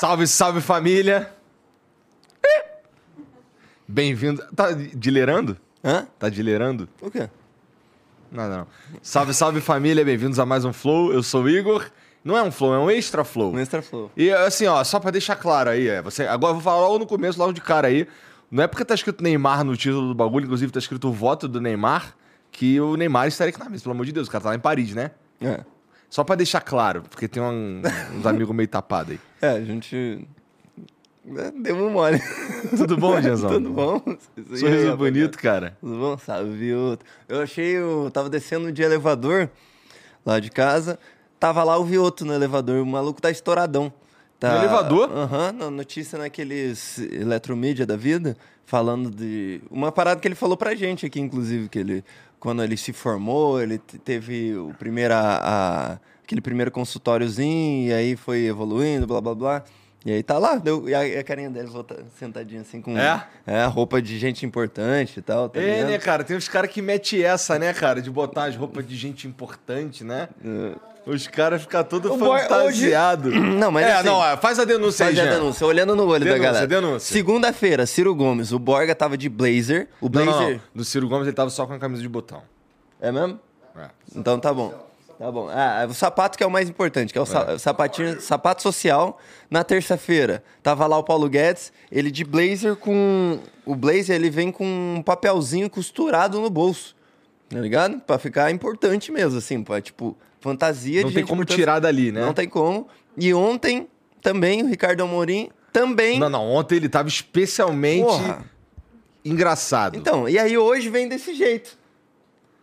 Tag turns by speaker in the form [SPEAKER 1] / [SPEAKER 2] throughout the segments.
[SPEAKER 1] Salve, salve família. Bem-vindo. Tá dilerando?
[SPEAKER 2] Hã?
[SPEAKER 1] Tá dilerando?
[SPEAKER 2] O quê?
[SPEAKER 1] Nada não. Salve, salve família, bem-vindos a mais um Flow. Eu sou o Igor. Não é um Flow, é um Extra Flow.
[SPEAKER 2] Um extra flow.
[SPEAKER 1] E assim, ó, só pra deixar claro aí, é, você, agora eu vou falar logo no começo, logo de cara aí. Não é porque tá escrito Neymar no título do bagulho, inclusive tá escrito o voto do Neymar, que o Neymar estaria aqui na mesa, pelo amor de Deus, o cara tá lá em Paris, né?
[SPEAKER 2] É.
[SPEAKER 1] Só pra deixar claro, porque tem um- uns amigos meio tapados aí.
[SPEAKER 2] É, a gente. é, Deu um mole.
[SPEAKER 1] Tudo bom, Jezão?
[SPEAKER 2] Tudo bom? Isso aí, é,
[SPEAKER 1] Sorriso
[SPEAKER 2] rapaziada.
[SPEAKER 1] bonito, cara.
[SPEAKER 2] Tudo bom? Salve. o- Eu achei. Eu tava descendo de elevador lá de casa. Tava lá o Vioto no elevador. O maluco tá estouradão. Tá...
[SPEAKER 1] No elevador?
[SPEAKER 2] Aham, na notícia naqueles eletromídia da vida, falando de. Uma parada que ele falou pra gente aqui, inclusive, que ele. Quando ele se formou, ele te- teve o primeiro. a- a- aquele primeiro consultóriozinho, e aí foi evoluindo, blá blá blá. E aí tá lá, deu, e a, e a carinha dele volta, sentadinha assim com
[SPEAKER 1] É?
[SPEAKER 2] roupa de gente importante e tal. Tá
[SPEAKER 1] É,
[SPEAKER 2] ligado?
[SPEAKER 1] né, cara? Tem uns caras que metem essa, né, cara? De botar as roupas de gente importante, né? Os caras ficam todo
[SPEAKER 2] É. O boy hoje-
[SPEAKER 1] fantasiado.
[SPEAKER 2] Não, mas
[SPEAKER 1] é,
[SPEAKER 2] assim-
[SPEAKER 1] não, é, faz a denúncia
[SPEAKER 2] Faz
[SPEAKER 1] aí,
[SPEAKER 2] a
[SPEAKER 1] Jean.
[SPEAKER 2] denúncia, olhando no olho
[SPEAKER 1] Denúncia,
[SPEAKER 2] da galera.
[SPEAKER 1] denúncia.
[SPEAKER 2] Segunda-feira, Ciro Gomes, o Borga tava de blazer. O
[SPEAKER 1] Não,
[SPEAKER 2] blazer.
[SPEAKER 1] não, não. Do Ciro Gomes ele tava só com a camisa de botão.
[SPEAKER 2] É mesmo?
[SPEAKER 1] É.
[SPEAKER 2] Então tá bom. Tá bom. Ah, o sapato que é o mais importante, que é o sa- sapatinho, sapato social. Na terça-feira, tava lá o Paulo Guedes, ele de blazer com. O blazer ele vem com um papelzinho costurado no bolso. Tá ligado? Pra ficar importante mesmo, assim, pra, tipo, fantasia
[SPEAKER 1] Não
[SPEAKER 2] de
[SPEAKER 1] tem
[SPEAKER 2] gente
[SPEAKER 1] como
[SPEAKER 2] importante.
[SPEAKER 1] tirar dali, né?
[SPEAKER 2] Não tem como. E ontem, também, o Ricardo Amorim também.
[SPEAKER 1] Não, não. Ontem ele tava especialmente
[SPEAKER 2] Porra.
[SPEAKER 1] engraçado.
[SPEAKER 2] Então, e aí hoje vem desse jeito.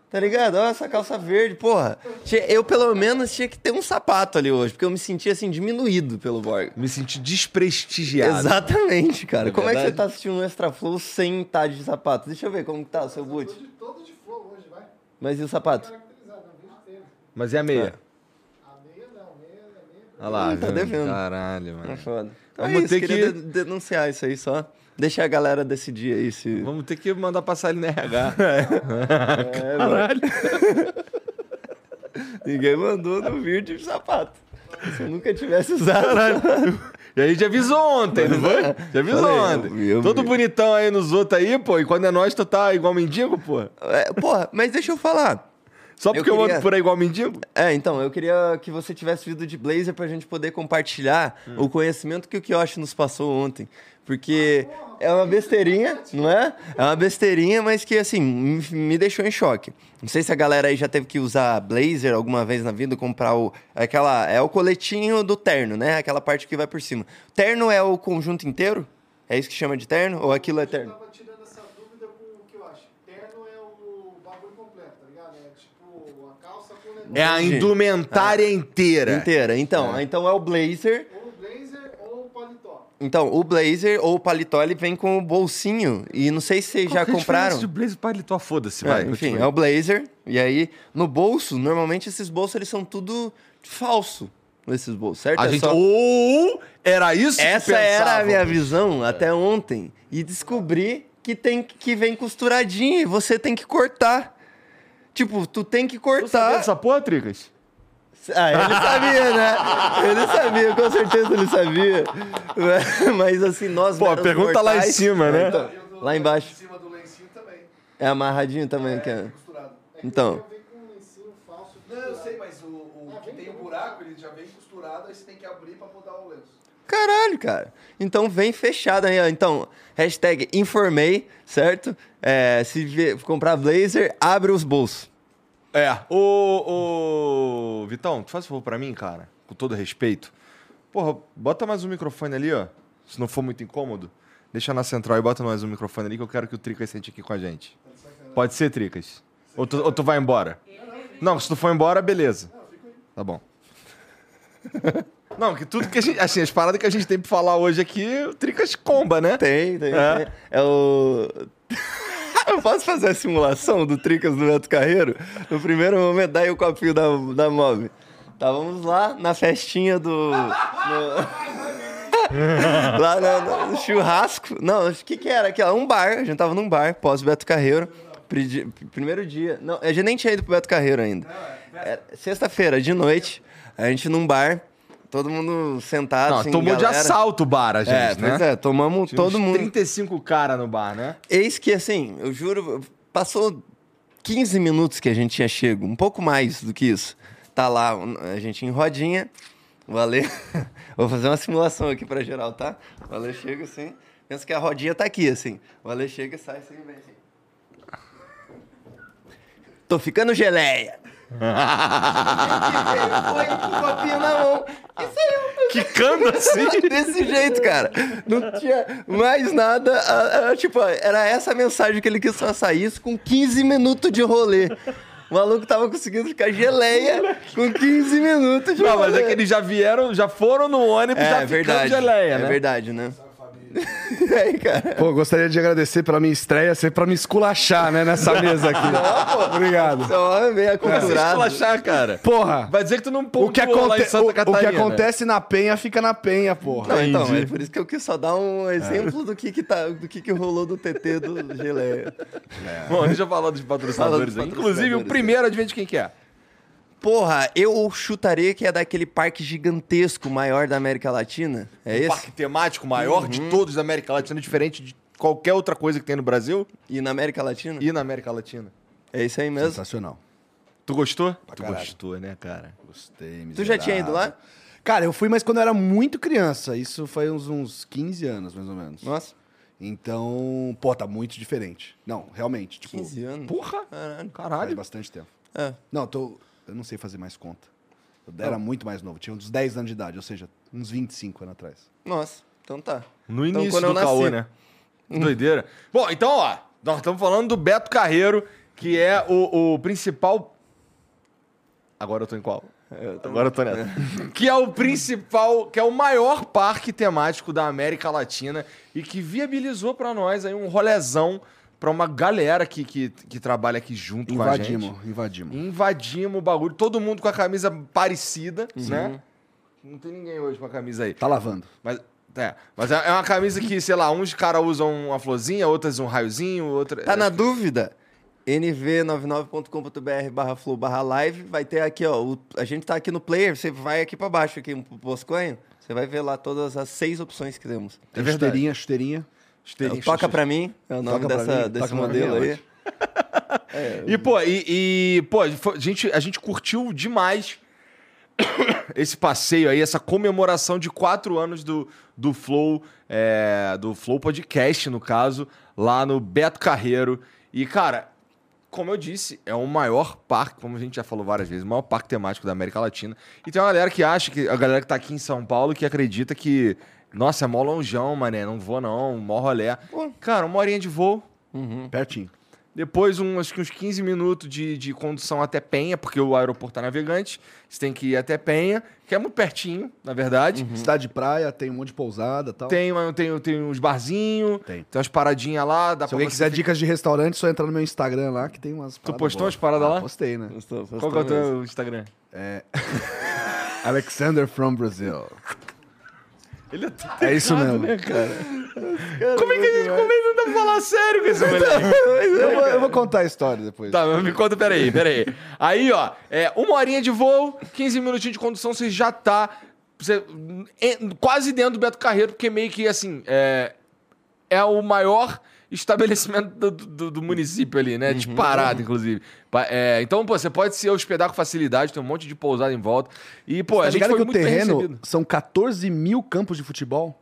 [SPEAKER 2] Tá ligado? Olha essa calça verde, porra. Tinha- Eu, pelo menos, tinha que ter um sapato ali hoje, porque eu me senti, assim, diminuído pelo Borg.
[SPEAKER 1] Me senti desprestigiado.
[SPEAKER 2] Exatamente, cara.
[SPEAKER 1] É
[SPEAKER 2] como é que
[SPEAKER 1] verdade?
[SPEAKER 2] você tá assistindo um Extra Flow sem estar de sapato? Deixa eu ver como que tá o seu boot.
[SPEAKER 3] de todo de flow hoje, vai.
[SPEAKER 2] Mas e o sapato?
[SPEAKER 3] Caracterizado, não vejo tempo.
[SPEAKER 1] Mas é a meia.
[SPEAKER 3] A meia não, a meia, a meia.
[SPEAKER 1] é Olha lá,
[SPEAKER 2] Hum, tá
[SPEAKER 1] viu?
[SPEAKER 2] devendo.
[SPEAKER 1] Caralho,
[SPEAKER 2] Tá
[SPEAKER 1] mano.
[SPEAKER 2] foda. Então
[SPEAKER 1] Vamos
[SPEAKER 2] é isso,
[SPEAKER 1] ter
[SPEAKER 2] queria
[SPEAKER 1] que-
[SPEAKER 2] de- denunciar isso aí só. Deixa a galera decidir aí se...
[SPEAKER 1] Vamos ter que mandar passar ele na RH.
[SPEAKER 2] É, Borg. Ninguém mandou no vídeo de sapato. Se eu nunca tivesse usado...
[SPEAKER 1] E aí já avisou ontem, não foi? Já avisou
[SPEAKER 2] É. Falei,
[SPEAKER 1] ontem.
[SPEAKER 2] eu vi, eu
[SPEAKER 1] Todo
[SPEAKER 2] vi.
[SPEAKER 1] bonitão aí nos outros aí, pô. E quando é nós, tu tá igual mendigo, pô.
[SPEAKER 2] É, porra, mas deixa eu falar.
[SPEAKER 1] Só
[SPEAKER 2] Eu
[SPEAKER 1] porque eu,
[SPEAKER 2] queria-
[SPEAKER 1] ando por aí igual mendigo?
[SPEAKER 2] É, então, eu queria que você tivesse vindo de blazer pra gente poder compartilhar o conhecimento que o Kioshi nos passou ontem. Porque é uma besteirinha, não é? É uma besteirinha, mas que, assim, me, me deixou em choque. Não sei se a galera aí já teve que usar blazer alguma vez na vida, comprar o... Aquela... É o coletinho do terno, né? Aquela parte que vai por cima. Terno é o conjunto inteiro? É isso que chama de terno? Ou aquilo é
[SPEAKER 3] Eu
[SPEAKER 2] terno?
[SPEAKER 3] tava tirando essa dúvida com o que eu acho. Terno é o bagulho completo, tá ligado? É tipo a calça com o
[SPEAKER 1] É a
[SPEAKER 2] Entendi.
[SPEAKER 1] indumentária inteira. É.
[SPEAKER 2] Inteira. Então, então é o é blazer...
[SPEAKER 3] Ou o blazer ou o paletó.
[SPEAKER 2] Então, o blazer ou o paletó, ele vem com o bolsinho. E não sei se vocês já compraram.
[SPEAKER 1] é de blazer paletó, foda-se,
[SPEAKER 2] É,
[SPEAKER 1] vai.
[SPEAKER 2] enfim,
[SPEAKER 1] continua.
[SPEAKER 2] é o blazer. E aí, no bolso, normalmente esses bolsos, eles são tudo falso. Esses bolsos, certo?
[SPEAKER 1] A
[SPEAKER 2] É
[SPEAKER 1] gente...
[SPEAKER 2] só-
[SPEAKER 1] Ou era isso que
[SPEAKER 2] Essa era a
[SPEAKER 1] pensávamos.
[SPEAKER 2] minha
[SPEAKER 1] É.
[SPEAKER 2] visão até ontem. E descobri que tem que vem costuradinho e você tem que cortar. Tipo, tu tem que
[SPEAKER 1] Tu sabia
[SPEAKER 2] cortar.
[SPEAKER 1] dessa porra, Tricas?
[SPEAKER 2] Ah, ele sabia, né? Ele sabia, com certeza ele sabia. Mas assim, nós
[SPEAKER 1] Pô,
[SPEAKER 2] meros
[SPEAKER 1] pergunta lá em
[SPEAKER 2] mortais-
[SPEAKER 1] cima, né?
[SPEAKER 2] Então,
[SPEAKER 3] E o do-
[SPEAKER 2] lá
[SPEAKER 3] Em
[SPEAKER 2] embaixo.
[SPEAKER 3] cima do lencinho também.
[SPEAKER 2] É amarradinho também, que é.
[SPEAKER 3] Costurado. É que
[SPEAKER 2] Então.
[SPEAKER 3] o meu vem com um lencinho falso.
[SPEAKER 4] Não, eu sei, mas o, o
[SPEAKER 3] Ah,
[SPEAKER 4] que
[SPEAKER 3] vem
[SPEAKER 4] tem o
[SPEAKER 3] junto.
[SPEAKER 4] buraco, ele já vem costurado, aí você tem que abrir pra mudar o lenço.
[SPEAKER 2] Caralho, cara. Então vem fechado aí, ó. Então, hashtag informei, certo? É, se vê- comprar blazer, abre os bolsos.
[SPEAKER 1] É. Ô, ô, Vitão, tu faz um favor pra mim, cara, com todo respeito. Porra, bota mais um microfone ali, ó. Se não for muito incômodo, deixa na central e bota mais um microfone ali que eu quero que o Tricas sente aqui com a gente. Pode ser, Tricas? Ou tu, ou tu vai embora? Não, se tu for embora, beleza. Tá bom. Não, que tudo que a gente. Assim, as paradas que a gente tem pra falar hoje aqui, o Tricas comba, né?
[SPEAKER 2] Tem, tem.
[SPEAKER 1] É.
[SPEAKER 2] É, é o. Eu posso fazer a simulação do Tricas do Neto Carreiro? No primeiro momento, daí o copinho da, da Mob. Tá, vamos lá na festinha do. no- lá na- no churrasco. Não, o que que era? Aquela, um bar. A gente tava num bar, pós-Beto Carreiro. Pridi- Primeiro dia. Não, a gente nem tinha ido pro Beto Carreiro ainda. Era Sexta-feira, de noite, a gente num bar, todo mundo sentado.
[SPEAKER 1] Não,
[SPEAKER 2] assim,
[SPEAKER 1] tomou de
[SPEAKER 2] galera.
[SPEAKER 1] assalto o bar, a gente,
[SPEAKER 2] É,
[SPEAKER 1] né?
[SPEAKER 2] pois é, tomamos
[SPEAKER 1] Tinha
[SPEAKER 2] todo
[SPEAKER 1] uns
[SPEAKER 2] mundo.
[SPEAKER 1] 35 cara no bar, né?
[SPEAKER 2] Eis que, assim, eu juro, passou 15 minutos que a gente tinha chego, um pouco mais do que isso. Tá lá, um, a gente em rodinha, o Ale... Vou fazer uma simulação aqui pra geral, tá? O Ale chega assim, pensa que a rodinha tá aqui, assim. O Ale chega e sai assim, vem assim. Tô ficando geleia! Foi com o copinho na mão. Isso aí, eu
[SPEAKER 1] Quicando assim.
[SPEAKER 2] Desse jeito, cara. Não tinha mais nada. a- a- tipo, era essa a mensagem que ele quis passar isso com 15 minutos de rolê. O maluco tava conseguindo ficar geleia com 15 minutos de
[SPEAKER 1] Não,
[SPEAKER 2] rolê.
[SPEAKER 1] mas é que eles já vieram, já foram no ônibus, já
[SPEAKER 2] É
[SPEAKER 1] ficaram
[SPEAKER 2] verdade.
[SPEAKER 1] geleia, né?
[SPEAKER 2] É verdade, né? E aí, cara?
[SPEAKER 5] Pô, gostaria de agradecer pela minha estreia, sempre pra me esculachar, né, nessa mesa aqui. Obrigado.
[SPEAKER 2] Seu homem é meio
[SPEAKER 1] Como assim
[SPEAKER 2] aculturado.
[SPEAKER 1] esculachar, cara?
[SPEAKER 5] Porra,
[SPEAKER 1] Vai dizer que tu não
[SPEAKER 5] o que,
[SPEAKER 1] pontuou lá em
[SPEAKER 5] aconte-
[SPEAKER 1] Santa
[SPEAKER 5] o- o que
[SPEAKER 1] Catarina. né?
[SPEAKER 5] acontece na penha fica na penha, porra.
[SPEAKER 2] né? Não, então,
[SPEAKER 1] Entendi. É.
[SPEAKER 2] é por isso que eu quis só dar um exemplo do, que, que tá, do que, que rolou do TT do Geleia.
[SPEAKER 1] Bom, deixa eu falar dos patrocinadores aí.
[SPEAKER 2] Fala dos
[SPEAKER 1] Inclusive, o
[SPEAKER 2] patrocinadores.
[SPEAKER 1] primeiro, adivinha quem que é?
[SPEAKER 2] Porra, eu chutaria que é daquele parque gigantesco maior da América Latina. É
[SPEAKER 1] O
[SPEAKER 2] esse?
[SPEAKER 1] Um parque temático maior de todos da América Latina, diferente de qualquer outra coisa que tem no Brasil
[SPEAKER 2] E na América Latina?
[SPEAKER 1] e na América Latina.
[SPEAKER 2] É isso aí mesmo.
[SPEAKER 5] Sensacional.
[SPEAKER 1] Tu gostou? tu
[SPEAKER 5] caralho.
[SPEAKER 1] gostou, né, cara?
[SPEAKER 5] Gostei,
[SPEAKER 2] Tu já tinha ido lá?
[SPEAKER 5] Cara, eu fui, mas quando eu era muito criança. Isso foi uns, uns 15 anos, mais ou menos.
[SPEAKER 2] Nossa,
[SPEAKER 5] Então, pô, tá muito diferente. Não, realmente, tipo,
[SPEAKER 2] 15 anos.
[SPEAKER 1] Porra!
[SPEAKER 2] Caralho.
[SPEAKER 5] faz
[SPEAKER 1] Caralho.
[SPEAKER 5] bastante tempo.
[SPEAKER 2] É.
[SPEAKER 5] Não, eu tô, eu não sei fazer mais conta. Eu era muito mais novo, tinha uns 10 anos de idade, ou seja, uns 25 anos atrás.
[SPEAKER 2] Nossa, então tá.
[SPEAKER 1] No
[SPEAKER 2] Então,
[SPEAKER 1] início
[SPEAKER 2] quando eu
[SPEAKER 1] do caô,
[SPEAKER 2] nasci.
[SPEAKER 1] né? Doideira. Bom, então, ó, nós estamos falando do Beto Carreiro, que é o, o principal. Agora eu tô em qual? Agora eu tô nessa. que é o principal, que é o maior parque temático da América Latina e que viabilizou pra nós aí um rolezão pra uma galera que, que, que trabalha aqui junto com a gente.
[SPEAKER 5] Invadimos, invadimos.
[SPEAKER 1] Invadimos o bagulho, todo mundo com a camisa parecida, né? Não tem ninguém hoje com a camisa aí.
[SPEAKER 5] Tá lavando.
[SPEAKER 1] Mas é, mas é é uma camisa que, sei lá, uns caras usam uma florzinha, outras um raiozinho, outra.
[SPEAKER 2] Tá na dúvida? nv99.com.br barra flow barra live. Vai ter aqui, ó. o- a gente tá aqui no player, você vai aqui pra baixo, aqui pro Bosconho. Você vai ver lá todas as seis opções que temos.
[SPEAKER 1] É
[SPEAKER 5] Tem
[SPEAKER 1] verdade.
[SPEAKER 5] chuteirinha,
[SPEAKER 2] É
[SPEAKER 5] chuteirinha.
[SPEAKER 2] o Toca Pra Mim, é o nome
[SPEAKER 5] Toca Pra
[SPEAKER 2] dessa,
[SPEAKER 5] Mim,
[SPEAKER 2] desse
[SPEAKER 5] Toca Pra Mim
[SPEAKER 2] modelo
[SPEAKER 5] é
[SPEAKER 2] aí.
[SPEAKER 5] ótimo.
[SPEAKER 1] E, pô, e, e, pô, foi- a gente, a gente curtiu demais esse passeio aí, essa comemoração de quatro anos do, do Flow, é, do Flow Podcast, no caso, lá no Beto Carreiro. E, cara, como eu disse, é o maior parque, como a gente já falou várias vezes, o maior parque temático da América Latina. E tem uma galera que acha, que a galera que tá aqui em São Paulo, que acredita que, nossa, é mó lonjão, mané, não vou não, mó rolé.
[SPEAKER 2] Pô.
[SPEAKER 1] Cara, uma horinha de voo,
[SPEAKER 2] Uhum.
[SPEAKER 5] Pertinho.
[SPEAKER 1] Depois, um, acho que uns 15 minutos de, de condução até Penha, porque o aeroporto tá navegante. Você tem que ir até Penha, que é muito pertinho, na verdade.
[SPEAKER 5] Uhum. Cidade de praia, tem um monte de pousada e tal.
[SPEAKER 1] Tem, uma- tem, tem uns barzinhos,
[SPEAKER 5] Tem.
[SPEAKER 1] tem. umas paradinhas lá. Dá
[SPEAKER 5] Se
[SPEAKER 1] pra
[SPEAKER 5] alguém
[SPEAKER 1] você
[SPEAKER 5] quiser
[SPEAKER 1] ficar-
[SPEAKER 5] dicas de restaurante, é só entrar no meu Instagram lá, que tem umas paradas
[SPEAKER 1] postou
[SPEAKER 5] boas.
[SPEAKER 1] as paradas
[SPEAKER 5] Ah,
[SPEAKER 1] lá?
[SPEAKER 5] Postei, né?
[SPEAKER 2] Gostou, gostou
[SPEAKER 1] Qual que é o
[SPEAKER 2] mesmo.
[SPEAKER 1] teu Instagram?
[SPEAKER 5] Alexander from Brazil.
[SPEAKER 1] Ele é todo
[SPEAKER 5] É isso
[SPEAKER 1] errado,
[SPEAKER 5] mesmo.
[SPEAKER 1] né, cara? Como é que a gente comenta pra falar sério com esse moleque?
[SPEAKER 5] Eu vou, eu vou contar a história depois.
[SPEAKER 1] Tá, mas me conta, peraí, peraí. Aí, ó, é, uma horinha de voo, 15 minutinhos de condução, você já tá você, em- quase dentro do Beto Carreiro, porque meio que, assim, é, é o maior estabelecimento do, do- do município ali, né?
[SPEAKER 5] Uhum.
[SPEAKER 1] De parada, inclusive. Pa- é, então, pô, você pode se hospedar com facilidade, tem um monte de pousada em volta. E, pô,
[SPEAKER 5] Tá
[SPEAKER 1] a gente
[SPEAKER 5] ligado
[SPEAKER 1] foi
[SPEAKER 5] que o
[SPEAKER 1] muito bem
[SPEAKER 5] terreno
[SPEAKER 1] recebido.
[SPEAKER 5] são 14 mil campos de futebol?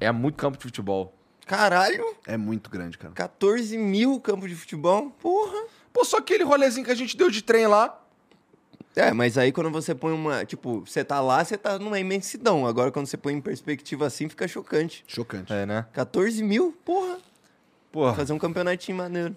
[SPEAKER 1] É muito campo de futebol.
[SPEAKER 2] Caralho,
[SPEAKER 5] É muito grande, cara.
[SPEAKER 2] 14 mil campos de futebol? Porra.
[SPEAKER 1] Pô, só aquele rolezinho que a gente deu de trem lá,
[SPEAKER 2] É, mas aí quando você põe uma. Tipo, você tá lá, você tá numa imensidão. Agora quando você põe em perspectiva assim, fica chocante.
[SPEAKER 5] Chocante.
[SPEAKER 1] É, né?
[SPEAKER 2] 14 mil? Porra.
[SPEAKER 1] Porra,
[SPEAKER 2] Fazer um campeonatinho maneiro.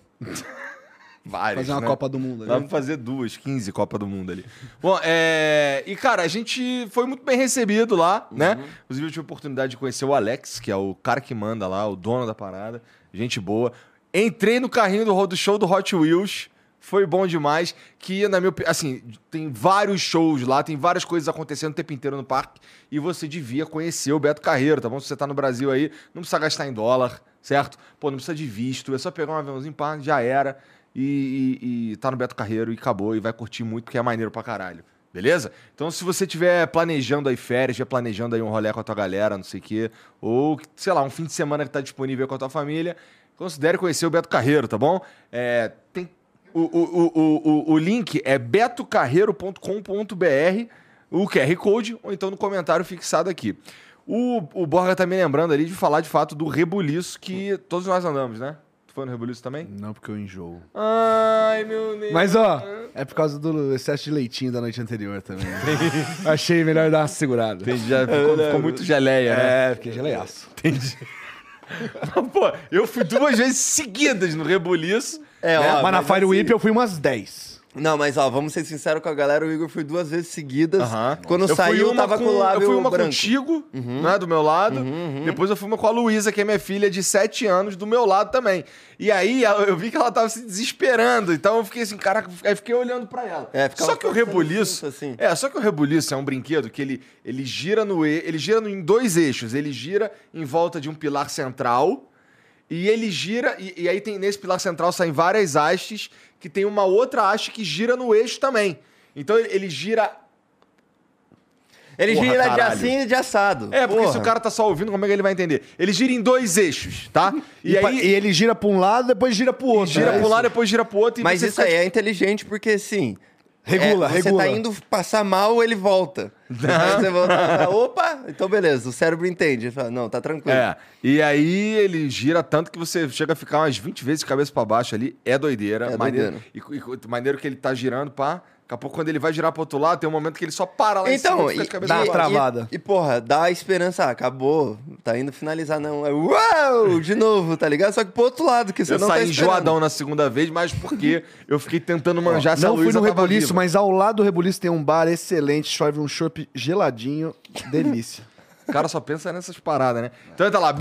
[SPEAKER 1] várias,
[SPEAKER 5] Fazer uma
[SPEAKER 1] né?
[SPEAKER 5] Copa do Mundo.
[SPEAKER 1] Dá
[SPEAKER 5] ali.
[SPEAKER 1] pra fazer duas, 15 Copa do Mundo ali. Bom, é... E, cara, a gente foi muito bem recebido lá,
[SPEAKER 5] Uhum.
[SPEAKER 1] né? Inclusive, eu tive a oportunidade de conhecer o Alex, que é o cara que manda lá, o dono da parada. Gente boa. Entrei no carrinho do, ro- do show do Hot Wheels. Foi bom demais. Que, na minha opinião, assim, tem vários shows lá, tem várias coisas acontecendo o tempo inteiro no parque. E você devia conhecer o Beto Carreiro, tá bom? Se você tá no Brasil aí, não precisa gastar em dólar, certo? Pô, não precisa de visto, é só pegar um aviãozinho, pá, já era. E, e- e tá no Beto Carreiro e acabou. E vai curtir muito, porque é maneiro pra caralho. Beleza? Então, se você tiver planejando aí férias, já planejando aí um rolê com a tua galera, não sei o quê, ou, sei lá, um fim de semana que tá disponível com a tua família, considere conhecer o Beto Carreiro, tá bom? É, tem o, o, o, o, o link é betocarreiro.com.br, o QR Code, ou então no comentário fixado aqui. O, o Borga tá me lembrando ali de falar de fato do rebuliço que todos nós andamos, né? Tu foi no rebuliço também?
[SPEAKER 5] Não, porque eu enjoo.
[SPEAKER 1] Ai, meu Deus.
[SPEAKER 5] Mas, ó, é por causa do excesso de leitinho da noite anterior também. Achei melhor dar uma segurada.
[SPEAKER 1] Entendi, já ficou, ficou muito geleia, né?
[SPEAKER 5] É, porque geleiaço.
[SPEAKER 1] Entendi. É, Pô, eu fui duas vezes seguidas no rebuliço.
[SPEAKER 2] É,
[SPEAKER 5] Né?
[SPEAKER 2] ó.
[SPEAKER 5] mas na
[SPEAKER 2] mas
[SPEAKER 5] Fire
[SPEAKER 2] assim-
[SPEAKER 5] Whip eu fui umas 10.
[SPEAKER 2] Não, mas ó, vamos ser sinceros com a galera, o Igor foi duas vezes seguidas.
[SPEAKER 1] Aham.
[SPEAKER 2] Quando saiu,
[SPEAKER 1] uma
[SPEAKER 2] tava com o lábio
[SPEAKER 1] Eu fui uma
[SPEAKER 2] branco. Uhum.
[SPEAKER 1] contigo, né, do meu lado. Depois eu fui uma com a Luísa, que é minha filha de 7 anos, do meu lado também. E aí ela- eu vi que ela tava se desesperando. Então eu fiquei assim, caraca, aí fiquei olhando pra ela.
[SPEAKER 2] É, ficava
[SPEAKER 1] só que o
[SPEAKER 2] forçando
[SPEAKER 1] rebuliço...
[SPEAKER 2] junto, assim.
[SPEAKER 1] É, só que o rebuliço é um brinquedo que ele, ele gira no e- ele gira no- em dois eixos. Ele gira em volta de um pilar central e ele gira e, e aí tem nesse pilar central saem várias hastes que tem uma outra haste que gira no eixo também. Então ele- ele gira
[SPEAKER 2] Ele
[SPEAKER 1] Porra,
[SPEAKER 2] gira de
[SPEAKER 1] caralho.
[SPEAKER 2] assim e de assado.
[SPEAKER 1] É, porque
[SPEAKER 2] Porra.
[SPEAKER 1] se o cara tá só ouvindo, como é que ele vai entender? Ele gira em dois eixos, tá?
[SPEAKER 5] E,
[SPEAKER 1] E,
[SPEAKER 5] pa-
[SPEAKER 1] aí
[SPEAKER 5] e ele gira pra um lado, depois gira pro outro.
[SPEAKER 1] gira
[SPEAKER 5] né?
[SPEAKER 1] pra um lado, depois gira pro outro. E
[SPEAKER 2] Mas
[SPEAKER 1] você
[SPEAKER 2] isso
[SPEAKER 1] fica-
[SPEAKER 2] aí é inteligente, porque assim.
[SPEAKER 5] Regula,
[SPEAKER 2] é, você
[SPEAKER 5] regula.
[SPEAKER 2] tá indo passar mal, ele volta. Aí você volta e fala, opa, então beleza, o cérebro entende. Ele fala, não, tá tranquilo.
[SPEAKER 1] É. E aí ele gira tanto que você chega a ficar umas 20 vezes de cabeça pra baixo ali. É doideira.
[SPEAKER 2] É
[SPEAKER 1] maneiro. E, e, maneiro que ele tá girando, pá. Daqui a pouco, quando ele vai girar pro outro lado, tem um momento que ele só para lá em cima
[SPEAKER 2] Então,
[SPEAKER 1] e fica de cabeça
[SPEAKER 5] dá
[SPEAKER 1] pra
[SPEAKER 5] uma
[SPEAKER 1] baixo.
[SPEAKER 5] travada.
[SPEAKER 2] E, porra, dá a esperança, ah, acabou, tá indo finalizar, não. É uau, de novo, tá ligado? Só que pro outro lado, que você
[SPEAKER 1] Eu
[SPEAKER 2] não tá
[SPEAKER 1] saí
[SPEAKER 2] esperando.
[SPEAKER 1] enjoadão né, na segunda vez, mas porque eu fiquei tentando manjar se a
[SPEAKER 5] Não fui
[SPEAKER 1] Luísa
[SPEAKER 5] no
[SPEAKER 1] tava
[SPEAKER 5] Rebuliço,
[SPEAKER 1] viva.
[SPEAKER 5] mas ao lado do Rebuliço tem um bar excelente, chove um chopp geladinho, delícia.
[SPEAKER 1] O cara só pensa nessas paradas, né? Então entra lá,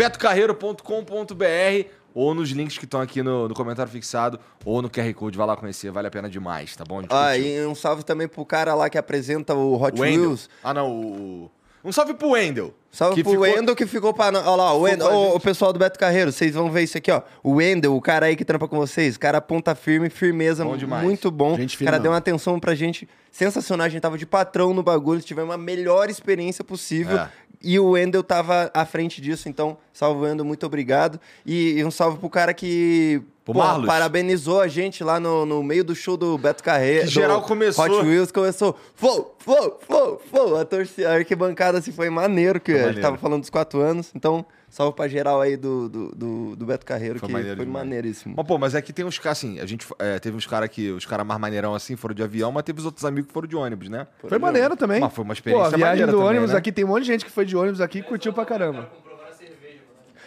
[SPEAKER 1] betocarreiro.com.br ou nos links que estão aqui no, no comentário fixado ou no QR Code, vai lá conhecer, vale a pena demais, tá bom? A gente
[SPEAKER 2] Ah,
[SPEAKER 1] curtiu.
[SPEAKER 2] e um salve também pro cara lá que apresenta o Hot
[SPEAKER 1] Wendel.
[SPEAKER 2] Wheels.
[SPEAKER 1] Ah, não, o... Um salve pro Wendel.
[SPEAKER 2] Salve
[SPEAKER 1] que
[SPEAKER 2] pro
[SPEAKER 1] ficou-
[SPEAKER 2] Wendel que ficou pra. Olha lá, o, Wendel,
[SPEAKER 1] pra
[SPEAKER 2] Ô,
[SPEAKER 1] gente.
[SPEAKER 2] o pessoal do Beto Carreiro, vocês vão ver isso aqui, ó. O Wendel, o cara aí que trampa com vocês, cara ponta firme, firmeza,
[SPEAKER 1] Bom demais.
[SPEAKER 2] muito bom.
[SPEAKER 5] Gente
[SPEAKER 2] o
[SPEAKER 5] fina
[SPEAKER 2] cara
[SPEAKER 5] mesmo.
[SPEAKER 2] deu uma atenção pra gente sensacional. A gente tava de patrão no bagulho, tivemos a melhor experiência possível.
[SPEAKER 1] É.
[SPEAKER 2] E o Wendel tava à frente disso, então, salve Wendel, muito obrigado. E, e um salve pro cara que.
[SPEAKER 1] Pro
[SPEAKER 2] pô,
[SPEAKER 1] Marlos.
[SPEAKER 2] parabenizou a gente lá no, no meio do show do Beto Carreiro.
[SPEAKER 1] Que geral
[SPEAKER 2] do
[SPEAKER 1] começou.
[SPEAKER 2] Hot Wheels começou. Flow, flow, flow, flow. A, torcida, a arquibancada assim, foi maneiro, que a
[SPEAKER 1] maneiro.
[SPEAKER 2] gente tava falando dos quatro anos. Então, salve pra geral aí do, do, do, do Beto Carreiro,
[SPEAKER 1] Foi
[SPEAKER 2] que
[SPEAKER 1] maneiro
[SPEAKER 2] foi
[SPEAKER 1] demais.
[SPEAKER 2] maneiríssimo.
[SPEAKER 1] Mas, pô, mas é que tem uns caras, assim, a gente é, teve uns caras que, os caras mais maneirão assim, foram de avião, mas teve os outros amigos que foram de ônibus, né?
[SPEAKER 5] Foi maneiro também.
[SPEAKER 1] Mas foi uma experiência
[SPEAKER 5] Pô, a viagem
[SPEAKER 1] maneira
[SPEAKER 5] do
[SPEAKER 1] também,
[SPEAKER 5] ônibus
[SPEAKER 1] né?
[SPEAKER 5] aqui, tem um monte de gente que foi de ônibus aqui e curtiu pra caramba.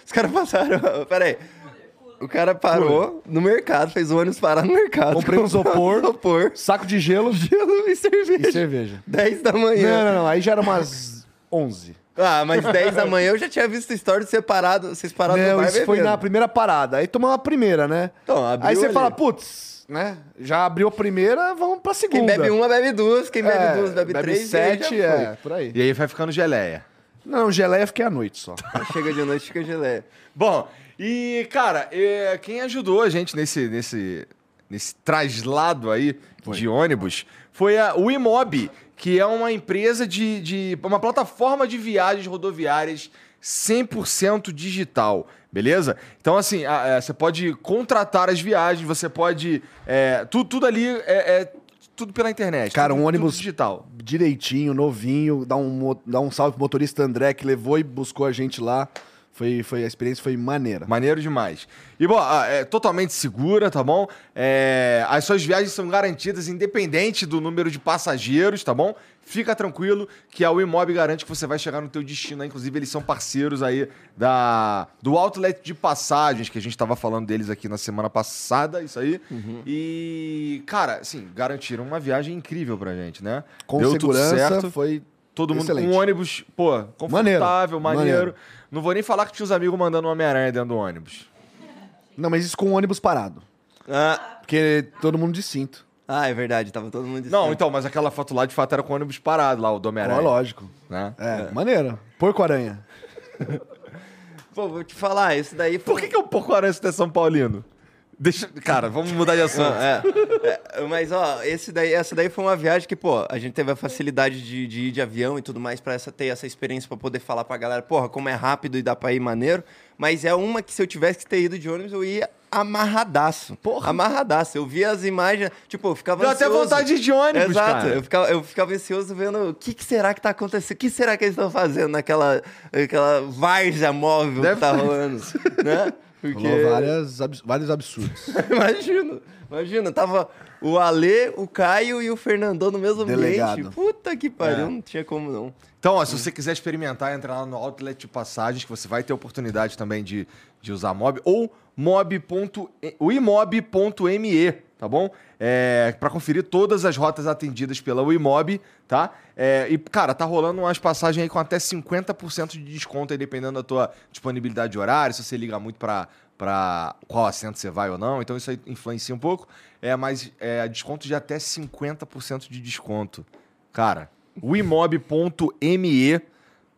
[SPEAKER 2] Os caras passaram. Pera aí. O cara parou no mercado, fez o ônibus parar no mercado.
[SPEAKER 5] Comprei um isopor.
[SPEAKER 2] isopor,
[SPEAKER 5] Saco de gelo
[SPEAKER 2] gelo e cerveja.
[SPEAKER 5] e cerveja.
[SPEAKER 2] 10 da
[SPEAKER 5] Não,
[SPEAKER 2] manhã.
[SPEAKER 5] não, não. Aí já era umas 11.
[SPEAKER 2] Ah, mas 10 da manhã eu já tinha visto stories separado, vocês pararam no
[SPEAKER 5] Não,
[SPEAKER 2] bar
[SPEAKER 5] Né, isso foi
[SPEAKER 2] bebendo.
[SPEAKER 5] na primeira parada. Aí tomamos a primeira, né?
[SPEAKER 2] é Então, abriu
[SPEAKER 5] Aí você
[SPEAKER 2] ali.
[SPEAKER 5] fala, putz, né? Já abriu a primeira, vamos pra
[SPEAKER 2] Quem
[SPEAKER 5] segunda.
[SPEAKER 2] bebe uma, bebe duas. Quem bebe
[SPEAKER 5] É,
[SPEAKER 2] duas, bebe, três. e aí já
[SPEAKER 5] sete,
[SPEAKER 2] foi.
[SPEAKER 5] é, por aí.
[SPEAKER 1] E aí vai ficando geleia.
[SPEAKER 5] Não, geleia eu fiquei à noite só.
[SPEAKER 2] Chega de noite, fica geleia.
[SPEAKER 1] Bom, e cara, é, quem ajudou a gente nesse, nesse, nesse traslado aí de ônibus foi a Imob, que é uma empresa de, de. uma plataforma de viagens rodoviárias 100% digital, beleza? Então, assim, a- a- você pode contratar as viagens, você pode. é, tu- tudo ali é. é tudo pela internet.
[SPEAKER 5] Cara,
[SPEAKER 1] tudo-
[SPEAKER 5] um ônibus-
[SPEAKER 1] tudo digital.
[SPEAKER 5] Direitinho, novinho, dá um, mo- dá um salve pro motorista André que levou e buscou a gente lá. Foi, foi, a experiência foi maneira.
[SPEAKER 1] Maneiro demais. E, bom, ah, é totalmente segura, tá bom? É, as suas viagens são garantidas independente do número de passageiros, tá bom? Fica tranquilo que a Wimob garante que você vai chegar no teu destino. né? Inclusive, eles são parceiros aí da, do Outlet de Passagens, que a gente tava falando deles aqui na semana passada, isso aí.
[SPEAKER 5] Uhum.
[SPEAKER 1] E, cara, assim, garantiram uma viagem incrível pra gente, né?
[SPEAKER 5] Com
[SPEAKER 1] Deu tudo
[SPEAKER 5] segurança,
[SPEAKER 1] certo.
[SPEAKER 5] foi
[SPEAKER 1] Todo mundo
[SPEAKER 5] Excelente.
[SPEAKER 1] com um ônibus, pô, confortável, maneiro.
[SPEAKER 5] Maneiro, maneiro.
[SPEAKER 1] Não vou nem falar que tinha os amigos mandando um Homem-Aranha dentro do ônibus.
[SPEAKER 5] Não, mas isso com o ônibus parado.
[SPEAKER 2] Ah,
[SPEAKER 5] Porque todo mundo de cinto.
[SPEAKER 2] ah, é verdade, tava todo mundo
[SPEAKER 1] Não, então, mas aquela foto lá de fato era com o ônibus parado lá, o do
[SPEAKER 5] É
[SPEAKER 1] Homem-Aranha.
[SPEAKER 5] lógico.
[SPEAKER 1] Né?
[SPEAKER 5] É, maneiro. Porco-aranha.
[SPEAKER 2] Pô, vou te falar, esse daí foi.
[SPEAKER 1] Por que, que é um porco aranha se tu é São Paulino? Deixa. Cara, vamos mudar de assunto.
[SPEAKER 2] Ah, é. É, mas ó, esse daí, essa daí foi uma viagem que, pô, a gente teve a facilidade de, de ir de avião e tudo mais pra essa, ter essa experiência pra poder falar pra galera, porra, como é rápido e dá pra ir maneiro. Mas é uma que se eu tivesse que ter ido de ônibus, eu ia amarradaço. Porra. Amarradaço. Eu via as imagens, tipo, eu ficava
[SPEAKER 1] Deu até
[SPEAKER 2] ansioso.
[SPEAKER 1] vontade de ônibus,
[SPEAKER 2] Exato.
[SPEAKER 1] cara.
[SPEAKER 2] Eu ficava, eu ficava ansioso vendo o que, que será que tá acontecendo, o que será que eles estão fazendo naquela aquela várzea móvel
[SPEAKER 1] Deve
[SPEAKER 2] que tá rolando, né? Porque...
[SPEAKER 5] Rolou várias abs- vários absurdos.
[SPEAKER 2] Imagino, imagina, tava o Alê, o Caio e o Fernandão no mesmo
[SPEAKER 5] Delegado.
[SPEAKER 2] ambiente. Puta que pariu,
[SPEAKER 1] É.
[SPEAKER 2] não tinha como não.
[SPEAKER 1] Então, ó, se você quiser experimentar, entra lá no Outlet de Passagens, que você vai ter a oportunidade também de, de usar mob, ou mob.imob.me, tá bom? É, para conferir todas as rotas atendidas pela Wimob, tá? É, e, cara, tá rolando umas passagens aí com até 50% de desconto, aí, dependendo da tua disponibilidade de horário, se você liga muito pra, pra qual assento você vai ou não, então isso aí influencia um pouco. É, mas é desconto de até 50% de desconto. Cara, wimob.me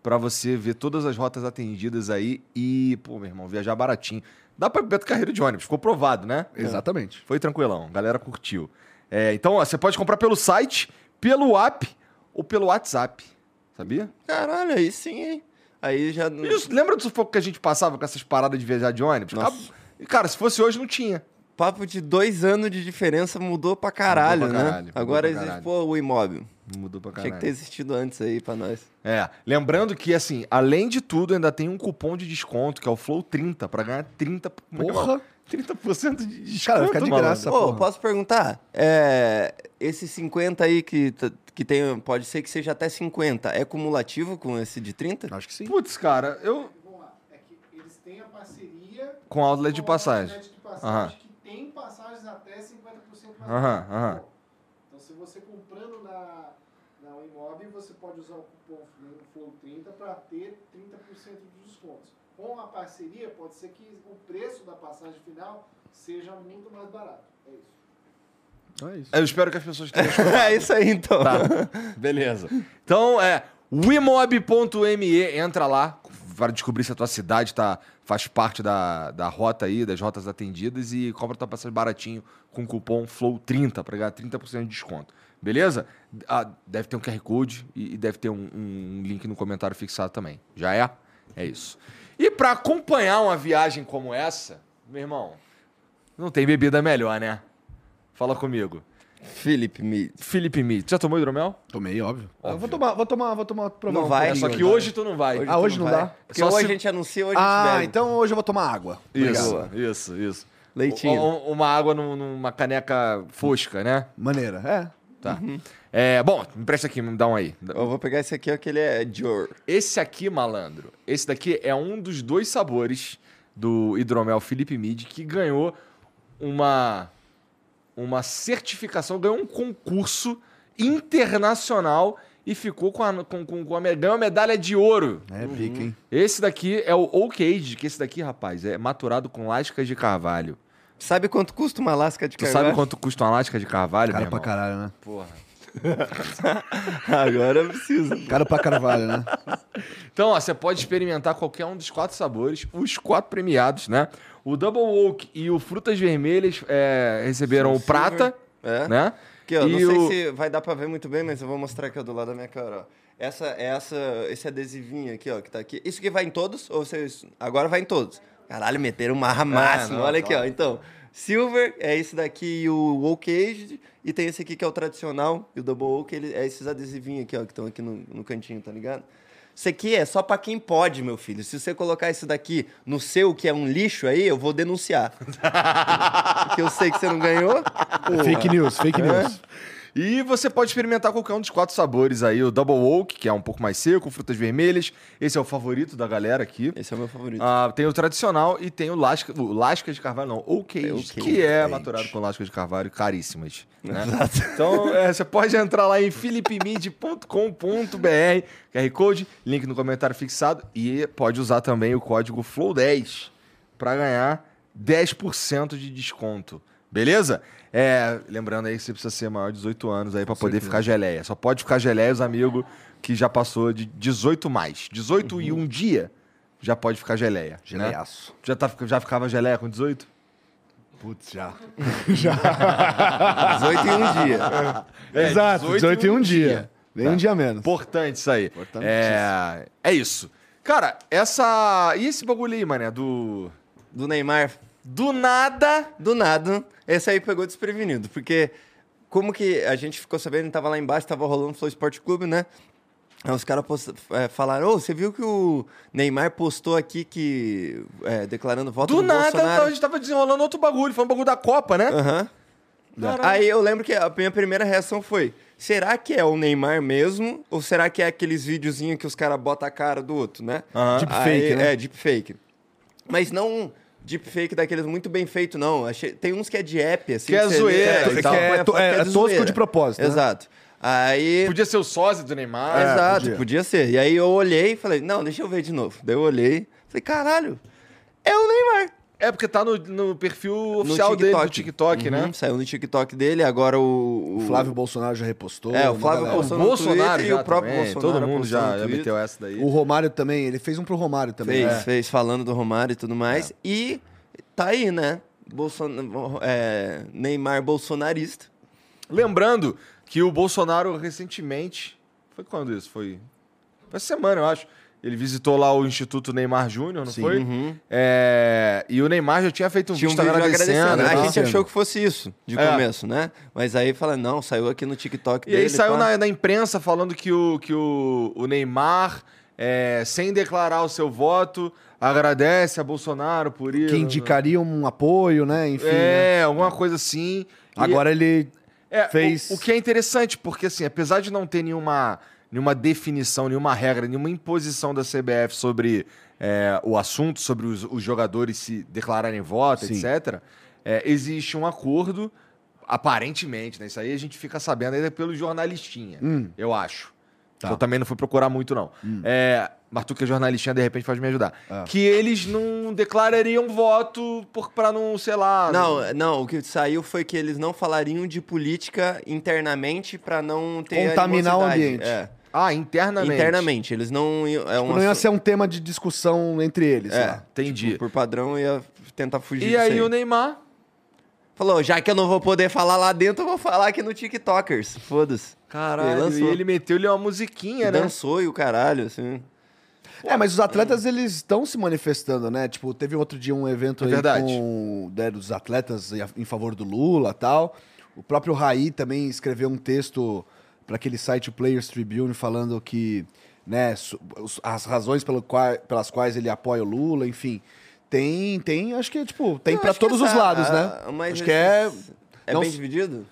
[SPEAKER 1] pra você ver todas as rotas atendidas aí e, pô, meu irmão, viajar baratinho. Dá pra Beto Carreiro de ônibus, ficou provado, né?
[SPEAKER 5] É. Exatamente.
[SPEAKER 1] Foi tranquilão, a galera curtiu. É, então, ó, você pode comprar pelo site, pelo app ou pelo WhatsApp, sabia?
[SPEAKER 2] Caralho, aí sim, hein? Aí já. não-
[SPEAKER 1] Isso, lembra do sufoco que a gente passava com essas paradas de viajar de ônibus?
[SPEAKER 2] Nossa.
[SPEAKER 1] Acab- E, Cara, se fosse hoje, não tinha.
[SPEAKER 2] Papo de dois anos de diferença mudou pra caralho,
[SPEAKER 1] Mudou pra
[SPEAKER 2] né?
[SPEAKER 1] caralho, mudou
[SPEAKER 2] Agora
[SPEAKER 1] pra
[SPEAKER 2] existe,
[SPEAKER 1] caralho.
[SPEAKER 2] pô, o imóvel.
[SPEAKER 1] Mudou pra
[SPEAKER 2] Tinha que ter existido antes aí pra nós.
[SPEAKER 1] É, lembrando que, assim, além de tudo, ainda tem um cupom de desconto, que é o Flow30, pra ganhar 30... como é que é o nome?
[SPEAKER 5] Porra.
[SPEAKER 1] 30% de desconto,
[SPEAKER 5] Cara, vai ficar de
[SPEAKER 1] malandro.
[SPEAKER 5] graça. Essa
[SPEAKER 2] Ô,
[SPEAKER 5] porra.
[SPEAKER 2] posso perguntar? É, esse 50 aí que, t- que tem, pode ser que seja até 50, é cumulativo com esse de 30?
[SPEAKER 1] Tá.
[SPEAKER 5] Acho que sim.
[SPEAKER 1] Putz, cara, eu...
[SPEAKER 3] Vamos lá. É que eles têm a parceria
[SPEAKER 1] Com outlet de
[SPEAKER 3] com a
[SPEAKER 1] passagem.
[SPEAKER 3] internet de passagem que tem passagens até 50% mais
[SPEAKER 1] Aham,
[SPEAKER 3] baratas.
[SPEAKER 1] aham.
[SPEAKER 3] Bom, Então, se você comprando na, na Wimob, você pode usar o cupom FLOW30 para ter 30% de descontos. Com a parceria, pode ser que o preço da passagem final seja muito mais barato. É isso.
[SPEAKER 5] Então é isso.
[SPEAKER 1] Eu espero que as pessoas tenham...
[SPEAKER 2] é isso aí então.
[SPEAKER 1] Tá. Beleza. Então, é wimob.me, entra lá para descobrir se a tua cidade tá, faz parte da, da rota aí, das rotas atendidas e compra tua passagem baratinho com o cupom FLOW30 para ganhar 30% de desconto. Beleza? Ah, deve ter um QR Code e, e deve ter um, um link no comentário fixado também. Já é? É isso. E para acompanhar uma viagem como essa, meu irmão, não tem bebida melhor, né? Fala comigo.
[SPEAKER 2] Felipe me
[SPEAKER 1] Felipe Mito, já tomou hidromel?
[SPEAKER 5] É, Tomei, óbvio.
[SPEAKER 1] Óbvio.
[SPEAKER 5] Ah, Eu vou tomar, vou tomar, vou tomar, provar
[SPEAKER 2] Não
[SPEAKER 5] um
[SPEAKER 2] vai,
[SPEAKER 1] É,
[SPEAKER 5] pouco.
[SPEAKER 1] só que
[SPEAKER 2] Igor,
[SPEAKER 1] hoje tu não vai.
[SPEAKER 2] Hoje
[SPEAKER 5] Ah,
[SPEAKER 2] tu
[SPEAKER 5] hoje não
[SPEAKER 2] vai.
[SPEAKER 5] dá?
[SPEAKER 2] Porque
[SPEAKER 1] Só
[SPEAKER 2] ou
[SPEAKER 1] se-
[SPEAKER 2] a gente anuncia, ou a gente
[SPEAKER 5] Ah,
[SPEAKER 2] bebe.
[SPEAKER 5] então hoje eu vou tomar água.
[SPEAKER 1] isso,
[SPEAKER 5] Obrigado.
[SPEAKER 1] isso, isso.
[SPEAKER 2] Leitinho.
[SPEAKER 1] Um- um- uma água num- numa caneca fosca, né?
[SPEAKER 5] Maneira, é.
[SPEAKER 1] Tá. É, bom, me presta aqui, me dá um aí.
[SPEAKER 2] Eu vou pegar esse aqui, ó, que ele é Dior.
[SPEAKER 1] Esse aqui, malandro, esse daqui é um dos dois sabores do hidromel Felipe Mid, que ganhou uma, uma certificação, ganhou um concurso internacional e ficou com a, com, com, com a, me- ganhou a medalha de ouro.
[SPEAKER 5] É pica, hein?
[SPEAKER 1] Esse daqui é o Oak Age, que esse daqui, rapaz, é maturado com lascas de carvalho.
[SPEAKER 2] Sabe quanto custa uma lasca de
[SPEAKER 1] Tu
[SPEAKER 2] carvalho?
[SPEAKER 1] sabe quanto custa uma lasca de carvalho,
[SPEAKER 5] Cara
[SPEAKER 1] meu
[SPEAKER 5] pra
[SPEAKER 1] irmão?
[SPEAKER 5] caralho, né?
[SPEAKER 1] Porra.
[SPEAKER 2] Agora precisa.
[SPEAKER 5] Cara pra carvalho, né?
[SPEAKER 1] Então, ó, você pode experimentar qualquer um dos quatro sabores, os quatro premiados, né? O Double Oak e o Frutas Vermelhas é, receberam
[SPEAKER 2] São
[SPEAKER 1] o prata,
[SPEAKER 2] É.
[SPEAKER 1] né?
[SPEAKER 2] Aqui, ó,
[SPEAKER 1] E
[SPEAKER 2] não sei
[SPEAKER 1] o-
[SPEAKER 2] se vai dar pra ver muito bem, mas eu vou mostrar aqui ó, do lado da minha cara, ó. Essa, essa, esse adesivinho aqui, ó, que tá aqui. Isso aqui vai em todos? Ou vocês... Agora vai em todos. Caralho, meteram marra máxima.
[SPEAKER 1] Ah, não,
[SPEAKER 2] Olha aqui,
[SPEAKER 1] claro.
[SPEAKER 2] ó. Então, Silver é esse daqui e o Oak Aged. E tem esse aqui que é o tradicional. E o Double Oak ele, é esses adesivinhos aqui, ó, que estão aqui no, no cantinho, tá ligado? Isso aqui é só pra quem pode, meu filho. Se você colocar isso daqui no seu, que é um lixo aí, eu vou denunciar. Porque eu sei que você não ganhou.
[SPEAKER 5] Fake news, fake news.
[SPEAKER 1] E você pode experimentar qualquer um dos quatro sabores aí. O Double Oak, que é um pouco mais seco, frutas vermelhas. Esse é o favorito da galera aqui.
[SPEAKER 2] Esse é o meu favorito.
[SPEAKER 1] Ah, tem o tradicional e tem o lasca, o lasca de carvalho, não, ou queijo,
[SPEAKER 2] É, o queijo.
[SPEAKER 1] que é
[SPEAKER 2] Queijo.
[SPEAKER 1] maturado com lascas de carvalho caríssimas. né? Então, é, você pode entrar lá em philipemid.com.br, QR Code, link no comentário fixado, e pode usar também o código FLOW10 para ganhar 10% de desconto. Beleza? É, lembrando aí que você precisa ser maior de 18 anos aí para poder ficar geleia. Só pode ficar geleia os amigos que já passou de 18 mais. 18 e um dia já pode ficar geleia. Geleia. Né?
[SPEAKER 5] Geleiaço.
[SPEAKER 1] Já, tá, já ficava geleia com 18?
[SPEAKER 5] Putz, já.
[SPEAKER 1] Ah.
[SPEAKER 2] 18 em um dia.
[SPEAKER 1] É,
[SPEAKER 5] Exato, 18, e um dia. Nem
[SPEAKER 1] Tá.
[SPEAKER 5] um dia menos.
[SPEAKER 1] Importante isso aí.
[SPEAKER 5] Importantíssimo.
[SPEAKER 1] É, é isso. Cara, essa. E esse bagulho aí, mané? Do.
[SPEAKER 2] Do Neymar,
[SPEAKER 1] Do nada.
[SPEAKER 2] do nada, esse aí pegou desprevenido, porque como que a gente ficou sabendo, tava lá embaixo, tava rolando o Flow Esporte Clube, né? Aí os caras posta- é, falaram, ô, você viu que o Neymar postou aqui que... é, declarando voto
[SPEAKER 1] Do
[SPEAKER 2] no
[SPEAKER 1] nada, tá-
[SPEAKER 2] Bolsonaro.
[SPEAKER 1] a gente tava desenrolando outro bagulho. Foi um bagulho da Copa, né?
[SPEAKER 2] Aham.
[SPEAKER 1] Caralho.
[SPEAKER 2] Aí eu lembro que a minha primeira reação foi: será que é o Neymar mesmo? Ou será que é aqueles videozinhos que os caras botam a cara do outro, né?
[SPEAKER 1] Aham.
[SPEAKER 5] Deepfake,
[SPEAKER 2] Aí-
[SPEAKER 5] né?
[SPEAKER 2] É, deepfake. Mas não um deepfake daqueles muito bem feito, não. Achei- Tem uns que é de app, assim.
[SPEAKER 1] Que é
[SPEAKER 2] você
[SPEAKER 1] zoeira
[SPEAKER 2] lê,
[SPEAKER 1] e
[SPEAKER 2] você
[SPEAKER 1] tal.
[SPEAKER 2] põe a
[SPEAKER 5] É to-
[SPEAKER 2] foto,
[SPEAKER 5] é tosco
[SPEAKER 2] então zoeira.
[SPEAKER 5] de propósito, né?
[SPEAKER 2] Exato. Aí.
[SPEAKER 1] Podia ser o sósia do Neymar.
[SPEAKER 2] É. Exato,
[SPEAKER 5] podia.
[SPEAKER 2] podia. ser. E aí eu olhei e falei: não, deixa eu ver de novo. Daí eu olhei, falei: caralho, é o Neymar.
[SPEAKER 1] É porque tá no, no perfil
[SPEAKER 2] No
[SPEAKER 1] oficial dele, do
[SPEAKER 2] TikTok.
[SPEAKER 1] TikTok, né?
[SPEAKER 2] Uhum, Saiu no TikTok dele, agora o.
[SPEAKER 5] O Flávio Bolsonaro já repostou.
[SPEAKER 2] É, o
[SPEAKER 5] uma
[SPEAKER 2] Flávio
[SPEAKER 5] galera.
[SPEAKER 2] Bolsonaro.
[SPEAKER 1] O
[SPEAKER 2] Postou no
[SPEAKER 1] Bolsonaro
[SPEAKER 2] Twitter
[SPEAKER 1] já
[SPEAKER 2] e o próprio
[SPEAKER 1] também,
[SPEAKER 2] Bolsonaro
[SPEAKER 1] Todo mundo
[SPEAKER 2] postou
[SPEAKER 1] já,
[SPEAKER 2] no
[SPEAKER 1] já
[SPEAKER 2] Twitter.
[SPEAKER 1] meteu essa daí.
[SPEAKER 5] O Romário também, ele fez um pro Romário também.
[SPEAKER 2] Fez,
[SPEAKER 5] né?
[SPEAKER 2] fez, falando do Romário e tudo
[SPEAKER 5] É.
[SPEAKER 2] mais. E tá aí, né? Bolsonaro, é, Neymar bolsonarista.
[SPEAKER 1] Lembrando que o Bolsonaro recentemente. Foi quando isso? Foi. Foi essa semana, eu acho. Ele visitou lá o Instituto Neymar Júnior, não
[SPEAKER 5] Sim.
[SPEAKER 1] foi?
[SPEAKER 2] uhum.
[SPEAKER 1] É, E o Neymar já tinha feito um
[SPEAKER 2] Tinha um
[SPEAKER 1] vídeo
[SPEAKER 2] vídeo agradecendo.
[SPEAKER 1] agradecendo. e
[SPEAKER 2] A
[SPEAKER 1] tal.
[SPEAKER 2] gente achou que fosse isso de
[SPEAKER 1] É.
[SPEAKER 2] começo, né? Mas aí fala, não, saiu aqui no TikTok
[SPEAKER 1] E
[SPEAKER 2] dele. tá?
[SPEAKER 1] aí saiu
[SPEAKER 2] pá.
[SPEAKER 1] na, na imprensa falando que o, que o, o Neymar, é, sem declarar o seu voto, agradece a Bolsonaro por isso.
[SPEAKER 5] Que indicaria um apoio, né? Enfim. né?
[SPEAKER 1] É, alguma coisa assim. E-
[SPEAKER 5] Agora ele.
[SPEAKER 1] É,
[SPEAKER 5] fez-
[SPEAKER 1] o, o que é interessante, porque assim, apesar de não ter nenhuma, nenhuma definição, nenhuma regra, nenhuma imposição da CBF sobre é, o assunto, sobre os, os jogadores se declararem voto,
[SPEAKER 5] Sim.
[SPEAKER 1] etc., é, existe um acordo, aparentemente, né? Isso aí a gente fica sabendo ainda pelo jornalistinha,
[SPEAKER 5] Hum.
[SPEAKER 1] eu acho.
[SPEAKER 5] Tá. Hum.
[SPEAKER 1] Eu também não fui procurar muito, não. É, mas tu que é jornalistinha, de repente pode me ajudar.
[SPEAKER 5] Ah.
[SPEAKER 1] Que eles não declarariam voto por, pra não, sei lá...
[SPEAKER 2] Não, não, o que saiu foi que eles não falariam de política internamente pra não ter.
[SPEAKER 5] Contaminar o
[SPEAKER 2] animosidade.
[SPEAKER 5] ambiente.
[SPEAKER 2] É.
[SPEAKER 1] Ah, internamente.
[SPEAKER 2] Internamente. Eles não. iam- É um
[SPEAKER 5] não ia
[SPEAKER 2] assu-
[SPEAKER 5] ser um tema de discussão entre eles. né?
[SPEAKER 2] É.
[SPEAKER 5] lá.
[SPEAKER 1] Entendi.
[SPEAKER 2] Por padrão, ia tentar fugir
[SPEAKER 1] E
[SPEAKER 2] disso
[SPEAKER 1] aí o Neymar.
[SPEAKER 2] Falou, já que eu não vou poder falar lá dentro, eu vou falar aqui no TikTokers. Foda-se.
[SPEAKER 1] Caralho,
[SPEAKER 2] Ele
[SPEAKER 1] ele,
[SPEAKER 2] lançou.
[SPEAKER 1] ele meteu-lhe uma
[SPEAKER 2] E
[SPEAKER 1] musiquinha, né?
[SPEAKER 2] dançou e o caralho, assim.
[SPEAKER 5] É, mas os atletas, eles estão se manifestando, né? Tipo, teve outro dia um evento
[SPEAKER 1] É
[SPEAKER 5] aí
[SPEAKER 1] verdade.
[SPEAKER 5] com né, dos atletas em- em favor do Lula tal. O próprio Raí também escreveu um texto para aquele site Players Tribune falando que, né, su- os- as razões pelo qua- pelas quais ele apoia o Lula, enfim. Tem, tem, acho que, tipo, tem
[SPEAKER 2] Eu
[SPEAKER 5] pra
[SPEAKER 2] acho que
[SPEAKER 5] todos os
[SPEAKER 2] essa-
[SPEAKER 5] lados,
[SPEAKER 2] a-
[SPEAKER 5] né?
[SPEAKER 2] mas
[SPEAKER 5] acho que é...
[SPEAKER 2] esses- É
[SPEAKER 5] não-
[SPEAKER 2] bem dividido?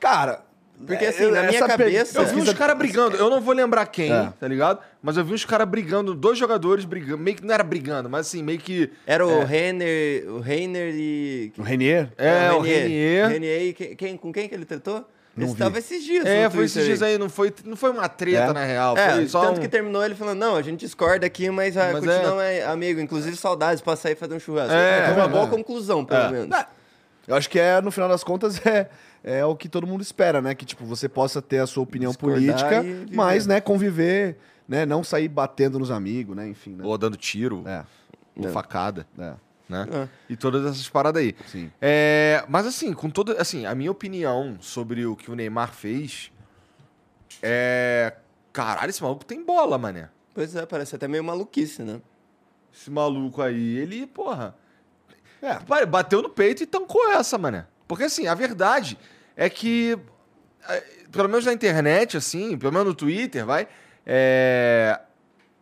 [SPEAKER 5] Cara, é,
[SPEAKER 2] Porque assim,
[SPEAKER 5] eu-
[SPEAKER 2] na minha
[SPEAKER 5] essa per-
[SPEAKER 2] cabeça.
[SPEAKER 5] eu
[SPEAKER 1] Eu vi uns caras brigando, eu não vou lembrar quem,
[SPEAKER 5] É.
[SPEAKER 1] tá ligado? Mas eu vi uns caras brigando, dois jogadores brigando, meio que não era brigando, mas assim, meio que.
[SPEAKER 2] Era o Renner. O Renner e.
[SPEAKER 5] O Renier?
[SPEAKER 1] É, o
[SPEAKER 2] O
[SPEAKER 1] Renier.
[SPEAKER 2] Renier e quem- quem, com quem que ele tretou?
[SPEAKER 5] Não
[SPEAKER 2] Esse
[SPEAKER 5] vi.
[SPEAKER 2] tava esses dias.
[SPEAKER 1] É,
[SPEAKER 2] no
[SPEAKER 1] foi esses
[SPEAKER 2] Twitter
[SPEAKER 1] dias aí, não foi, não foi uma treta,
[SPEAKER 5] É.
[SPEAKER 1] na real.
[SPEAKER 2] um É,
[SPEAKER 1] foi só
[SPEAKER 2] tanto
[SPEAKER 1] um-
[SPEAKER 2] que terminou ele falando, não, a gente discorda aqui, mas, ah,
[SPEAKER 1] Mas
[SPEAKER 2] continuamos é... amigo. Inclusive, saudades pra sair fazer um churrasco.
[SPEAKER 1] É,
[SPEAKER 2] Foi uma
[SPEAKER 1] é.
[SPEAKER 2] boa conclusão, pelo menos.
[SPEAKER 5] Eu acho que é, no final das contas, é, é o que todo mundo espera, né? Que, tipo, você possa ter a sua opinião
[SPEAKER 2] Discordar e
[SPEAKER 5] política,
[SPEAKER 2] viver.
[SPEAKER 5] mas, né, conviver, né? Não sair batendo nos amigos, né? Enfim, né?
[SPEAKER 1] Ou dando tiro,
[SPEAKER 5] É,
[SPEAKER 1] ou
[SPEAKER 2] É.
[SPEAKER 1] facada,
[SPEAKER 5] é,
[SPEAKER 1] né?
[SPEAKER 2] É.
[SPEAKER 1] E todas essas paradas aí.
[SPEAKER 5] sim.
[SPEAKER 1] É, mas assim, com toda. Assim, a minha opinião sobre o que o Neymar fez é. Caralho, esse maluco tem bola, mané.
[SPEAKER 2] Pois é, parece até meio maluquice, né?
[SPEAKER 1] Esse maluco aí, ele, porra.
[SPEAKER 5] É.
[SPEAKER 1] pare- Bateu no peito e tancou essa, mané. Porque assim, a verdade é que. é, Pelo menos na internet, assim, pelo menos no Twitter, vai. é,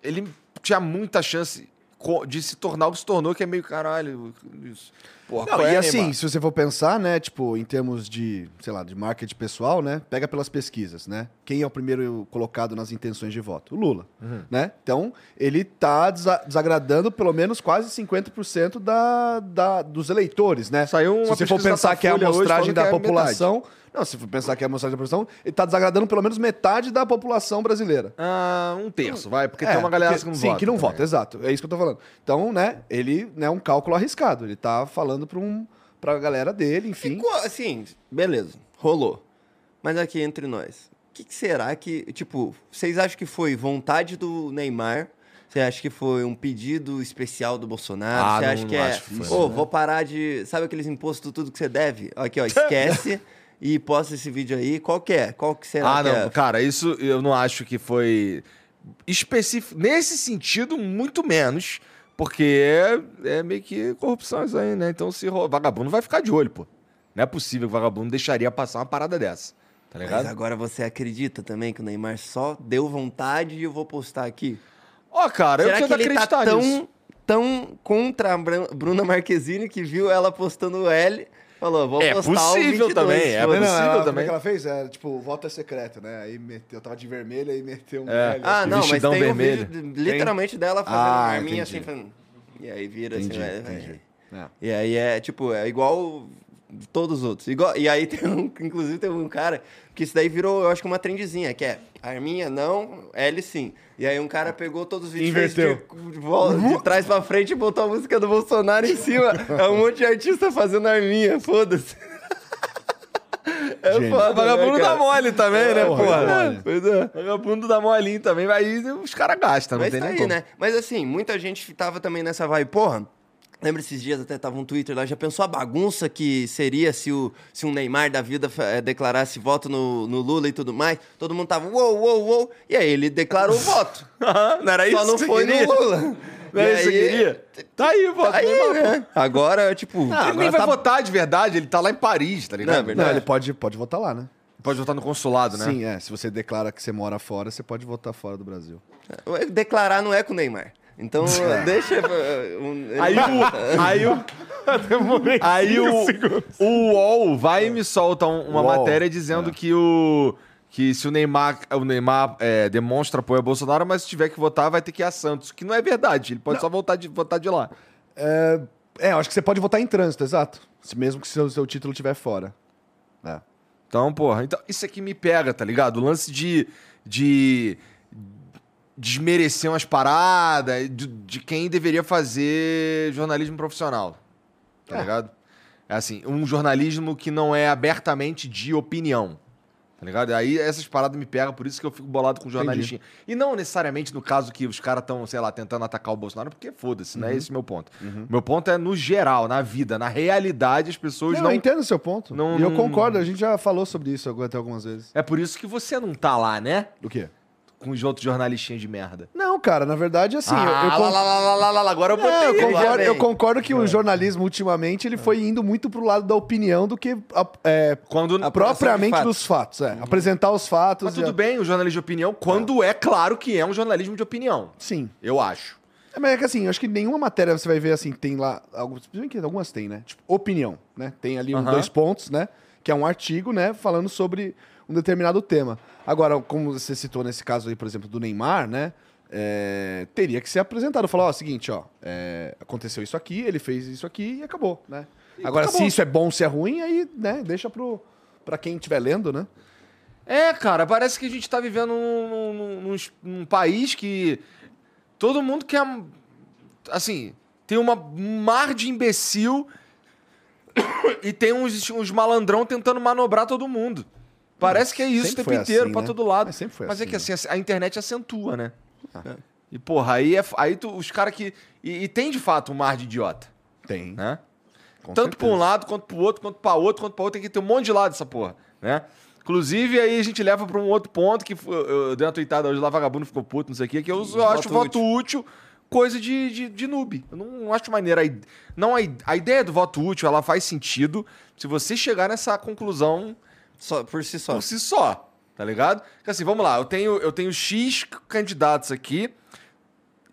[SPEAKER 1] ele tinha muita chance co- de se tornar o que se tornou, que é meio caralho. Isso. Porra,
[SPEAKER 5] Não,
[SPEAKER 1] qual é,
[SPEAKER 5] e assim,
[SPEAKER 1] Neymar?
[SPEAKER 5] se você for pensar, né, tipo, em termos de, sei lá, de marketing pessoal, né, pega pelas pesquisas, né? Quem é o primeiro colocado nas intenções de voto? O Lula,
[SPEAKER 1] Uhum.
[SPEAKER 5] né? Então, ele tá desa- desagradando pelo menos quase 50% da, da, dos eleitores, né?
[SPEAKER 1] Saiu uma
[SPEAKER 5] se você for
[SPEAKER 1] pesquisa da
[SPEAKER 5] pensar que é a
[SPEAKER 1] Folha hoje
[SPEAKER 5] amostragem
[SPEAKER 1] falando
[SPEAKER 5] da
[SPEAKER 1] que é metade.
[SPEAKER 5] população... Não, se for pensar que é a amostragem da população, ele tá desagradando pelo menos metade da população brasileira.
[SPEAKER 1] Ah, um terço, vai, porque
[SPEAKER 5] É,
[SPEAKER 1] tem uma galera
[SPEAKER 5] porque-
[SPEAKER 1] que não
[SPEAKER 5] sim,
[SPEAKER 1] vota.
[SPEAKER 5] que não
[SPEAKER 1] também.
[SPEAKER 5] vota, exato. É isso que eu tô falando. Então, né, ele é né, um cálculo arriscado. Ele tá falando pra, um, pra galera dele, enfim.
[SPEAKER 2] Ficou, assim, beleza, rolou. Mas aqui entre nós, o que, que será que, tipo, vocês acham que foi vontade do Neymar? Você acha que foi um pedido especial do Bolsonaro?
[SPEAKER 1] Ah,
[SPEAKER 2] Você
[SPEAKER 1] não-
[SPEAKER 2] acha
[SPEAKER 1] não
[SPEAKER 2] que
[SPEAKER 1] acho
[SPEAKER 2] é,
[SPEAKER 1] que foi,
[SPEAKER 2] ô,
[SPEAKER 1] né?
[SPEAKER 2] vou parar de, sabe aqueles impostos tudo que você deve? Aqui, ó, esquece e posta esse vídeo aí. Qual que é? Qual que será
[SPEAKER 1] Ah,
[SPEAKER 2] que
[SPEAKER 1] não,
[SPEAKER 2] é?
[SPEAKER 1] cara, isso eu não acho que foi específico. Nesse sentido, muito menos. Porque é, é meio que corrupção isso aí, né? Então, se ro- vagabundo vai ficar de olho, pô. Não é possível que vagabundo deixaria passar uma parada dessa. Tá ligado?
[SPEAKER 2] Mas agora você acredita também que o Neymar só deu vontade e eu vou postar aqui?
[SPEAKER 1] Ó, cara, eu
[SPEAKER 2] Será
[SPEAKER 1] tento
[SPEAKER 2] que ele tá
[SPEAKER 1] acreditar
[SPEAKER 2] tão,
[SPEAKER 1] nisso.
[SPEAKER 2] tão contra a Bran- Bruna Marquezine que viu ela postando o L, falou, vou
[SPEAKER 1] É
[SPEAKER 2] postar
[SPEAKER 1] possível
[SPEAKER 2] o 22,
[SPEAKER 1] também, é
[SPEAKER 2] foda-se.
[SPEAKER 1] possível.
[SPEAKER 5] ela, Como é
[SPEAKER 1] também.
[SPEAKER 5] que ela fez? É, tipo, o voto é secreto, né? Aí meteu, tava de vermelho, aí meteu um
[SPEAKER 1] É.
[SPEAKER 5] L,
[SPEAKER 2] Ah,
[SPEAKER 5] assim.
[SPEAKER 2] não, mas
[SPEAKER 1] Vestidão
[SPEAKER 2] tem
[SPEAKER 1] vermelho.
[SPEAKER 2] um vídeo de- literalmente dela fazendo
[SPEAKER 5] Ah,
[SPEAKER 2] a arminha
[SPEAKER 5] entendi.
[SPEAKER 2] assim, falando... E aí vira
[SPEAKER 5] Entendi,
[SPEAKER 1] né,
[SPEAKER 2] assim, vai-
[SPEAKER 5] entendi. É.
[SPEAKER 2] E aí é, tipo, é igual todos os outros. Igual, e aí tem um, inclusive tem um cara, que isso daí virou, eu acho que uma trendezinha, que é Arminha não, L sim. E aí um cara pegou todos os vídeos fez De, de vol- de trás pra frente e botou a música do Bolsonaro em cima. É um monte de artista fazendo Arminha, foda-se. É
[SPEAKER 5] Gênio.
[SPEAKER 2] foda,
[SPEAKER 1] Vagabundo
[SPEAKER 2] né,
[SPEAKER 1] dá
[SPEAKER 2] cara?
[SPEAKER 1] mole também, né,
[SPEAKER 5] Porra, dá
[SPEAKER 1] porra?
[SPEAKER 5] mole.
[SPEAKER 1] Pois é. Vagabundo dá molinho também, aí os caras gastam, não é
[SPEAKER 2] Mas
[SPEAKER 1] tem
[SPEAKER 2] tá
[SPEAKER 1] nem
[SPEAKER 2] aí,
[SPEAKER 1] como.
[SPEAKER 2] né? Mas assim, muita gente tava também nessa vibe, porra. Lembra esses dias até tava um Twitter lá, já pensou a bagunça que seria se, o, se um Neymar da vida eh, declarasse voto no, no Lula e tudo mais? Todo mundo tava, uou, uou, uou. E aí ele declarou o voto.
[SPEAKER 1] não era isso
[SPEAKER 2] Só não
[SPEAKER 1] que você
[SPEAKER 2] foi
[SPEAKER 1] queria?
[SPEAKER 2] no Lula.
[SPEAKER 1] Não
[SPEAKER 2] E
[SPEAKER 1] é isso que
[SPEAKER 2] aí-
[SPEAKER 1] você queria? Tá aí, pô.
[SPEAKER 2] Aí, né? Agora, tipo.
[SPEAKER 5] Ah,
[SPEAKER 1] ele nem
[SPEAKER 5] agora
[SPEAKER 1] vai
[SPEAKER 5] tá-
[SPEAKER 1] votar de verdade, ele tá lá em Paris, tá ligado?
[SPEAKER 2] Não, é
[SPEAKER 5] Não,
[SPEAKER 2] verdade.
[SPEAKER 5] ele pode, pode votar lá, né?
[SPEAKER 1] Pode votar no consulado, né?
[SPEAKER 5] Sim, é. Se você declara que você mora fora, você pode votar fora do Brasil.
[SPEAKER 2] declarar não é com o Neymar. Então, deixa. eh, um- ele-
[SPEAKER 1] Aí o. Aí o. aí o. O UOL vai e me solta um- uma
[SPEAKER 5] UOL.
[SPEAKER 1] matéria dizendo que o. Que se o Neymar, o Neymar é, demonstra apoio a Bolsonaro, mas se tiver que votar, vai ter que ir a Santos. Que não é verdade. Ele pode só voltar de, votar de lá.
[SPEAKER 5] É, é, eu acho que você pode votar em trânsito, exato. Se- Mesmo que seu, seu título estiver fora. É.
[SPEAKER 1] Então, porra, então, isso aqui me pega, tá ligado? O lance de. de desmerecer umas paradas, de, de quem deveria fazer jornalismo profissional. Tá ligado? É assim, um jornalismo que não é abertamente de opinião. Tá ligado? Aí essas paradas me pegam, por isso que eu fico bolado com jornalistinha. E não necessariamente no caso que os caras estão, sei lá, tentando atacar o Bolsonaro, porque foda-se,
[SPEAKER 5] Uhum.
[SPEAKER 1] não é esse meu ponto. Meu ponto é no geral, na vida, na realidade, as pessoas
[SPEAKER 5] Não,
[SPEAKER 1] não
[SPEAKER 5] eu entendo o seu ponto.
[SPEAKER 1] não-
[SPEAKER 5] e eu
[SPEAKER 1] não-
[SPEAKER 5] concordo, a gente já falou sobre isso até algumas vezes.
[SPEAKER 1] É por isso que você não tá lá, né?
[SPEAKER 5] Do quê?
[SPEAKER 1] Com os outros jornalistinhas de merda.
[SPEAKER 5] Não, cara, na verdade, assim,
[SPEAKER 1] ah,
[SPEAKER 5] eu, eu, con-
[SPEAKER 1] lá, lá, lá, lá, lá, lá, lá, agora eu
[SPEAKER 5] Não, eu
[SPEAKER 1] botei ele.
[SPEAKER 5] concordo,
[SPEAKER 2] bem.
[SPEAKER 5] eu concordo que
[SPEAKER 1] É.
[SPEAKER 5] o jornalismo, ultimamente, ele foi indo muito pro lado da opinião do que a- é,
[SPEAKER 1] Quando...
[SPEAKER 5] propriamente
[SPEAKER 2] fatos.
[SPEAKER 5] dos fatos. É. Apresentar os fatos.
[SPEAKER 1] Uhum. Mas
[SPEAKER 5] e
[SPEAKER 1] tudo
[SPEAKER 5] a-
[SPEAKER 1] bem o jornalismo de opinião, quando é claro que é um jornalismo de opinião.
[SPEAKER 5] Sim.
[SPEAKER 1] Eu acho.
[SPEAKER 5] É, Mas é que assim, eu acho que nenhuma matéria você vai ver assim, tem lá. Algumas, se bem que algumas tem, né? Tipo, opinião, né? Tem ali um,
[SPEAKER 1] Aham.
[SPEAKER 5] dois pontos, né? que é um artigo, né, falando sobre um determinado tema. Agora, como você citou nesse caso aí, por exemplo, do Neymar, né, é, teria que ser apresentado. Falar, ó, seguinte, ó, é, aconteceu isso aqui, ele fez isso aqui e acabou, né? Agora,
[SPEAKER 1] acabou.
[SPEAKER 5] se isso é bom, se é ruim, aí, né, deixa pro, pra quem estiver lendo, né?
[SPEAKER 1] É, cara, parece que a gente tá vivendo num, num- num- num es- num país que todo mundo quer. Assim, tem uma um mar de imbecil e tem uns, uns malandrão tentando manobrar todo mundo. Parece que é isso o
[SPEAKER 5] Sempre
[SPEAKER 1] tempo
[SPEAKER 5] foi
[SPEAKER 1] inteiro,
[SPEAKER 5] assim,
[SPEAKER 1] pra
[SPEAKER 5] né?
[SPEAKER 1] todo lado.
[SPEAKER 5] Mas sempre foi
[SPEAKER 1] Mas é
[SPEAKER 5] assim,
[SPEAKER 1] que
[SPEAKER 5] né?
[SPEAKER 1] assim, a- a internet acentua, né? E porra, aí, é, f- aí tu- os caras que. E, e tem de fato um mar de idiota,
[SPEAKER 5] Tem.
[SPEAKER 1] né?
[SPEAKER 5] com
[SPEAKER 1] Tanto pra um
[SPEAKER 5] certeza.
[SPEAKER 1] lado, quanto pro outro, quanto pra outro, quanto pra outro. Tem que ter um monte de lado essa porra, né? Inclusive, aí a gente leva pra um outro ponto que fu- eu eu dei uma tuitada hoje lá, vagabundo ficou puto, não sei o quê, que eu, eu acho voto útil, coisa de, de, de noob. Eu não, não acho maneira. A, i- não, a, i- a ideia do voto útil, ela faz sentido se você chegar nessa conclusão
[SPEAKER 2] Só, por si só.
[SPEAKER 1] por si só, tá ligado? Porque assim, vamos lá, eu tenho, eu tenho X candidatos aqui,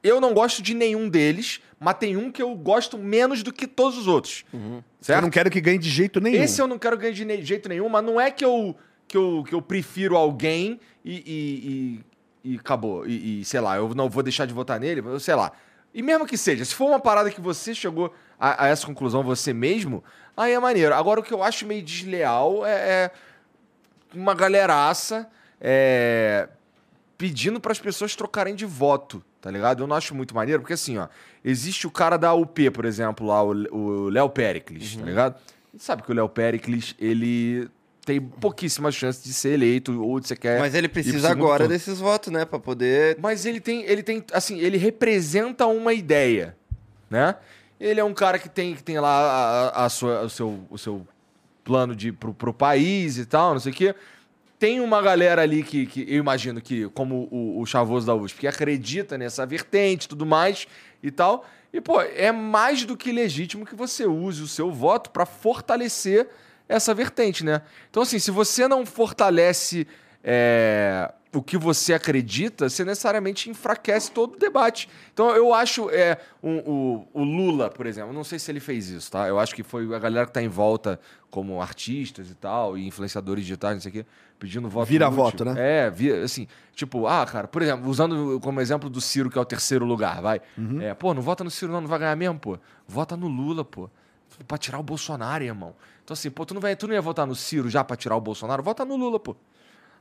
[SPEAKER 1] eu não gosto de nenhum deles, mas tem um que eu gosto menos do que todos os outros.
[SPEAKER 5] Uhum. Eu
[SPEAKER 1] Certo?
[SPEAKER 5] não quero que ganhe de jeito nenhum.
[SPEAKER 1] Esse é eu não quero ganhar de ne- jeito nenhum, mas não é que eu, que eu, que eu prefiro alguém e, e, e- e acabou. E, e, sei lá, eu não vou deixar de votar nele, eu sei lá. E mesmo que seja, se for uma parada que você chegou a, a essa conclusão você mesmo, aí é maneiro. Agora, o que eu acho meio desleal é, é uma galeraça é, pedindo para as pessoas trocarem de voto, tá ligado? Eu não acho muito maneiro, porque assim, ó, existe o cara da UP, por exemplo, lá, o Le- o Léo Pericles, tá ligado? Sabe que o Léo Pericles, ele tem pouquíssimas chances de ser eleito, ou de você quer.
[SPEAKER 2] Mas ele
[SPEAKER 1] ir
[SPEAKER 2] precisa
[SPEAKER 1] pro segundo
[SPEAKER 2] agora
[SPEAKER 1] turno.
[SPEAKER 2] desses votos, né? Pra poder.
[SPEAKER 1] Mas ele tem, ele tem, assim, ele representa uma ideia, né? Ele é um cara que tem, que tem lá a, a- a sua, o, seu, o seu plano de pro, pro país e tal, não sei o quê. Tem uma galera ali que, que eu imagino que, como o, o Chavoso da USP, que acredita nessa vertente e tudo mais e tal. E, pô, é mais do que legítimo que você use o seu voto pra fortalecer essa vertente, né? Então, assim, se você não fortalece é, o que você acredita, você necessariamente enfraquece todo o debate. Então, eu acho é, um- o, o Lula, por exemplo, não sei se ele fez isso, tá? Eu acho que foi a galera que tá em volta como artistas e tal, e influenciadores digitais, não sei o quê, pedindo voto.
[SPEAKER 5] Vira
[SPEAKER 1] útil.
[SPEAKER 5] voto, né?
[SPEAKER 1] É, vi- assim, tipo, ah, cara, por exemplo, usando como exemplo do Ciro, que é o terceiro lugar, vai.
[SPEAKER 5] Uhum.
[SPEAKER 1] É, pô, não vota no Ciro, não, não vai ganhar mesmo, pô. Vota no Lula, pô. Pra tirar o Bolsonaro, irmão. Então, assim, pô, tu não, vai, tu não ia votar no Ciro já pra tirar o Bolsonaro? Vota no Lula, pô.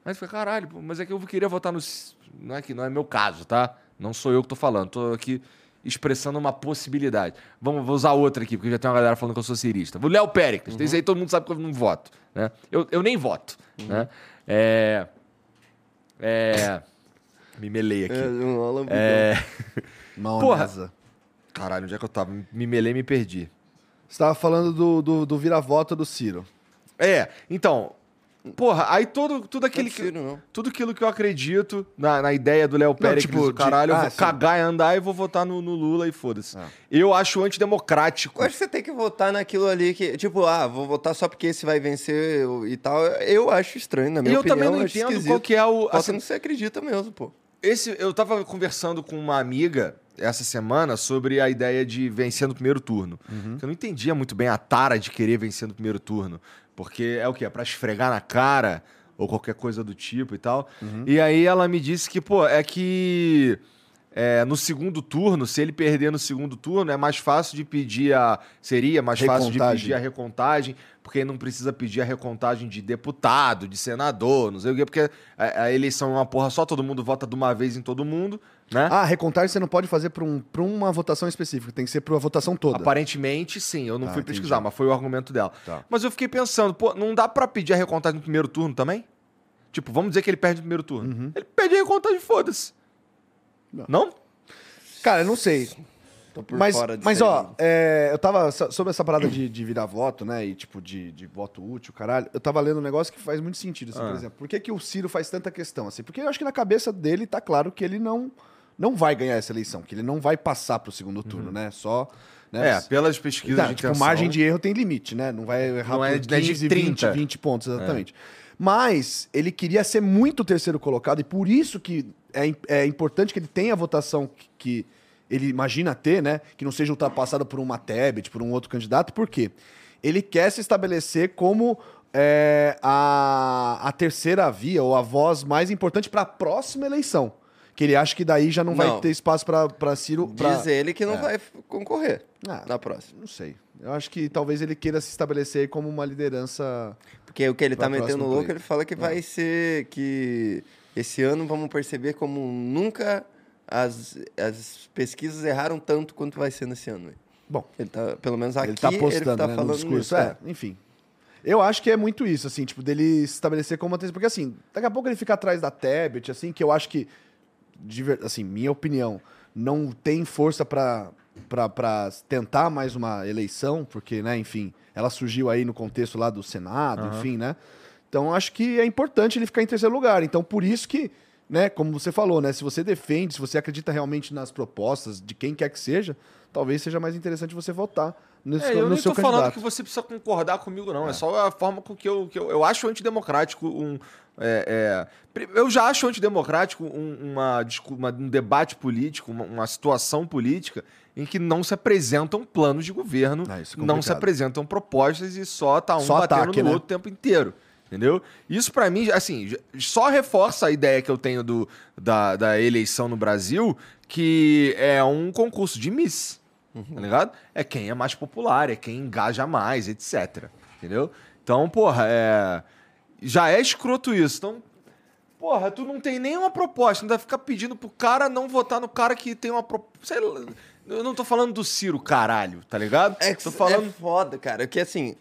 [SPEAKER 1] Mas foi caralho, pô, mas é que eu queria votar no. C- Não é que não é meu caso, tá? Não sou eu que tô falando, tô aqui expressando uma possibilidade. Vamos vou usar outra aqui, porque já tem uma galera falando que eu sou cirista. O Léo Péricles, tem isso aí todo mundo sabe que eu não voto, né? Eu, eu nem voto, né? É. É. Me melei aqui.
[SPEAKER 2] É, um alambidão.
[SPEAKER 1] É.
[SPEAKER 5] Maonesa.
[SPEAKER 1] Caralho, onde é que eu tava? Me melei e me perdi.
[SPEAKER 5] Você tava falando do, do, do vira-voto do Ciro.
[SPEAKER 1] É, então. Porra, aí todo, tudo
[SPEAKER 2] Não é
[SPEAKER 1] aquele. que-
[SPEAKER 2] possível, não.
[SPEAKER 1] tudo aquilo que eu acredito na, na ideia do Léo Pérez,
[SPEAKER 5] tipo,
[SPEAKER 1] do
[SPEAKER 5] de-
[SPEAKER 1] caralho, eu
[SPEAKER 5] ah,
[SPEAKER 1] vou
[SPEAKER 5] sim.
[SPEAKER 1] cagar e andar e vou votar no, no Lula e foda-se. Eu acho antidemocrático.
[SPEAKER 2] Eu acho que você tem que votar naquilo ali que, tipo, ah, vou votar só porque esse vai vencer e tal. Eu acho estranho, na
[SPEAKER 1] E
[SPEAKER 2] minha
[SPEAKER 1] eu
[SPEAKER 2] opinião.
[SPEAKER 1] também não
[SPEAKER 2] acho
[SPEAKER 1] entendo
[SPEAKER 2] esquisito.
[SPEAKER 1] qual que é o.
[SPEAKER 2] Vota
[SPEAKER 1] assim,
[SPEAKER 2] no que você acredita mesmo, pô.
[SPEAKER 1] esse, eu tava conversando com uma amiga essa semana sobre a ideia de vencer no primeiro turno. Eu não entendia muito bem a tara de querer vencer no primeiro turno. Porque é o quê? É pra esfregar na cara ou qualquer coisa do tipo e tal. E aí ela me disse que, pô, é que é, no segundo turno, se ele perder no segundo turno, é mais fácil de pedir a. Seria mais fácil de
[SPEAKER 5] Recontagem.
[SPEAKER 1] pedir a recontagem, porque aí não precisa pedir a recontagem de deputado, de senador, não sei o quê, porque a, a eleição é uma porra só, todo mundo vota de uma vez em todo mundo, né?
[SPEAKER 5] Ah, recontagem você não pode fazer pra, um, pra uma votação específica, tem que ser pra uma votação toda.
[SPEAKER 1] Aparentemente, sim. Eu não
[SPEAKER 5] Tá,
[SPEAKER 1] fui
[SPEAKER 5] entendi.
[SPEAKER 1] pesquisar, mas foi o argumento dela.
[SPEAKER 5] Tá.
[SPEAKER 1] Mas eu fiquei pensando, pô, não dá pra pedir a recontagem no primeiro turno também? Tipo, vamos dizer que ele perde no primeiro turno. Ele perde a recontagem, foda-se.
[SPEAKER 5] Uhum. Não.
[SPEAKER 1] Não?
[SPEAKER 5] Cara, eu não sei.
[SPEAKER 2] Tô por
[SPEAKER 5] Mas,
[SPEAKER 2] fora disso
[SPEAKER 5] mas
[SPEAKER 2] aí.
[SPEAKER 5] ó, é, eu tava. so- Sobre essa parada de, de virar voto, né? E tipo, de, de voto útil, caralho. Eu tava lendo um negócio que faz muito sentido, assim,
[SPEAKER 1] Ah.
[SPEAKER 5] por exemplo. Por que, que o Ciro faz tanta questão, assim? Porque eu acho que na cabeça dele tá claro que ele não, não vai ganhar essa eleição, que ele não vai passar pro segundo turno,
[SPEAKER 2] Uhum.
[SPEAKER 5] né? Só. Né,
[SPEAKER 1] É, pelas pesquisas
[SPEAKER 5] Tá,
[SPEAKER 1] de
[SPEAKER 5] tipo,
[SPEAKER 1] intenção-
[SPEAKER 5] margem de erro tem limite, né? Não vai errar
[SPEAKER 1] Não
[SPEAKER 5] por
[SPEAKER 1] é de- não é de É.
[SPEAKER 5] 15,
[SPEAKER 1] 30.
[SPEAKER 5] 20, 20 pontos, exatamente. Mas ele queria ser muito terceiro colocado e por isso que é, im- é importante que ele tenha a votação que, que ele imagina ter, né? Que não seja ultrapassada por uma Tebet, por um outro candidato. Por quê? Ele quer se estabelecer como é, a, a terceira via, ou a voz mais importante para a próxima eleição. Que ele acha que daí já não, vai
[SPEAKER 2] Não.
[SPEAKER 5] ter espaço para Ciro. pra-
[SPEAKER 2] Diz ele que não
[SPEAKER 5] é.
[SPEAKER 2] vai f- concorrer
[SPEAKER 5] Ah,
[SPEAKER 2] na próxima.
[SPEAKER 5] não sei. Eu acho que talvez ele queira se estabelecer como uma liderança.
[SPEAKER 2] Porque o que ele
[SPEAKER 5] Pra
[SPEAKER 2] tá metendo
[SPEAKER 5] próxima
[SPEAKER 2] louco,
[SPEAKER 5] play.
[SPEAKER 2] ele fala que
[SPEAKER 5] É.
[SPEAKER 2] vai ser. que esse ano vamos perceber como nunca as, as pesquisas erraram tanto quanto vai ser nesse ano. velho.
[SPEAKER 5] Bom,
[SPEAKER 2] Ele tá, pelo menos aqui,
[SPEAKER 5] ele tá apostando
[SPEAKER 2] ele tá
[SPEAKER 5] né, no
[SPEAKER 2] falando
[SPEAKER 5] discurso.
[SPEAKER 2] nisso,
[SPEAKER 5] é, enfim. Eu acho que é muito isso, assim, tipo, dele se estabelecer como uma atenção. Porque, assim, daqui a pouco ele fica atrás da Tebet, assim, que eu acho que, de ver- assim, minha opinião, não tem força pra, pra, pra tentar mais uma eleição, porque, né, enfim, ela surgiu aí no contexto lá do Senado, enfim, né? Então, eu acho que é importante ele ficar em terceiro lugar. Então, por isso que, né, como você falou, né, se você defende, se você acredita realmente nas propostas de quem quer que seja, talvez seja mais interessante você votar no,
[SPEAKER 1] É,
[SPEAKER 5] seu-
[SPEAKER 1] eu
[SPEAKER 5] no
[SPEAKER 1] não
[SPEAKER 5] seu
[SPEAKER 1] tô
[SPEAKER 5] candidato.
[SPEAKER 1] falando que você precisa concordar comigo, não. É, só a forma com que eu, que eu, eu acho antidemocrático um. é, é, pri- eu já acho antidemocrático um, uma discu- uma- um debate político, uma, uma situação política em que não se apresentam planos de governo,
[SPEAKER 5] Ah, isso é
[SPEAKER 1] não se
[SPEAKER 5] complicado.
[SPEAKER 1] apresentam propostas e só tá um
[SPEAKER 5] Só
[SPEAKER 1] batendo
[SPEAKER 5] ataque,
[SPEAKER 1] no
[SPEAKER 5] né?
[SPEAKER 1] outro o tempo inteiro. Entendeu? Isso pra mim, assim, j- só reforça a ideia que eu tenho do, da, da eleição no Brasil, que é um concurso de Miss. Tá ligado? É quem é mais popular, é quem engaja mais, etc. Entendeu? Então, porra, é. Já é escroto isso. Então, porra, tu não tem nenhuma proposta, ainda fica pedindo pro cara não votar no cara que tem uma proposta. Eu não tô falando do Ciro, caralho, tá ligado?
[SPEAKER 2] É que
[SPEAKER 1] tô falando.
[SPEAKER 2] é foda, cara. Que assim,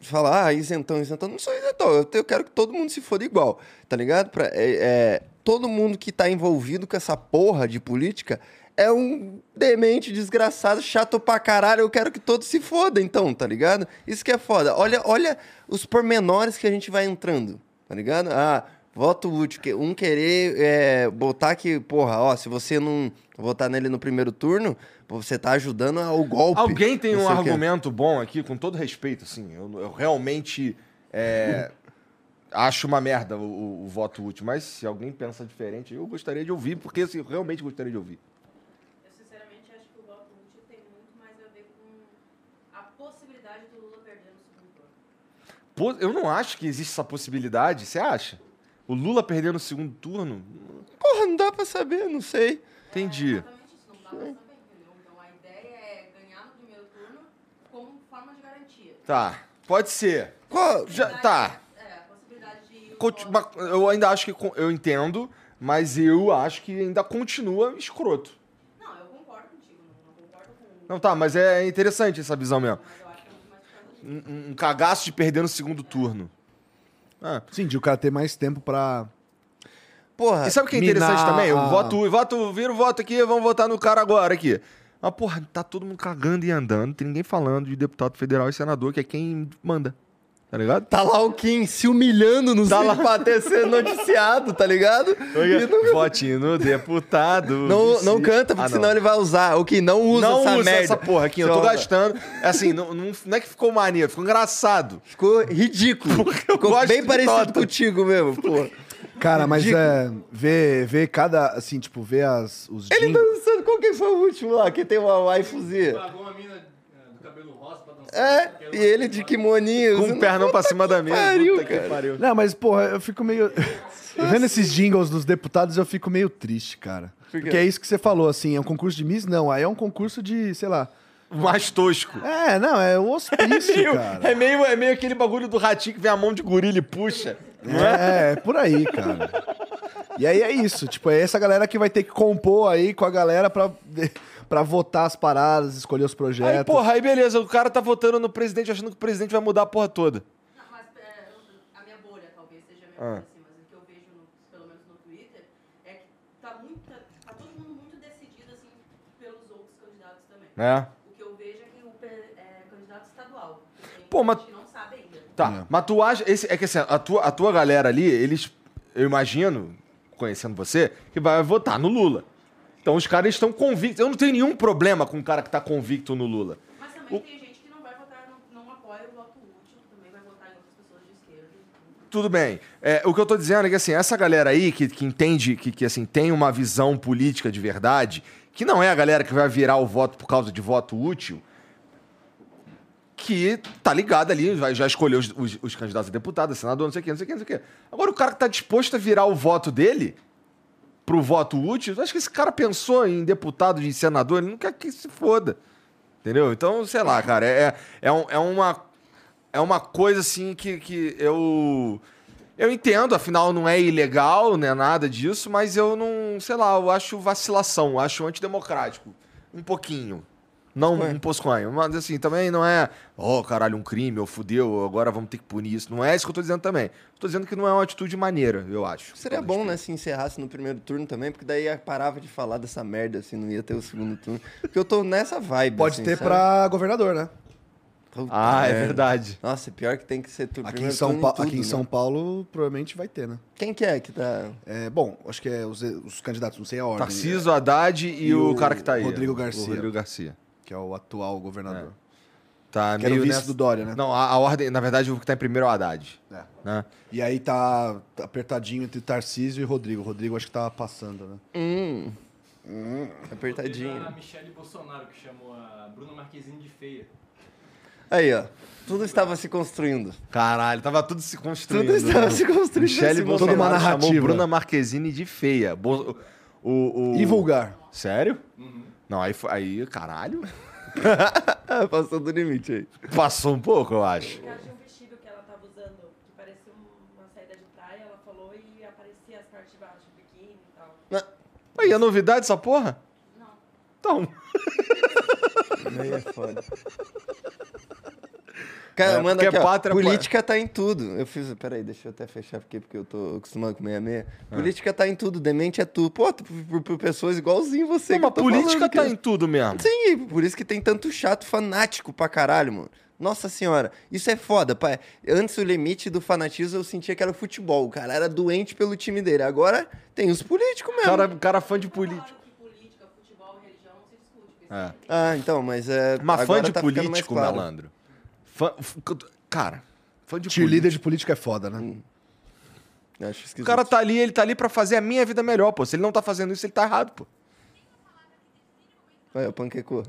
[SPEAKER 2] falar ah, isentão, isentão, não sou isentão. Eu, te- eu quero que todo mundo se foda igual, tá ligado? Pra, é, é, todo mundo que tá envolvido com essa porra de política é um demente desgraçado, chato pra caralho. Eu quero que todos se foda, então, tá ligado? Isso que é foda. Olha, olha os pormenores que a gente vai entrando, tá ligado? Ah. Voto útil, que um querer é, botar que, porra, ó, se você não votar nele no primeiro turno, você tá ajudando ao golpe.
[SPEAKER 1] Alguém tem
[SPEAKER 2] não
[SPEAKER 1] um
[SPEAKER 2] sei o quê.
[SPEAKER 1] argumento bom aqui, com todo respeito, assim. Eu, eu realmente é, acho uma merda o- o, o voto útil, mas se alguém pensa diferente, eu gostaria de ouvir, porque assim, eu realmente gostaria de ouvir.
[SPEAKER 6] Eu sinceramente acho que o voto útil tem muito mais a ver com a possibilidade do Lula perder
[SPEAKER 1] Pô,
[SPEAKER 6] no segundo turno.
[SPEAKER 1] eu não acho que existe essa possibilidade, você acha? O Lula perder no segundo turno?
[SPEAKER 2] Porra, não dá pra saber, não sei.
[SPEAKER 1] Entendi.
[SPEAKER 6] Exatamente isso, não dá pra saber, entendeu? Então a ideia é ganhar no primeiro turno como forma de garantia.
[SPEAKER 1] Tá, pode ser.
[SPEAKER 2] Qual?
[SPEAKER 1] Já, tá.
[SPEAKER 6] É, a possibilidade de ir.
[SPEAKER 1] Conti- ma- Eu ainda acho que. con- Eu entendo, mas eu acho que ainda continua escroto.
[SPEAKER 6] Não, eu concordo contigo, não, não concordo com o.
[SPEAKER 1] Não, tá, mas é interessante essa visão mesmo.
[SPEAKER 6] Mas eu acho que é muito mais por causa disso.
[SPEAKER 1] um, um- um cagaço de perder no segundo turno. Ah,
[SPEAKER 5] Sim, de o cara ter mais tempo pra.
[SPEAKER 2] Porra.
[SPEAKER 1] E sabe o que é interessante
[SPEAKER 5] Minar
[SPEAKER 1] também? Eu
[SPEAKER 5] a-
[SPEAKER 1] voto, eu voto, vira o voto aqui, vamos votar no cara agora aqui. Mas, porra, tá todo mundo cagando e andando, tem ninguém falando de deputado federal e senador, que é quem manda. Tá ligado?
[SPEAKER 2] Tá lá o Kim se humilhando nos tá lá pra ter ser noticiado, tá ligado? E não,
[SPEAKER 1] Vote no deputado.
[SPEAKER 2] não,
[SPEAKER 1] vice.
[SPEAKER 2] não canta, porque
[SPEAKER 1] Ah, não.
[SPEAKER 2] senão ele vai usar. O Kim não usa
[SPEAKER 1] não
[SPEAKER 2] essa
[SPEAKER 1] usa
[SPEAKER 2] merda.
[SPEAKER 1] essa porra aqui, eu tô
[SPEAKER 2] Então,
[SPEAKER 1] gastando. Assim, não, não, não é que ficou mania, ficou engraçado.
[SPEAKER 2] Ficou ridículo.
[SPEAKER 1] Porque eu
[SPEAKER 2] Ficou
[SPEAKER 1] gosto
[SPEAKER 2] bem
[SPEAKER 1] de
[SPEAKER 2] parecido
[SPEAKER 1] nota.
[SPEAKER 2] contigo mesmo, porra.
[SPEAKER 5] Cara, mas é. Ver, ver cada. Assim, tipo, ver as, os.
[SPEAKER 2] Ele
[SPEAKER 5] jingles-
[SPEAKER 2] dançando, qual que foi o último lá? Que tem uma waifuzinha.
[SPEAKER 7] Pagou uma mina eh, do cabelo rosa pra dançar.
[SPEAKER 2] É, e ele de kimoninho.
[SPEAKER 1] Com o pernão pra cima da mesa.
[SPEAKER 2] pariu,
[SPEAKER 1] Puta que
[SPEAKER 2] cara.
[SPEAKER 1] pariu.
[SPEAKER 5] Não, mas, porra, eu fico meio. Vendo esses jingles dos deputados, eu fico meio triste, cara.
[SPEAKER 2] Por quê?
[SPEAKER 5] Porque é isso que você falou, assim, é um concurso de Miss? Não, aí é um concurso de, sei lá.
[SPEAKER 1] Mais tosco.
[SPEAKER 5] É, não, é um hospício,
[SPEAKER 1] meio-
[SPEAKER 5] cara.
[SPEAKER 1] é, meio, é meio aquele bagulho do ratinho que vem a mão de gorila e puxa.
[SPEAKER 5] É, é por aí, cara. E aí é isso, tipo, é essa galera que vai ter que compor aí com a galera pra, pra votar as paradas, escolher os projetos.
[SPEAKER 1] Aí, porra, aí beleza, o cara tá votando no presidente achando que o presidente vai mudar a porra toda.
[SPEAKER 6] Não, mas é, a minha bolha talvez seja a minha
[SPEAKER 1] Ah.
[SPEAKER 6] bolha, assim, mas o que eu vejo, no- pelo menos no Twitter, é que tá, muita, tá todo mundo muito decidido, assim, pelos outros candidatos também.
[SPEAKER 1] É.
[SPEAKER 6] O que eu vejo é que o pe- é, candidato estadual. que tem
[SPEAKER 1] Pô, mas-
[SPEAKER 6] gente que não sabe ainda.
[SPEAKER 1] Tá, mas tu acha. Esse, é que assim, a tua, a tua galera ali, eles. Eu imagino, conhecendo você, que vai votar no Lula. Então os caras estão convictos. Eu não tenho nenhum problema com um cara que tá convicto no Lula.
[SPEAKER 6] Mas também
[SPEAKER 1] O-
[SPEAKER 6] tem gente que não vai votar, não, não apoia o voto útil, também vai votar em outras pessoas de esquerda.
[SPEAKER 1] Tudo bem. É, o que eu tô dizendo é que assim, essa galera aí que, que entende, que, que assim, tem uma visão política de verdade, que não é a galera que vai virar o voto por causa de voto útil, que tá ligado ali, vai- já escolheu os, os- os candidatos a deputado, senador, não sei o quê, não sei o quê, não sei o quê. Agora, o cara que tá disposto a virar o voto dele pro voto útil, eu acho que esse cara pensou em deputado, em senador, ele não quer que se foda. Entendeu? Então, sei lá, cara, é, é, um- é uma, é uma coisa assim que, que eu. Eu entendo, afinal não é ilegal, não é nada disso, mas eu não, sei lá, eu acho vacilação, eu acho antidemocrático. Um pouquinho. Não um posconho. Mas assim, também não é, oh, caralho, um crime, ou fudeu, agora vamos ter que punir isso. Não é isso que eu tô dizendo também. Tô dizendo que não é uma atitude maneira, eu acho.
[SPEAKER 2] Seria
[SPEAKER 1] Talvez.
[SPEAKER 2] bom, né, se encerrasse no primeiro turno também, porque daí eu parava de falar dessa merda, assim, não ia ter o segundo turno. Porque eu tô nessa vibe.
[SPEAKER 5] Pode
[SPEAKER 2] assim,
[SPEAKER 5] ter
[SPEAKER 2] sabe?
[SPEAKER 5] pra governador, né?
[SPEAKER 2] Puta
[SPEAKER 1] Ah, é
[SPEAKER 2] merda.
[SPEAKER 1] verdade.
[SPEAKER 2] Nossa, pior que tem que ser turno.
[SPEAKER 5] Aqui em, São Pa- aqui em São
[SPEAKER 2] Paulo.
[SPEAKER 5] Paulo, provavelmente vai ter, né?
[SPEAKER 2] né? Quem que é que tá.
[SPEAKER 5] É, bom, acho que é os, os candidatos, não sei a ordem.
[SPEAKER 1] Tarcísio, Haddad e,
[SPEAKER 5] E
[SPEAKER 1] o,
[SPEAKER 5] o
[SPEAKER 1] cara que tá aí.
[SPEAKER 5] Rodrigo
[SPEAKER 1] o
[SPEAKER 5] Garcia.
[SPEAKER 1] Rodrigo Garcia.
[SPEAKER 5] Que é o atual governador.
[SPEAKER 1] Tá
[SPEAKER 5] Que era o
[SPEAKER 1] meio
[SPEAKER 5] vice
[SPEAKER 1] nessa-
[SPEAKER 5] do Dória, né?
[SPEAKER 1] Não, a, a ordem, na verdade, o que tá em primeiro é o Haddad.
[SPEAKER 5] É.
[SPEAKER 1] Né?
[SPEAKER 5] E aí tá tá apertadinho entre Tarcísio e Rodrigo. Rodrigo acho que tá passando, né?
[SPEAKER 2] Hum.
[SPEAKER 7] A
[SPEAKER 2] Apertadinho.
[SPEAKER 7] Michelle Bolsonaro, que chamou a Bruna Marquezine de feia.
[SPEAKER 2] Aí, ó. Tudo estava se construindo.
[SPEAKER 1] Caralho, tava tudo se construindo.
[SPEAKER 2] Tudo estava
[SPEAKER 1] né?
[SPEAKER 2] se construindo.
[SPEAKER 1] Michele
[SPEAKER 2] nesse
[SPEAKER 1] Bolsonaro
[SPEAKER 2] momento.
[SPEAKER 5] uma narrativa.
[SPEAKER 1] chamou Bruna Marquezine de feia. Bol- o, o-
[SPEAKER 5] E vulgar.
[SPEAKER 1] Sério? Não, aí, foi- aí, caralho,
[SPEAKER 2] Ah, Passou do limite aí.
[SPEAKER 1] passou um pouco, eu acho.
[SPEAKER 6] Por causa de um vestido que ela tava usando, que parecia um, uma saída de praia, ela falou e aparecia as partes de baixo, do biquíni e tal.
[SPEAKER 1] Aí, é novidade essa porra?
[SPEAKER 6] Não.
[SPEAKER 1] Então,
[SPEAKER 2] Aí é foda. Cara,
[SPEAKER 1] É,
[SPEAKER 2] manda
[SPEAKER 1] porque
[SPEAKER 2] aqui, ó.
[SPEAKER 1] pátria-
[SPEAKER 2] Política tá em tudo. Eu fiz. Peraí, deixa eu até fechar aqui, porque eu tô acostumado com 66.
[SPEAKER 1] Ah.
[SPEAKER 2] Política tá em tudo, demente é tu. Pô, tu- por, por pessoas igualzinho você.
[SPEAKER 1] Não,
[SPEAKER 2] que eu
[SPEAKER 1] mas
[SPEAKER 2] tô
[SPEAKER 1] política
[SPEAKER 2] falando,
[SPEAKER 1] tá
[SPEAKER 2] cara.
[SPEAKER 1] em tudo mesmo.
[SPEAKER 2] Sim, e por isso que tem tanto chato fanático pra caralho, mano. Nossa senhora, isso é foda, pai. Antes o limite do fanatismo eu sentia que era o futebol. O cara era doente pelo time dele. Agora tem os políticos mesmo.
[SPEAKER 1] Cara, cara fã de
[SPEAKER 6] Não Então, falaram
[SPEAKER 1] política.
[SPEAKER 6] que política, futebol, religião não se discute. porque
[SPEAKER 1] É.
[SPEAKER 6] isso
[SPEAKER 2] Ah, então, mas é.
[SPEAKER 1] Mas fã
[SPEAKER 2] agora
[SPEAKER 1] de
[SPEAKER 2] tá ficando mais
[SPEAKER 1] político,
[SPEAKER 2] claro.
[SPEAKER 1] malandro. Fã- f- cara, fã de
[SPEAKER 5] Tio líder
[SPEAKER 1] político.
[SPEAKER 5] de política é foda, né?
[SPEAKER 2] Eu Acho
[SPEAKER 1] O
[SPEAKER 2] esquisito.
[SPEAKER 1] cara tá ali, ele tá ali pra fazer a minha vida melhor, pô. Se ele não tá fazendo isso, ele tá errado, pô.
[SPEAKER 2] Vai, o panquecou.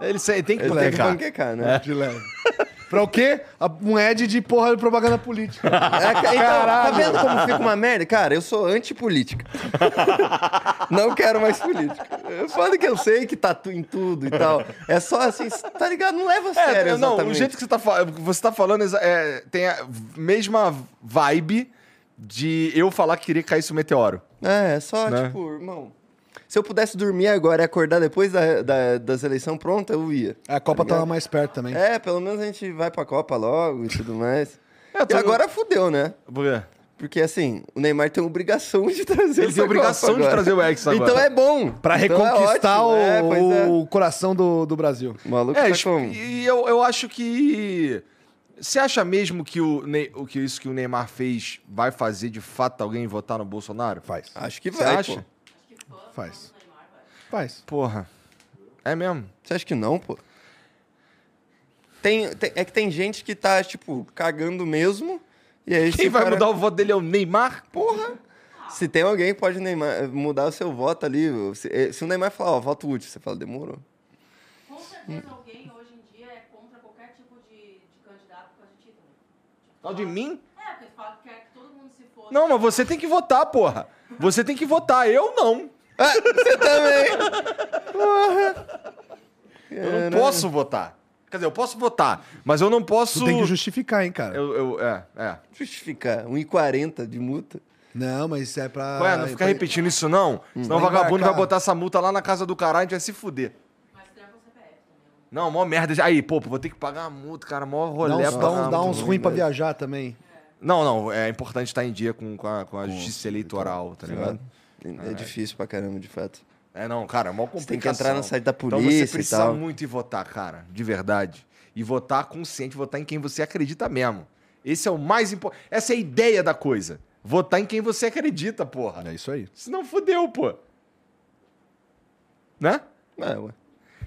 [SPEAKER 1] Ele se- tem que
[SPEAKER 2] Ele tem que
[SPEAKER 1] panquecar. É.
[SPEAKER 2] panquecar, né?
[SPEAKER 5] De leve. pra o quê? A- Um Ed de porra de propaganda política.
[SPEAKER 2] É, ca- então, tá vendo como fica uma merda? Cara, eu sou antipolítica. Não quero mais política. É Foda que eu sei que tá tu- em tudo e tal. É só assim, tá ligado? Não leva a
[SPEAKER 1] É,
[SPEAKER 2] sério,
[SPEAKER 1] não,
[SPEAKER 2] exatamente.
[SPEAKER 1] o jeito que você tá, fa- que você tá falando exa- é, tem a mesma vibe de eu falar que queria que caísse um meteoro.
[SPEAKER 2] É, é só,
[SPEAKER 1] Né?
[SPEAKER 2] tipo, irmão. Se eu pudesse dormir agora e acordar depois da, da- das eleições pronta, eu ia.
[SPEAKER 5] A Copa tava mais perto também.
[SPEAKER 2] É, pelo menos a gente vai pra Copa logo e tudo mais.
[SPEAKER 1] É, tô-
[SPEAKER 2] E agora fudeu, né?
[SPEAKER 1] Por quê?
[SPEAKER 2] Porque assim, o Neymar tem obrigação de trazer
[SPEAKER 1] Ele
[SPEAKER 2] essa
[SPEAKER 1] tem obrigação
[SPEAKER 2] Copa
[SPEAKER 1] de
[SPEAKER 2] agora.
[SPEAKER 1] trazer o Hexa agora.
[SPEAKER 2] Então é bom.
[SPEAKER 5] Pra
[SPEAKER 2] Então é
[SPEAKER 5] reconquistar
[SPEAKER 2] ótimo, é,
[SPEAKER 5] o,
[SPEAKER 2] pois é.
[SPEAKER 5] o coração do, do Brasil.
[SPEAKER 2] O maluco
[SPEAKER 1] É,
[SPEAKER 2] tá
[SPEAKER 1] es-
[SPEAKER 2] com...
[SPEAKER 1] e eu, eu acho que. Você acha mesmo que, o Ney- o que isso que o Neymar fez vai fazer de fato alguém votar no Bolsonaro?
[SPEAKER 5] Faz.
[SPEAKER 2] Acho que
[SPEAKER 1] Você
[SPEAKER 2] vai,
[SPEAKER 1] acha?
[SPEAKER 2] pô.
[SPEAKER 5] Faz. Faz.
[SPEAKER 1] Porra. É mesmo?
[SPEAKER 2] Você acha que não, pô? Tem, tem- é que tem gente que tá, tipo, cagando mesmo. E aí
[SPEAKER 1] Quem
[SPEAKER 2] esse
[SPEAKER 1] vai
[SPEAKER 2] cara-
[SPEAKER 1] mudar o voto dele é o Neymar?
[SPEAKER 2] Porra! Se tem alguém que pode Neymar, eh, mudar o seu voto ali, se, eh, se o Neymar falar, ó, voto útil, você fala, demorou.
[SPEAKER 6] Com certeza alguém hoje em dia é contra qualquer tipo de, de candidato por causa de título.
[SPEAKER 1] Não, de mim?
[SPEAKER 6] É, porque tu fala que quer que todo mundo se foda.
[SPEAKER 1] Não, mas você tem que votar, porra. Você tem que votar, eu não.
[SPEAKER 5] É,
[SPEAKER 2] Você também!
[SPEAKER 1] Eu não posso votar. Quer dizer, eu posso votar, mas eu não
[SPEAKER 5] Tu
[SPEAKER 1] posso.
[SPEAKER 5] tem que justificar, hein, cara.
[SPEAKER 1] eu, eu- é, é.
[SPEAKER 2] Justificar, 1,40 de multa.
[SPEAKER 5] Não, mas isso é pra.
[SPEAKER 1] Ué, não fica
[SPEAKER 5] pra-
[SPEAKER 1] repetindo isso, não. Senão o
[SPEAKER 5] Hum, Vai
[SPEAKER 1] vagabundo vai
[SPEAKER 5] embarcar.
[SPEAKER 1] botar essa multa lá na casa do caralho e a gente vai se fuder.
[SPEAKER 6] Mas tu é com o CPF também.
[SPEAKER 1] Não, mó merda. Aí, pô, vou ter que pagar a multa, cara. Mó rolé
[SPEAKER 5] Dá uns,
[SPEAKER 1] é pra
[SPEAKER 5] dá uns,
[SPEAKER 1] caramba.
[SPEAKER 5] dá uns ruim pra viajar também.
[SPEAKER 1] Não, não. É importante estar em dia com, com a, com a justiça eleitoral, tá ligado?
[SPEAKER 2] É difícil pra caramba, de fato.
[SPEAKER 1] É, não, cara, é mó
[SPEAKER 2] Você
[SPEAKER 1] complicação.
[SPEAKER 2] tem que entrar no site da
[SPEAKER 1] Então
[SPEAKER 2] polícia
[SPEAKER 1] você
[SPEAKER 2] e
[SPEAKER 1] precisa
[SPEAKER 2] tal.
[SPEAKER 1] muito ir votar, cara, de verdade. E votar consciente, votar em quem você acredita mesmo. Esse é o mais importante. Essa é a ideia da coisa. Votar em quem você acredita, porra.
[SPEAKER 5] É isso aí.
[SPEAKER 1] Senão fudeu, pô. Né?
[SPEAKER 2] É, ué.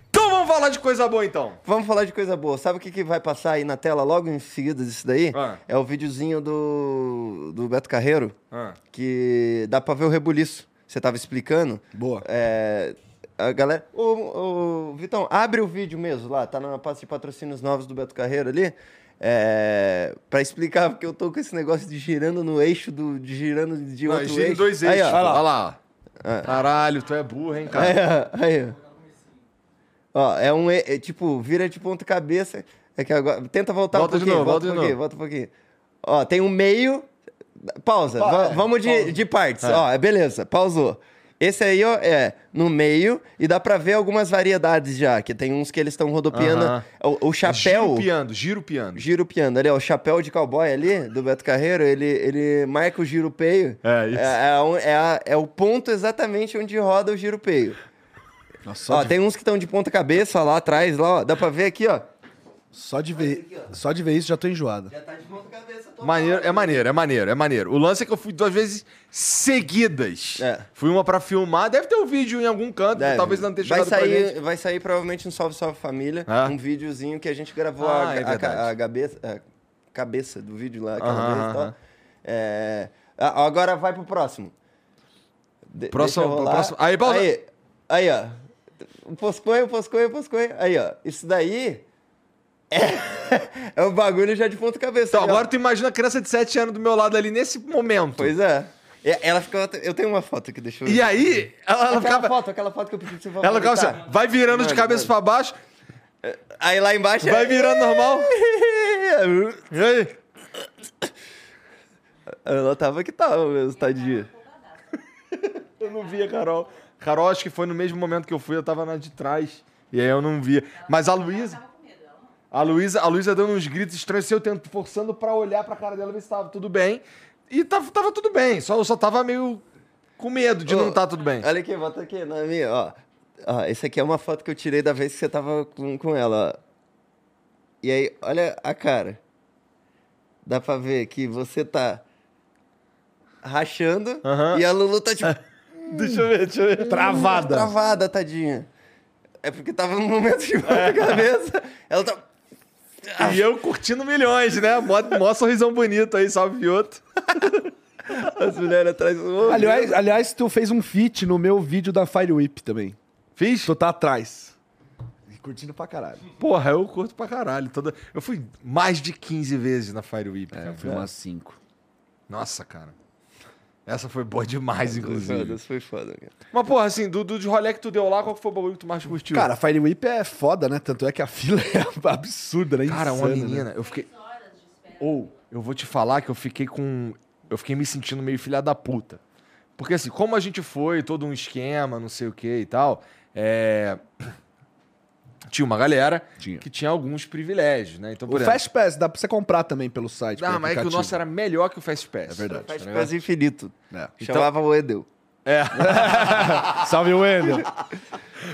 [SPEAKER 1] Então vamos falar de coisa boa, então.
[SPEAKER 2] Vamos falar de coisa boa. Sabe o que, que vai passar aí na tela logo em seguida disso daí?
[SPEAKER 1] Ah.
[SPEAKER 2] É o videozinho do, do Beto Carreiro,
[SPEAKER 1] Ah,
[SPEAKER 2] que dá pra ver o rebuliço. Você tava explicando.
[SPEAKER 5] Boa.
[SPEAKER 2] É, a galera. Ô, ô, Vitão, abre o vídeo mesmo lá, tá na parte de patrocínios novos do Beto Carreiro ali. É, pra explicar, porque eu tô com esse negócio de girando no eixo do. De girando de
[SPEAKER 1] Não,
[SPEAKER 2] outro
[SPEAKER 1] gira em
[SPEAKER 2] eixo.
[SPEAKER 1] dois
[SPEAKER 2] Aí,
[SPEAKER 1] eixos. tá
[SPEAKER 2] ó, Ah.
[SPEAKER 1] Olha lá. Olha lá. Caralho, tu é burro, hein, cara?
[SPEAKER 2] É, Aí, ó. Aí, ó. Ó, é um. e- é tipo, vira de ponta cabeça. É que agora. Tenta voltar
[SPEAKER 1] Volta
[SPEAKER 2] um
[SPEAKER 1] de
[SPEAKER 2] pouquinho.
[SPEAKER 1] novo, volta
[SPEAKER 2] volta
[SPEAKER 1] de
[SPEAKER 2] um pouquinho,
[SPEAKER 1] novo.
[SPEAKER 2] volta um pouquinho. Ó, tem um meio. Pausa.
[SPEAKER 5] Pa-
[SPEAKER 2] va-
[SPEAKER 5] é,
[SPEAKER 2] vamos de,
[SPEAKER 5] pausa.
[SPEAKER 2] de partes. Ó, é beleza, pausou. Esse aí, ó, é no meio e dá pra ver algumas variedades já, que tem uns que eles estão rodopiando.
[SPEAKER 1] Aham.
[SPEAKER 2] O, o chapéu.
[SPEAKER 1] Giro piando, giro piando.
[SPEAKER 2] Giro piando, ali, ó, o chapéu de cowboy ali, do Beto Carreiro, ele, ele marca o giro peio.
[SPEAKER 1] É, isso.
[SPEAKER 2] É, é um- é a- é o ponto exatamente onde roda o giro peio.
[SPEAKER 5] Nossa, só,
[SPEAKER 2] Ó,
[SPEAKER 5] de,
[SPEAKER 2] tem uns que estão de ponta cabeça lá atrás, lá, ó. Dá pra ver aqui, ó.
[SPEAKER 5] só, de ver, só de ver isso já tô enjoado.
[SPEAKER 2] Já tá de ponta cabeça total.
[SPEAKER 1] Maneiro, é maneiro, é maneiro, é maneiro. O lance é que eu fui duas vezes seguidas.
[SPEAKER 2] É.
[SPEAKER 1] Fui uma pra filmar, deve ter um vídeo em algum canto,
[SPEAKER 2] Deve.
[SPEAKER 1] talvez não tenha
[SPEAKER 2] É, vai
[SPEAKER 1] chegado pra
[SPEAKER 2] sair,
[SPEAKER 1] gente.
[SPEAKER 2] vai sair provavelmente um Salve Salve Família,
[SPEAKER 1] Ah.
[SPEAKER 2] um videozinho que a gente gravou
[SPEAKER 1] Ah,
[SPEAKER 2] a,
[SPEAKER 1] é
[SPEAKER 2] a-
[SPEAKER 1] verdade.
[SPEAKER 2] a cabeça, a cabeça do vídeo lá, aquela
[SPEAKER 1] Aham,
[SPEAKER 2] vez e tal.
[SPEAKER 1] aham.
[SPEAKER 2] É, ah, agora vai pro próximo. De-
[SPEAKER 1] Próximo,
[SPEAKER 2] deixa eu rolar.
[SPEAKER 1] próximo. Aí, pausa.
[SPEAKER 2] aí, aí, ó. O Posconho, o posconho, o posconho. Aí, ó. Isso daí é, é o bagulho já de ponta cabeça.
[SPEAKER 1] Então,
[SPEAKER 2] ali, ó.
[SPEAKER 1] agora tu imagina a criança de 7 anos do meu lado ali nesse momento.
[SPEAKER 2] Pois é. E- Ela ficava. Eu tenho uma foto aqui, deixa eu
[SPEAKER 1] E aí, ela, ela
[SPEAKER 2] aquela
[SPEAKER 1] ficava.
[SPEAKER 2] foto, tá. aquela foto que eu pedi pra você
[SPEAKER 1] Ela ficava
[SPEAKER 2] favoritar.
[SPEAKER 1] assim, vai virando de
[SPEAKER 2] Mano,
[SPEAKER 1] cabeça pra baixo,
[SPEAKER 2] Aí lá embaixo. é-
[SPEAKER 1] vai virando normal. E aí?
[SPEAKER 2] Ela tava que tava mesmo, tadinha.
[SPEAKER 1] Eu não via, Carol. Carol, acho que foi no mesmo momento que eu fui, eu tava na de trás. E aí eu não via. Mas a Luísa.
[SPEAKER 6] Tava com medo, ela não.
[SPEAKER 1] A Luísa, a Luísa dando uns gritos estranhos, assim, eu tento, forçando pra olhar pra cara dela ver se tava tudo bem. E tava, tava tudo bem, só, eu só tava meio com medo de
[SPEAKER 2] Ô,
[SPEAKER 1] não tá tudo bem.
[SPEAKER 2] Olha aqui, bota aqui na minha, ó. Ó, esse aqui é uma foto que eu tirei da vez que você tava com, com ela, ó. E aí, olha a cara. Dá pra ver que você tá rachando
[SPEAKER 1] Aham.
[SPEAKER 2] e a Lulu tá tipo
[SPEAKER 1] Deixa eu ver, deixa eu ver.
[SPEAKER 5] Travada.
[SPEAKER 2] travada, tadinha. É porque tava num momento de ponta cabeça. Ela tá.
[SPEAKER 1] E eu curtindo milhões, né? Mó, mó sorrisão bonito aí, salve Vioto.
[SPEAKER 2] As mulheres atrás do outro.
[SPEAKER 5] Aliás, aliás, tu fez um feat no meu vídeo da Fire Whip também.
[SPEAKER 1] Fiz?
[SPEAKER 5] Tu tá atrás. E curtindo pra caralho.
[SPEAKER 1] Porra, eu curto pra caralho. Toda... Eu fui mais de 15 vezes na Fire Whip. cara.
[SPEAKER 5] foi umas cinco.
[SPEAKER 1] Nossa, cara. Essa foi boa demais, inclusive.
[SPEAKER 2] Foda-se, foi foda, cara.
[SPEAKER 1] Mas, porra, assim, do, do de rolê que tu deu lá, qual que foi o bagulho que tu mais curtiu?
[SPEAKER 5] Cara, a Fire Whip é foda, né? Tanto é que a fila é absurda, né?
[SPEAKER 1] Cara, uma
[SPEAKER 5] Insana, né?
[SPEAKER 1] menina, eu fiquei.
[SPEAKER 6] Três horas de espera.
[SPEAKER 1] Ou, eu vou te falar que eu fiquei com. Eu fiquei me sentindo meio filha da puta. Porque assim, como a gente foi, todo um esquema, não sei o que e tal, é. Tinha uma galera
[SPEAKER 5] Tinha.
[SPEAKER 1] que tinha alguns privilégios, né? Então,
[SPEAKER 5] O
[SPEAKER 1] por exemplo.
[SPEAKER 5] Fast Pass dá pra você comprar também pelo site.
[SPEAKER 1] Ah,
[SPEAKER 5] pelo
[SPEAKER 1] mas é que o
[SPEAKER 5] aplicativo.
[SPEAKER 1] nosso era melhor que o Fast Pass.
[SPEAKER 5] É verdade.
[SPEAKER 1] Tá
[SPEAKER 2] Faz
[SPEAKER 1] ligado?
[SPEAKER 2] quase infinito.
[SPEAKER 5] É.
[SPEAKER 2] Chamava o Edel.
[SPEAKER 5] Salve, Wendel.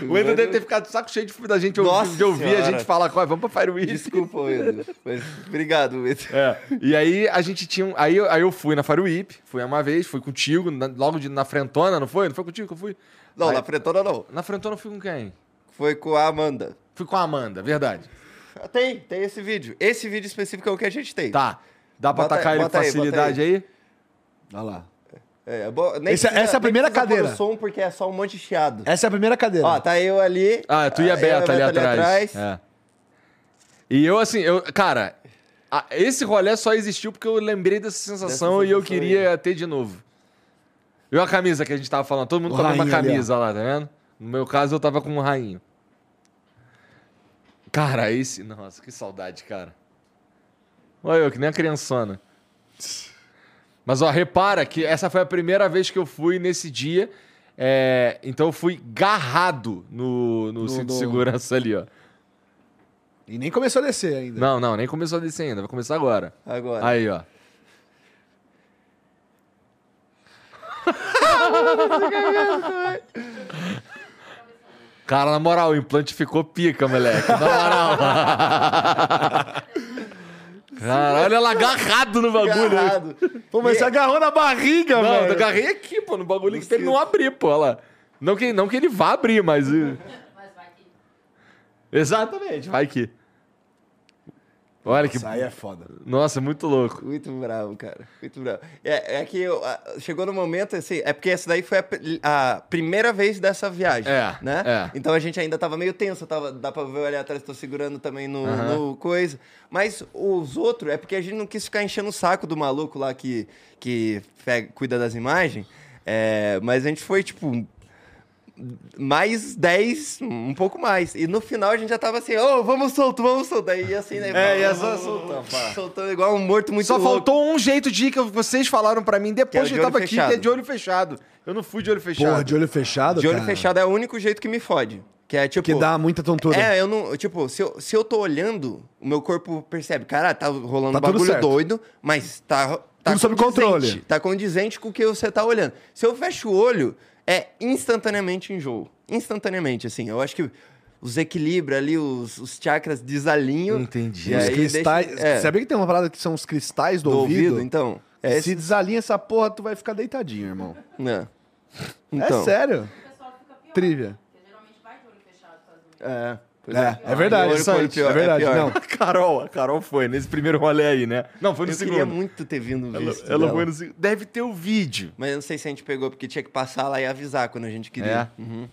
[SPEAKER 1] O Ender deve ter ficado de saco cheio de, da gente ouvir-
[SPEAKER 2] Nossa
[SPEAKER 1] de ouvir a
[SPEAKER 2] Senhora.
[SPEAKER 1] gente falar, "Qual é? vamos pra Fire Whip.
[SPEAKER 2] Desculpa, Edel. Mas obrigado, Edel.
[SPEAKER 1] É. E aí a gente tinha. um- Aí, eu- aí eu fui na Faruípe, fui uma vez, fui contigo, na- logo de- na frentona, não foi? Não foi contigo que eu fui?
[SPEAKER 2] Não,
[SPEAKER 1] Aí-
[SPEAKER 2] na pretona não.
[SPEAKER 1] Na frentona eu fui com quem?
[SPEAKER 2] Foi com a Amanda.
[SPEAKER 1] Fui com a Amanda, verdade.
[SPEAKER 2] Ah, Tem, tem esse vídeo. Esse vídeo específico é o que a gente tem.
[SPEAKER 1] Tá. Dá pra
[SPEAKER 2] Bota-
[SPEAKER 1] atacar ele com
[SPEAKER 2] bota aí,
[SPEAKER 1] facilidade
[SPEAKER 2] bota
[SPEAKER 1] aí?
[SPEAKER 5] Olha lá.
[SPEAKER 2] É, é bom- nem
[SPEAKER 5] Esse é- essa é a
[SPEAKER 2] nem
[SPEAKER 5] primeira
[SPEAKER 2] precisa pôr
[SPEAKER 5] cadeira.
[SPEAKER 2] o som porque é só um monte de chiado.
[SPEAKER 5] Essa é a primeira cadeira.
[SPEAKER 2] Ó, tá eu ali.
[SPEAKER 1] Ah, tu ia
[SPEAKER 2] eu e a
[SPEAKER 1] Beto ali
[SPEAKER 2] Beto
[SPEAKER 1] atrás. É. E eu, assim, eu, cara, a- esse rolê só existiu porque eu lembrei dessa sensação e eu
[SPEAKER 2] sensação
[SPEAKER 1] queria ter de novo. E a camisa que a gente tava falando, todo mundo
[SPEAKER 5] O
[SPEAKER 1] com a mesma
[SPEAKER 5] rainho ali, ó.
[SPEAKER 1] camisa lá, tá vendo? No meu caso, eu tava com um rainho. Cara, esse. Nossa, que saudade, cara. Olha eu, que nem a criançona. Mas ó, repara que essa foi a primeira vez que eu fui nesse dia. é, então eu fui garrado no, no,
[SPEAKER 5] No-
[SPEAKER 1] cinto de
[SPEAKER 5] no-
[SPEAKER 1] segurança ali, ó.
[SPEAKER 5] E nem começou a descer ainda.
[SPEAKER 1] Não, não, nem começou a descer ainda, vai começar agora.
[SPEAKER 2] Agora.
[SPEAKER 1] Aí, ó. Cara, na moral, o implante ficou pica, moleque. Na moral. Caralho, olha ela agarrado no bagulho.
[SPEAKER 2] Agarrado.
[SPEAKER 5] Pô, mas
[SPEAKER 2] E-
[SPEAKER 5] você agarrou na barriga,
[SPEAKER 1] Não,
[SPEAKER 5] velho.
[SPEAKER 1] eu agarrei aqui, pô, no bagulho que pra ele não abrir, pô. Olha lá. Não que, não que ele vá abrir, mas. eh,
[SPEAKER 6] Mas vai que.
[SPEAKER 1] Exatamente, vai que. Olha que.
[SPEAKER 5] Isso aí é foda.
[SPEAKER 1] Nossa, muito louco.
[SPEAKER 2] Muito bravo, cara. Muito bravo. É, é que eu, ah, chegou no momento, assim, é porque essa daí foi a, pri- a primeira vez dessa viagem,
[SPEAKER 1] É,
[SPEAKER 2] né?
[SPEAKER 1] é.
[SPEAKER 2] Então a gente ainda tava meio tenso, tava, dá pra ver ali atrás, tô segurando também no,
[SPEAKER 1] Aham.
[SPEAKER 2] no coisa. Mas os outros, é porque a gente não quis ficar enchendo o saco do maluco lá que, que fe- cuida das imagens. É, mas a gente foi, tipo, mais 10, um pouco mais. E no final a gente já tava assim, ô, vamos solto, vamos solto. Aí assim, né?
[SPEAKER 1] É, ia só soltando, pá.
[SPEAKER 2] Soltando igual um morto muito
[SPEAKER 1] Só
[SPEAKER 2] louco.
[SPEAKER 1] faltou um jeito de ir que vocês falaram pra mim
[SPEAKER 2] Que era
[SPEAKER 1] depois que
[SPEAKER 2] de
[SPEAKER 1] eu
[SPEAKER 2] olho
[SPEAKER 1] tava aqui, que é
[SPEAKER 2] fechado.
[SPEAKER 1] de olho fechado. Eu não fui de olho fechado.
[SPEAKER 5] Porra, de olho fechado,
[SPEAKER 2] De olho
[SPEAKER 5] cara,
[SPEAKER 2] fechado é o único jeito que me fode. Que é tipo.
[SPEAKER 5] Que dá muita tontura.
[SPEAKER 2] É, eu não. Tipo, se eu, se eu tô olhando, o meu corpo percebe, cara, tá rolando
[SPEAKER 5] Tá
[SPEAKER 2] um
[SPEAKER 5] tudo
[SPEAKER 2] bagulho
[SPEAKER 5] certo.
[SPEAKER 2] doido, mas tá. tá
[SPEAKER 5] Tudo sob
[SPEAKER 2] condizente,
[SPEAKER 5] controle.
[SPEAKER 2] Tá condizente com o que você tá olhando. Se eu fecho o olho, é instantaneamente enjoo. Instantaneamente, assim. Eu acho que os equilíbrios ali, os, os chakras desalinham.
[SPEAKER 1] Entendi.
[SPEAKER 2] E
[SPEAKER 5] Os
[SPEAKER 2] aí
[SPEAKER 5] cristais.
[SPEAKER 2] deixa- é.
[SPEAKER 5] Sabia que tem uma parada que são os cristais do,
[SPEAKER 2] Do
[SPEAKER 5] ouvido?
[SPEAKER 2] ouvido, então. É,
[SPEAKER 5] Se desalinha essa porra, tu vai ficar deitadinho, irmão.
[SPEAKER 2] né? Então.
[SPEAKER 5] É sério.
[SPEAKER 6] O pessoal fica pior.
[SPEAKER 5] Trivia.
[SPEAKER 6] Porque geralmente vai de olho fechado fazendo isso.
[SPEAKER 2] É. pois é.
[SPEAKER 5] É, é verdade.
[SPEAKER 2] Olho por olho pior,
[SPEAKER 5] é verdade.
[SPEAKER 2] é pior.
[SPEAKER 5] não.
[SPEAKER 1] A Carol, a Carol foi nesse primeiro rolê aí, né? Não, foi no
[SPEAKER 2] Eu queria
[SPEAKER 1] segundo.
[SPEAKER 2] muito ter vindo o
[SPEAKER 1] Ela,
[SPEAKER 2] visto
[SPEAKER 1] ela
[SPEAKER 2] dela.
[SPEAKER 1] foi no segundo. Deve ter o vídeo.
[SPEAKER 2] Mas eu não sei se a gente pegou, porque tinha que passar lá e avisar quando a gente queria.
[SPEAKER 1] É.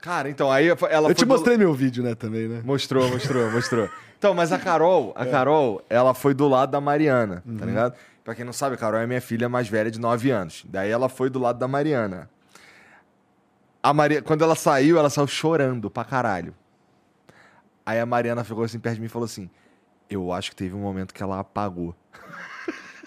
[SPEAKER 1] Cara, então, aí ela
[SPEAKER 5] Eu
[SPEAKER 1] foi
[SPEAKER 5] te
[SPEAKER 1] do-
[SPEAKER 5] mostrei meu vídeo, né, também, né?
[SPEAKER 1] Mostrou, mostrou, mostrou. Então, mas a Carol, a Carol, ela foi do lado da Mariana, tá ligado? Pra quem não sabe, a Carol é minha filha mais velha de 9 anos. Daí ela foi do lado da Mariana. A Maria, quando ela saiu, ela saiu chorando pra caralho. Aí a Mariana ficou assim perto de mim e falou assim: "Eu acho que teve um momento que ela apagou".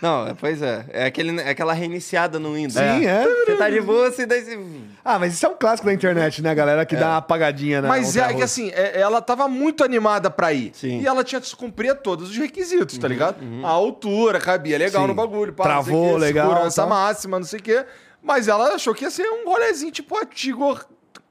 [SPEAKER 2] Não, é, pois é. É, aquele, é aquela reiniciada no Windows.
[SPEAKER 5] Sim, é.
[SPEAKER 2] Você tá de boa, você daí você...
[SPEAKER 5] Ah, mas isso é um clássico da internet, né, galera?
[SPEAKER 2] É.
[SPEAKER 5] Que dá uma apagadinha na
[SPEAKER 1] Mas é
[SPEAKER 5] outra
[SPEAKER 1] que
[SPEAKER 5] rosto.
[SPEAKER 1] assim, é- ela tava muito animada pra ir.
[SPEAKER 2] Sim.
[SPEAKER 1] E ela tinha que cumprir todos os requisitos, tá ligado? A altura, cabia legal
[SPEAKER 5] Sim.
[SPEAKER 1] no bagulho, não sei
[SPEAKER 5] Travou,
[SPEAKER 1] o quê,
[SPEAKER 5] legal,
[SPEAKER 1] Segurança
[SPEAKER 5] tá.
[SPEAKER 1] máxima, não sei o quê. Mas ela achou que ia ser um rolezinho tipo a Tigor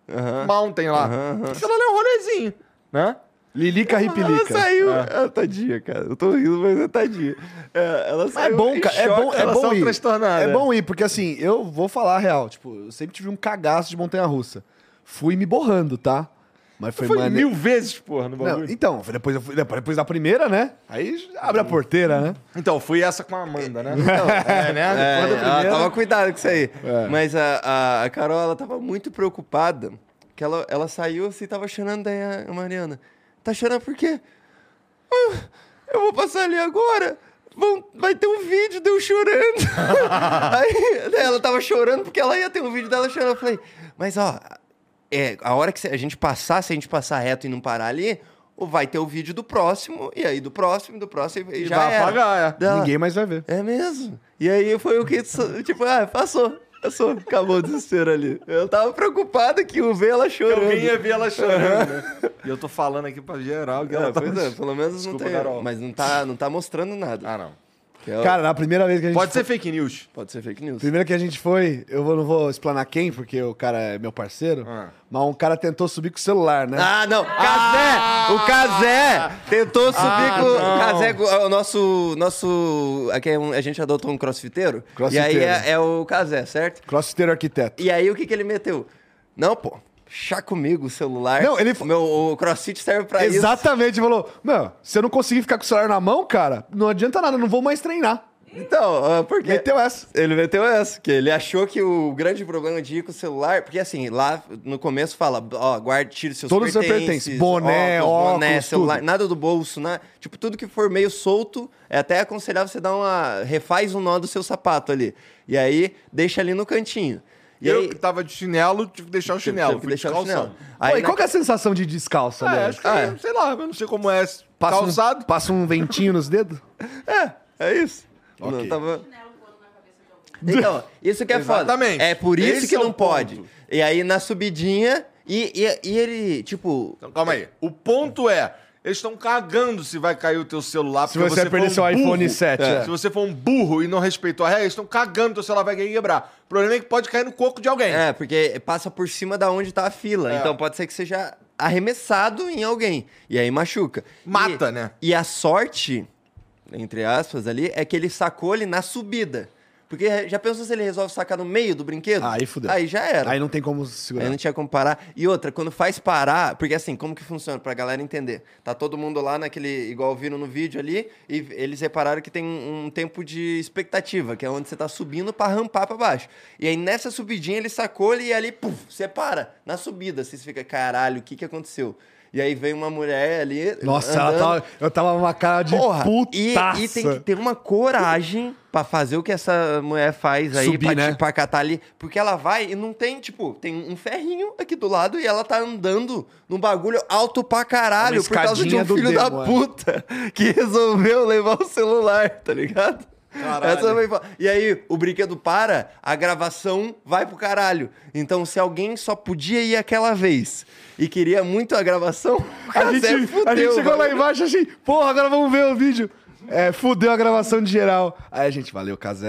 [SPEAKER 2] Aham.
[SPEAKER 1] Mountain lá.
[SPEAKER 2] Aham, aham.
[SPEAKER 1] Porque Ela não é um rolezinho, né?
[SPEAKER 5] Lilica
[SPEAKER 2] Ela
[SPEAKER 5] ripilica. É.
[SPEAKER 2] saiu... Ah, tadinha, cara. Eu tô rindo, mas é tadinha. É, ela
[SPEAKER 5] Mas é
[SPEAKER 2] saiu
[SPEAKER 5] bom,
[SPEAKER 2] em
[SPEAKER 5] cara. É
[SPEAKER 2] choque.
[SPEAKER 5] bom, é
[SPEAKER 1] ela
[SPEAKER 5] bom
[SPEAKER 1] saiu
[SPEAKER 5] ir.
[SPEAKER 1] transtornada.
[SPEAKER 5] É bom ir, porque assim, eu vou falar a real. Tipo, eu sempre tive um cagaço de montanha-russa. Fui me borrando, tá? Mas foi,
[SPEAKER 1] Foi
[SPEAKER 5] mane-
[SPEAKER 1] mil vezes, porra, no
[SPEAKER 5] Não,
[SPEAKER 1] bagulho.
[SPEAKER 5] então, foi depois, eu fui- depois da primeira, né? Aí abre a porteira, né?
[SPEAKER 1] Então, fui essa com a Amanda, né? é, né?
[SPEAKER 2] É,
[SPEAKER 1] Depois da
[SPEAKER 2] ela
[SPEAKER 1] primeira-
[SPEAKER 2] tava cuidado com isso aí. Mas a, a, a Carol, ela tava muito preocupada. Que ela, ela saiu assim, tava chorando, daí a a Mariana. Tá chorando por quê? "Ah, eu vou passar ali agora. Vão, vai ter um vídeo de eu chorando. aí daí ela tava chorando porque ela ia ter um vídeo dela chorando. Eu falei, mas ó, é, a hora que a gente passar, se a gente passar reto e não parar ali, ou vai ter o vídeo do próximo, e aí do próximo, do próximo, e,
[SPEAKER 1] E
[SPEAKER 2] já
[SPEAKER 1] vai
[SPEAKER 2] era.
[SPEAKER 1] apagar, é.
[SPEAKER 2] Daí ela-
[SPEAKER 5] Ninguém mais vai ver.
[SPEAKER 2] é mesmo? E aí foi o que, so- tipo, ah, passou, passou, acabou o desespero ali. Eu tava preocupado que o ver ela chorando.
[SPEAKER 1] Alguém ia ver ela chorando, né? E eu tô falando aqui pra geral que ela
[SPEAKER 2] É,
[SPEAKER 1] tá...
[SPEAKER 2] pois é, pelo menos não
[SPEAKER 1] Desculpa,
[SPEAKER 2] tem,
[SPEAKER 1] Carol.
[SPEAKER 2] mas não tá, não tá mostrando nada.
[SPEAKER 1] Ah, não.
[SPEAKER 2] Que é-
[SPEAKER 5] Cara, na primeira vez que a gente
[SPEAKER 1] Pode ser fake news.
[SPEAKER 2] pode ser fake news.
[SPEAKER 5] Primeiro que a gente foi, eu vou- não vou explanar quem, porque o cara é meu parceiro,
[SPEAKER 1] Ah.
[SPEAKER 5] mas um cara tentou subir com o celular, né?
[SPEAKER 2] Ah, não, Cazé, o Cazé tentou subir com
[SPEAKER 1] não.
[SPEAKER 2] o Cazé, com- é o nosso, nosso, aqui é um- a gente adotou um crossfiteiro, e aí
[SPEAKER 5] Crossfiteiro.
[SPEAKER 2] é, é o Cazé, certo?
[SPEAKER 5] Crossfiteiro arquiteto.
[SPEAKER 2] E aí o que que ele meteu? Não, pô, chá comigo o celular,
[SPEAKER 5] Não, ele-
[SPEAKER 2] meu, o crossfit serve pra isso.
[SPEAKER 5] Exatamente, ele falou, meu, se eu não conseguir ficar com o celular na mão, cara, não adianta nada, eu não vou mais treinar.
[SPEAKER 2] Então, ah, por quê?
[SPEAKER 5] Meteu essa.
[SPEAKER 2] Ele meteu essa, que ele achou que o grande problema de ir com o celular, porque assim, lá no começo fala, ó, guarde, tire seus
[SPEAKER 5] Todos os seus
[SPEAKER 2] pertences,
[SPEAKER 5] pertences, boné, óculos,
[SPEAKER 2] celular,
[SPEAKER 5] tudo.
[SPEAKER 2] nada do bolso, na, tipo, tudo que for meio solto, é até aconselhável você dar uma, refaz um nó do seu sapato ali, e aí deixa ali no cantinho. E
[SPEAKER 1] eu
[SPEAKER 2] aí,
[SPEAKER 1] que tava de chinelo, tive que deixar o chinelo.
[SPEAKER 2] teve que
[SPEAKER 1] fui de
[SPEAKER 2] deixar o
[SPEAKER 1] calção.
[SPEAKER 2] chinelo. Aí,
[SPEAKER 5] Pô, e
[SPEAKER 2] na-
[SPEAKER 5] qual que é a sensação de descalço,
[SPEAKER 1] É,
[SPEAKER 5] né?
[SPEAKER 1] acho que,
[SPEAKER 2] Ah, é.
[SPEAKER 1] sei lá, eu não sei como é.
[SPEAKER 5] Passa um-
[SPEAKER 1] calçado.
[SPEAKER 5] passa um ventinho nos dedos?
[SPEAKER 2] é, é isso.
[SPEAKER 5] Ok.
[SPEAKER 2] Não, tava...
[SPEAKER 6] Chinelo voando na cabeça de alguém.
[SPEAKER 2] Então, isso que é
[SPEAKER 1] Exatamente.
[SPEAKER 2] foda. É por isso
[SPEAKER 1] Esse
[SPEAKER 2] que
[SPEAKER 1] é o
[SPEAKER 2] não pode.
[SPEAKER 1] ponto.
[SPEAKER 2] E aí, na subidinha, e, e, e ele, tipo...
[SPEAKER 1] Então, calma aí. O ponto é, eles estão cagando se vai cair o teu celular.
[SPEAKER 5] Se
[SPEAKER 1] porque
[SPEAKER 5] você
[SPEAKER 1] for
[SPEAKER 5] perder
[SPEAKER 1] um
[SPEAKER 5] seu
[SPEAKER 1] burro.
[SPEAKER 5] iPhone 7, é.
[SPEAKER 1] Se você for um burro e não respeitou a regra, eles estão cagando, teu celular vai quebrar. O problema é que pode cair no coco de alguém.
[SPEAKER 2] É, porque passa por cima da onde tá a fila.
[SPEAKER 1] É.
[SPEAKER 2] Então pode ser que seja arremessado em alguém. E aí machuca.
[SPEAKER 1] Mata,
[SPEAKER 2] E-
[SPEAKER 1] né?
[SPEAKER 2] E a sorte, entre aspas, ali, é que ele sacou ele na subida. Porque já pensou se ele resolve sacar no meio do brinquedo?
[SPEAKER 5] Aí fudeu.
[SPEAKER 2] Aí já era.
[SPEAKER 5] Aí não tem como
[SPEAKER 2] Aí
[SPEAKER 5] segurar.
[SPEAKER 2] não tinha como parar. E outra, quando faz parar, porque assim, como que funciona? Pra galera entender. Tá todo mundo lá naquele, igual viram no vídeo ali, e eles repararam que tem um um tempo de expectativa, que é onde você tá subindo pra rampar pra baixo. E aí nessa subidinha ele sacou ele e ali, puf, você para. Na subida, assim, você fica, caralho, o que que aconteceu? E aí vem uma mulher ali.
[SPEAKER 5] Nossa, ela tá
[SPEAKER 2] andando.
[SPEAKER 5] tava, eu tava uma cara de
[SPEAKER 2] Porra, e,
[SPEAKER 5] putaça.
[SPEAKER 2] e tem que ter uma coragem pra fazer o que essa mulher faz aí,
[SPEAKER 5] Subir,
[SPEAKER 2] pra,
[SPEAKER 5] né?
[SPEAKER 2] tipo, pra catar ali. Porque ela vai e não tem, tipo, tem um ferrinho aqui do lado e ela tá andando num bagulho alto pra caralho
[SPEAKER 5] Uma
[SPEAKER 2] por causa de um
[SPEAKER 5] escadinha do
[SPEAKER 2] filho da
[SPEAKER 5] demo, é.
[SPEAKER 2] puta que resolveu levar o celular, tá ligado?
[SPEAKER 1] Caralho.
[SPEAKER 2] Essa foi fo- e aí, o brinquedo para, a gravação vai pro caralho. Então, se alguém só podia ir aquela vez e queria muito a gravação,
[SPEAKER 5] A gente,
[SPEAKER 2] até
[SPEAKER 5] a gente
[SPEAKER 2] é fudeu,
[SPEAKER 5] chegou lá
[SPEAKER 2] mano.
[SPEAKER 5] embaixo assim, porra, agora vamos ver o vídeo. É, fudeu a gravação de geral. Aí a gente, valeu, Casé.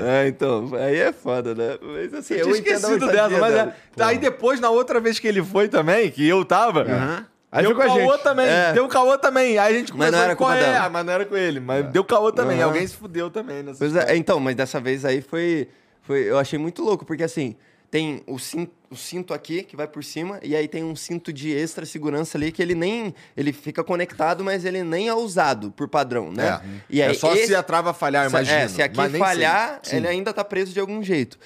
[SPEAKER 2] É, então, aí é foda, né? Mas assim, eu,
[SPEAKER 1] tinha
[SPEAKER 2] entendo a
[SPEAKER 1] esquecido
[SPEAKER 2] ousadia
[SPEAKER 1] dela, mas
[SPEAKER 2] dela.
[SPEAKER 1] é. Aí depois, na outra vez que ele foi também, que eu tava.
[SPEAKER 5] Aí
[SPEAKER 1] deu
[SPEAKER 5] foi com a
[SPEAKER 1] caô
[SPEAKER 5] gente.
[SPEAKER 1] também,
[SPEAKER 2] É.
[SPEAKER 1] deu caô também. Aí a gente
[SPEAKER 2] Mas não
[SPEAKER 1] começou
[SPEAKER 2] era
[SPEAKER 1] a qual
[SPEAKER 2] culpa
[SPEAKER 1] é?
[SPEAKER 2] dela.
[SPEAKER 1] Ah, Mas não era com ele, mas deu caô também.
[SPEAKER 2] É. Aham.
[SPEAKER 1] Alguém se fudeu também nessa
[SPEAKER 2] Pois é, então, mas dessa vez aí foi, foi. Eu achei muito louco, porque assim, tem o cinto, o cinto aqui que vai por cima, e aí tem um cinto de extra segurança ali que ele nem. Ele fica conectado, mas ele nem é usado por padrão, né? E aí,
[SPEAKER 1] é só se
[SPEAKER 2] esse-
[SPEAKER 1] a trava
[SPEAKER 5] Ah,
[SPEAKER 1] falhar, eu
[SPEAKER 2] Se-
[SPEAKER 1] imagino.
[SPEAKER 2] É, se aqui
[SPEAKER 1] mas nem
[SPEAKER 2] falhar,
[SPEAKER 1] sei.
[SPEAKER 2] ele ainda tá preso de algum jeito.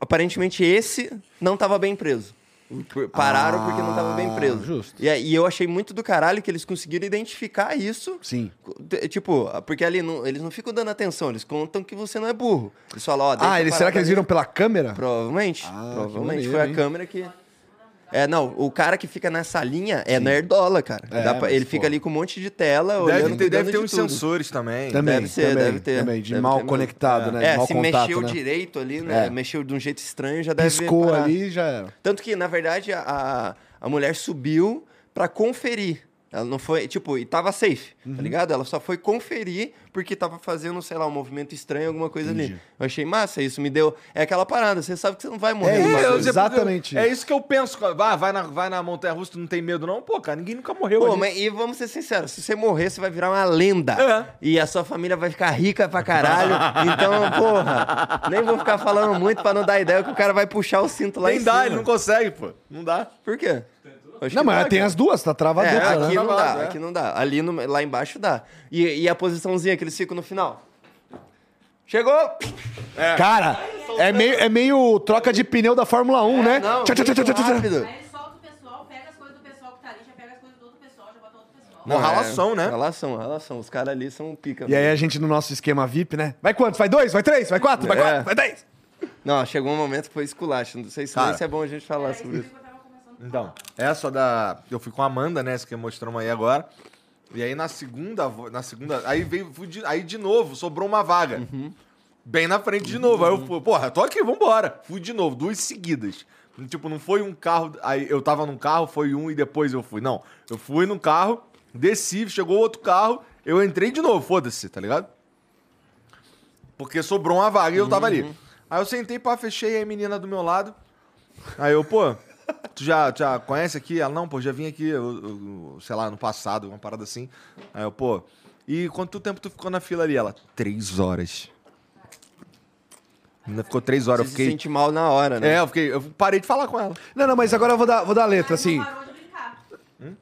[SPEAKER 2] Aparentemente esse não tava bem preso. Por- Pararam porque não tava bem preso.
[SPEAKER 5] Ah, justo.
[SPEAKER 2] E, aí- e eu achei muito do caralho que eles conseguiram identificar isso.
[SPEAKER 5] Sim.
[SPEAKER 2] Te- Tipo, porque ali não- eles não ficam dando atenção, eles contam que você não é burro. Eles falam, ó, deixa
[SPEAKER 5] Ah,
[SPEAKER 2] a
[SPEAKER 5] eles, será
[SPEAKER 2] parada
[SPEAKER 5] que eles
[SPEAKER 2] ali.
[SPEAKER 5] viram pela câmera?
[SPEAKER 2] Provavelmente.
[SPEAKER 5] Ah,
[SPEAKER 2] provavelmente.
[SPEAKER 5] que maneiro,
[SPEAKER 2] Foi a
[SPEAKER 5] hein?
[SPEAKER 2] câmera que. É, não, o cara que fica nessa linha é nerdola, cara.
[SPEAKER 5] É,
[SPEAKER 2] Dá pra-
[SPEAKER 5] mas,
[SPEAKER 2] ele
[SPEAKER 5] pô.
[SPEAKER 2] fica ali com um monte de tela,
[SPEAKER 1] Deve
[SPEAKER 2] olhando
[SPEAKER 1] ter, deve
[SPEAKER 2] cuidando
[SPEAKER 1] ter
[SPEAKER 5] um
[SPEAKER 2] de
[SPEAKER 1] uns
[SPEAKER 2] tudo.
[SPEAKER 1] sensores também.
[SPEAKER 5] Também,
[SPEAKER 2] Deve ser,
[SPEAKER 5] também,
[SPEAKER 2] deve ter.
[SPEAKER 5] Também, de
[SPEAKER 2] Deve ter
[SPEAKER 5] mal
[SPEAKER 2] mesmo.
[SPEAKER 5] conectado, né?
[SPEAKER 2] É,
[SPEAKER 5] de mal
[SPEAKER 2] se
[SPEAKER 5] contato,
[SPEAKER 2] mexeu
[SPEAKER 5] né?
[SPEAKER 2] direito ali, né?
[SPEAKER 5] É.
[SPEAKER 2] Mexeu de um jeito estranho, já deve
[SPEAKER 5] Piscou
[SPEAKER 2] parar.
[SPEAKER 5] ali e já era.
[SPEAKER 2] Tanto que, na verdade, a- a, a mulher subiu pra conferir. Ela não foi, tipo, e tava safe,
[SPEAKER 5] Uhum.
[SPEAKER 2] tá ligado? Ela só foi conferir porque tava fazendo, sei lá, um movimento estranho, alguma coisa ali. Eu achei massa, isso me deu. É aquela parada, você sabe que você não vai morrer.
[SPEAKER 5] É,
[SPEAKER 2] no
[SPEAKER 5] eu-
[SPEAKER 2] bagulho.
[SPEAKER 5] eu- Exatamente.
[SPEAKER 1] É isso que eu penso. Ah, vai na, vai na montanha russa, tu não tem medo, não? Pô, cara, ninguém nunca morreu.
[SPEAKER 2] Pô,
[SPEAKER 1] ali.
[SPEAKER 2] mas e vamos ser sinceros, se você morrer, você vai virar uma lenda.
[SPEAKER 1] É.
[SPEAKER 2] E a sua família vai ficar rica pra caralho. então, porra, nem vou ficar falando muito pra não dar ideia que o cara vai puxar o cinto lá em
[SPEAKER 1] Nem dá,
[SPEAKER 2] cima.
[SPEAKER 1] ele não consegue, pô. Não dá.
[SPEAKER 2] Por quê? Acho
[SPEAKER 5] Não,
[SPEAKER 2] que
[SPEAKER 5] mas
[SPEAKER 2] dá,
[SPEAKER 5] tem
[SPEAKER 2] cara.
[SPEAKER 5] as duas, tá trava
[SPEAKER 2] É,
[SPEAKER 5] dupla,
[SPEAKER 2] aqui
[SPEAKER 5] né?
[SPEAKER 2] não
[SPEAKER 1] Travado,
[SPEAKER 2] dá,
[SPEAKER 1] é.
[SPEAKER 2] aqui não dá. Ali no- lá embaixo dá. E, e a posiçãozinha que eles ficam no final? Chegou!
[SPEAKER 5] Cara, é meio, é meio troca de pneu da Fórmula 1, né?
[SPEAKER 2] Não,
[SPEAKER 5] Tchá, tchá, tchá,
[SPEAKER 2] muito
[SPEAKER 5] tchá, tchá, tchá.
[SPEAKER 2] rápido.
[SPEAKER 6] Aí ele solta o pessoal, pega as coisas do pessoal que tá ali, já pega as coisas do outro pessoal, já bota outro pessoal.
[SPEAKER 1] Não, ralação, né?
[SPEAKER 2] é Relação, relação. Os caras ali são um pica.
[SPEAKER 5] E aí
[SPEAKER 2] mano.
[SPEAKER 5] a gente no nosso esquema VIP, né? Vai quantos? Vai dois? Vai três? Vai quatro? Vai
[SPEAKER 2] É.
[SPEAKER 5] quatro? Vai dez?
[SPEAKER 2] Não, chegou um momento que foi esculacho. Não sei se,
[SPEAKER 1] Cara.
[SPEAKER 2] nem se é bom a gente falar
[SPEAKER 6] Era isso
[SPEAKER 2] sobre isso.
[SPEAKER 6] que eu tava conversando com
[SPEAKER 1] Então,
[SPEAKER 6] ela.
[SPEAKER 1] essa da. Eu fui com a Amanda, né? Essa que mostramos aí agora. E aí na segunda. vo- Na segunda. Aí veio. fui de- aí de novo, sobrou uma vaga. Bem na frente de novo. Aí eu fui, porra, tô aqui, vambora. Fui de novo, duas seguidas. Tipo, não foi um carro. Aí eu tava num carro, foi um e depois eu fui. Não. Eu fui num carro, desci, chegou outro carro, eu entrei de novo, foda-se, tá ligado? Porque sobrou uma vaga e eu tava
[SPEAKER 2] Uhum.
[SPEAKER 1] ali. Aí eu sentei, pá, fechei aí a menina do meu lado. Aí eu, pô, tu já, tu já conhece aqui? Ela, não, pô, já vim aqui, eu- eu- eu- sei lá, no passado, uma parada assim. Aí eu, pô, e quanto tempo tu ficou na fila ali? Ela, três horas. Ainda ficou três
[SPEAKER 2] Você
[SPEAKER 1] horas, eu
[SPEAKER 2] se
[SPEAKER 1] fiquei...
[SPEAKER 2] sente mal na hora, né?
[SPEAKER 1] É, eu fiquei, eu parei de falar com ela.
[SPEAKER 5] Não, não, mas agora eu vou dar, vou dar a letra,
[SPEAKER 6] Mas
[SPEAKER 5] assim.
[SPEAKER 6] não parou de brincar.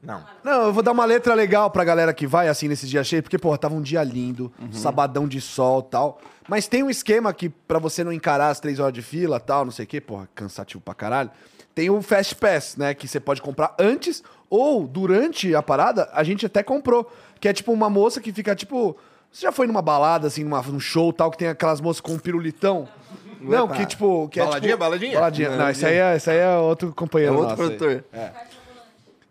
[SPEAKER 1] Não.
[SPEAKER 5] Não, eu vou dar uma letra legal pra galera que vai, assim, nesse dia cheio, porque, porra, tava um dia lindo,
[SPEAKER 2] Uhum.
[SPEAKER 5] sabadão de sol tal. Mas tem um esquema que, pra você não encarar as três horas de fila tal, não sei o quê, porra, cansativo pra caralho. Tem o Fast Pass, né, que você pode comprar antes ou durante a parada, a gente até comprou. Que é tipo uma moça que fica, tipo... Você já foi numa balada, assim, numa, num show tal, que tem aquelas moças com um pirulitão? Não,
[SPEAKER 2] Epa.
[SPEAKER 5] que tipo... Que é,
[SPEAKER 1] Baladinha,
[SPEAKER 5] tipo,
[SPEAKER 1] baladinha?
[SPEAKER 5] Baladinha. Não, esse aí é, esse aí é outro
[SPEAKER 2] É
[SPEAKER 5] companheiro
[SPEAKER 2] outro
[SPEAKER 5] nosso aí.
[SPEAKER 2] produtor.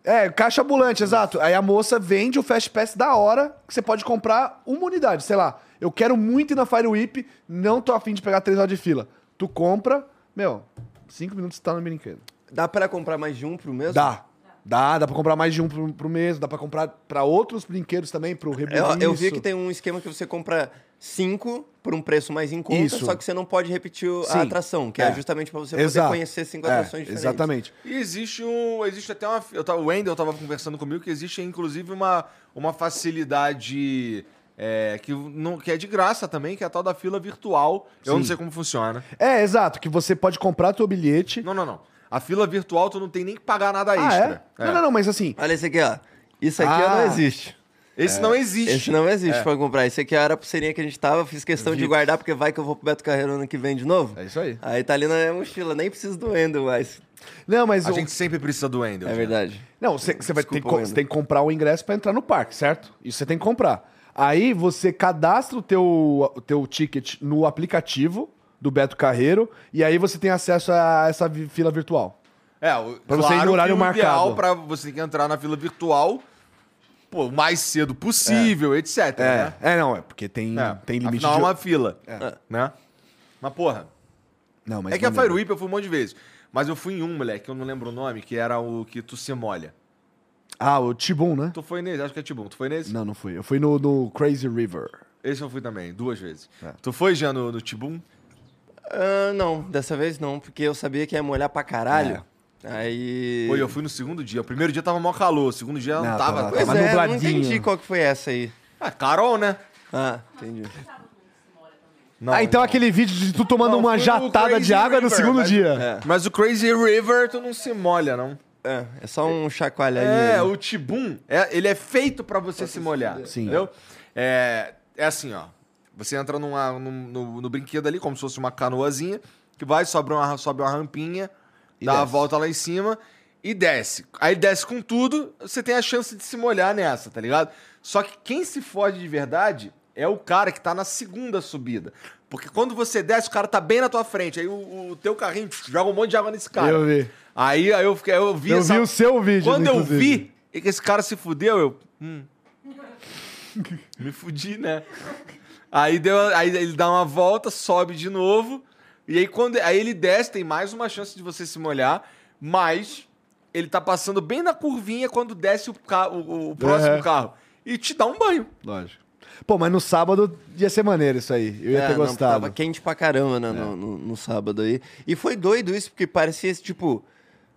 [SPEAKER 5] É, caixa ambulante, exato. Aí a moça vende o Fast Pass da hora, que você pode comprar uma unidade, sei lá. Eu quero muito ir na Fire Whip, não tô afim de pegar três horas de fila. Tu compra, meu, cinco minutos tá no brinquedo.
[SPEAKER 2] Dá pra comprar mais de um pro mesmo?
[SPEAKER 5] Dá. Dá, dá pra comprar mais de um pro, pro mesmo, dá pra comprar pra outros brinquedos também, pro
[SPEAKER 2] Eu,
[SPEAKER 5] rebuliço.
[SPEAKER 2] eu vi que tem um esquema que você compra cinco por um preço mais em conta,
[SPEAKER 5] Isso.
[SPEAKER 2] só que você não pode repetir o-
[SPEAKER 5] Sim.
[SPEAKER 2] a atração, que é,
[SPEAKER 5] É.
[SPEAKER 2] justamente pra você
[SPEAKER 5] Exato.
[SPEAKER 2] poder conhecer cinco
[SPEAKER 5] É,
[SPEAKER 2] atrações diferentes.
[SPEAKER 5] Exatamente.
[SPEAKER 1] E existe um. Existe até uma. Eu tava, o Wendel tava conversando comigo que existe, inclusive, uma, uma facilidade é, que, não, que é de graça também, que é a tal da fila virtual. Eu não
[SPEAKER 5] Sim.
[SPEAKER 1] sei como funciona.
[SPEAKER 5] É, exato, que você pode comprar teu bilhete.
[SPEAKER 1] Não, não, não. A fila virtual tu não tem nem que pagar nada
[SPEAKER 5] ah,
[SPEAKER 1] extra.
[SPEAKER 5] é?
[SPEAKER 1] É.
[SPEAKER 5] Não, não, não, mas assim.
[SPEAKER 2] Olha esse aqui, ó. Isso aqui
[SPEAKER 5] Ah.
[SPEAKER 2] ó, não existe.
[SPEAKER 1] É. Esse
[SPEAKER 5] É.
[SPEAKER 1] não existe.
[SPEAKER 2] Esse não existe pra comprar. Esse aqui era a pulseirinha que a gente tava. Fiz questão de guardar, porque vai que eu vou pro Beto Carreiro ano que vem de novo.
[SPEAKER 5] É isso aí.
[SPEAKER 2] Aí tá ali na minha mochila. Nem preciso do Endo mais.
[SPEAKER 5] Não, mas.
[SPEAKER 1] A
[SPEAKER 5] o-
[SPEAKER 1] gente sempre precisa do Ender.
[SPEAKER 2] É verdade.
[SPEAKER 5] Não, você você vai ter que,
[SPEAKER 2] Desculpa,
[SPEAKER 5] co-
[SPEAKER 2] Wendel.
[SPEAKER 5] você tem que comprar o ingresso pra entrar no parque, certo? Isso você tem que comprar. Aí você cadastra o teu, o teu ticket no aplicativo do Beto Carreiro e aí você tem acesso a essa vi- fila virtual.
[SPEAKER 1] É, o,
[SPEAKER 5] Pra você ir no
[SPEAKER 1] que
[SPEAKER 5] horário
[SPEAKER 1] o ideal
[SPEAKER 5] marcado.
[SPEAKER 1] pra você que entrar na fila virtual, pô, o mais cedo possível, etc.
[SPEAKER 5] É,
[SPEAKER 1] né?
[SPEAKER 5] é não, é porque tem, tem limite
[SPEAKER 1] Afinal,
[SPEAKER 5] de...
[SPEAKER 1] é uma fila, né? Mas, porra,
[SPEAKER 5] Não, mas
[SPEAKER 1] é que a
[SPEAKER 5] maneiro.
[SPEAKER 1] Fire Whip eu fui um monte de vezes. Mas eu fui em um, moleque, que eu não lembro o nome, que era o que tu se molha.
[SPEAKER 5] Ah, o Tibum, né?
[SPEAKER 1] Tu foi nesse? Acho que é Tibum. Tu foi nesse?
[SPEAKER 5] Não, não fui. Eu fui no, no Crazy River.
[SPEAKER 1] Esse eu fui também, duas vezes.
[SPEAKER 5] É.
[SPEAKER 1] Tu foi já no, no Tibum?
[SPEAKER 2] Ah, não, dessa vez não, porque eu sabia que ia molhar pra caralho.
[SPEAKER 5] É.
[SPEAKER 2] Aí.
[SPEAKER 1] Foi, eu fui no segundo dia. O primeiro dia tava mó calor, o segundo dia não,
[SPEAKER 5] Não,
[SPEAKER 1] tava.
[SPEAKER 5] tava-
[SPEAKER 2] Pois
[SPEAKER 5] tava
[SPEAKER 2] é, eu não
[SPEAKER 5] nubladinho.
[SPEAKER 2] entendi qual que foi essa aí.
[SPEAKER 1] Ah, Carol, né?
[SPEAKER 2] Ah, entendi.
[SPEAKER 1] Não,
[SPEAKER 5] ah, então
[SPEAKER 1] não.
[SPEAKER 5] aquele vídeo de tu tomando
[SPEAKER 1] Não,
[SPEAKER 5] uma
[SPEAKER 1] fui no
[SPEAKER 5] jatada
[SPEAKER 1] Crazy
[SPEAKER 5] de água no
[SPEAKER 1] River,
[SPEAKER 5] segundo
[SPEAKER 1] mas-
[SPEAKER 5] dia.
[SPEAKER 2] É,
[SPEAKER 1] Mas o Crazy River tu não se molha, não.
[SPEAKER 2] é, é só um chacoalhadinho.
[SPEAKER 1] É,
[SPEAKER 2] ali.
[SPEAKER 1] o Tibum, é- ele é feito pra você se molhar.
[SPEAKER 5] Sim.
[SPEAKER 1] Entendeu? É, é assim, ó. Você entra numa- num- no, no brinquedo ali, como se fosse uma canoazinha, que vai, sobe uma, sobe uma rampinha, dá a
[SPEAKER 5] desce.
[SPEAKER 1] volta lá em cima e desce. Aí desce com tudo, você tem a chance de se molhar nessa, tá ligado? Só que quem se fode de verdade é o cara que tá na segunda subida. Porque quando você desce, o cara tá bem na tua frente. Aí o, o teu carrinho pf, joga um monte de água nesse cara.
[SPEAKER 5] Eu vi.
[SPEAKER 1] Aí, aí eu, fiquei, eu vi
[SPEAKER 5] eu
[SPEAKER 1] essa-
[SPEAKER 5] vi o seu vídeo,
[SPEAKER 1] quando eu
[SPEAKER 5] inclusive.
[SPEAKER 1] vi que esse cara se fudeu, eu. hum. Me fudi, né? Aí, deu, aí ele dá uma volta, sobe de novo. E aí, quando, aí ele desce, tem mais uma chance de você se molhar. Mas ele tá passando bem na curvinha quando desce o, ca- o- o próximo
[SPEAKER 5] Aham.
[SPEAKER 1] carro. E te dá um banho.
[SPEAKER 5] Lógico. Pô, mas no sábado ia ser maneiro isso aí. Eu ia
[SPEAKER 2] É,
[SPEAKER 5] ter
[SPEAKER 2] não,
[SPEAKER 5] gostado. É.
[SPEAKER 2] Tava quente pra caramba né, no, no- no sábado aí. E foi doido isso, porque parecia esse tipo.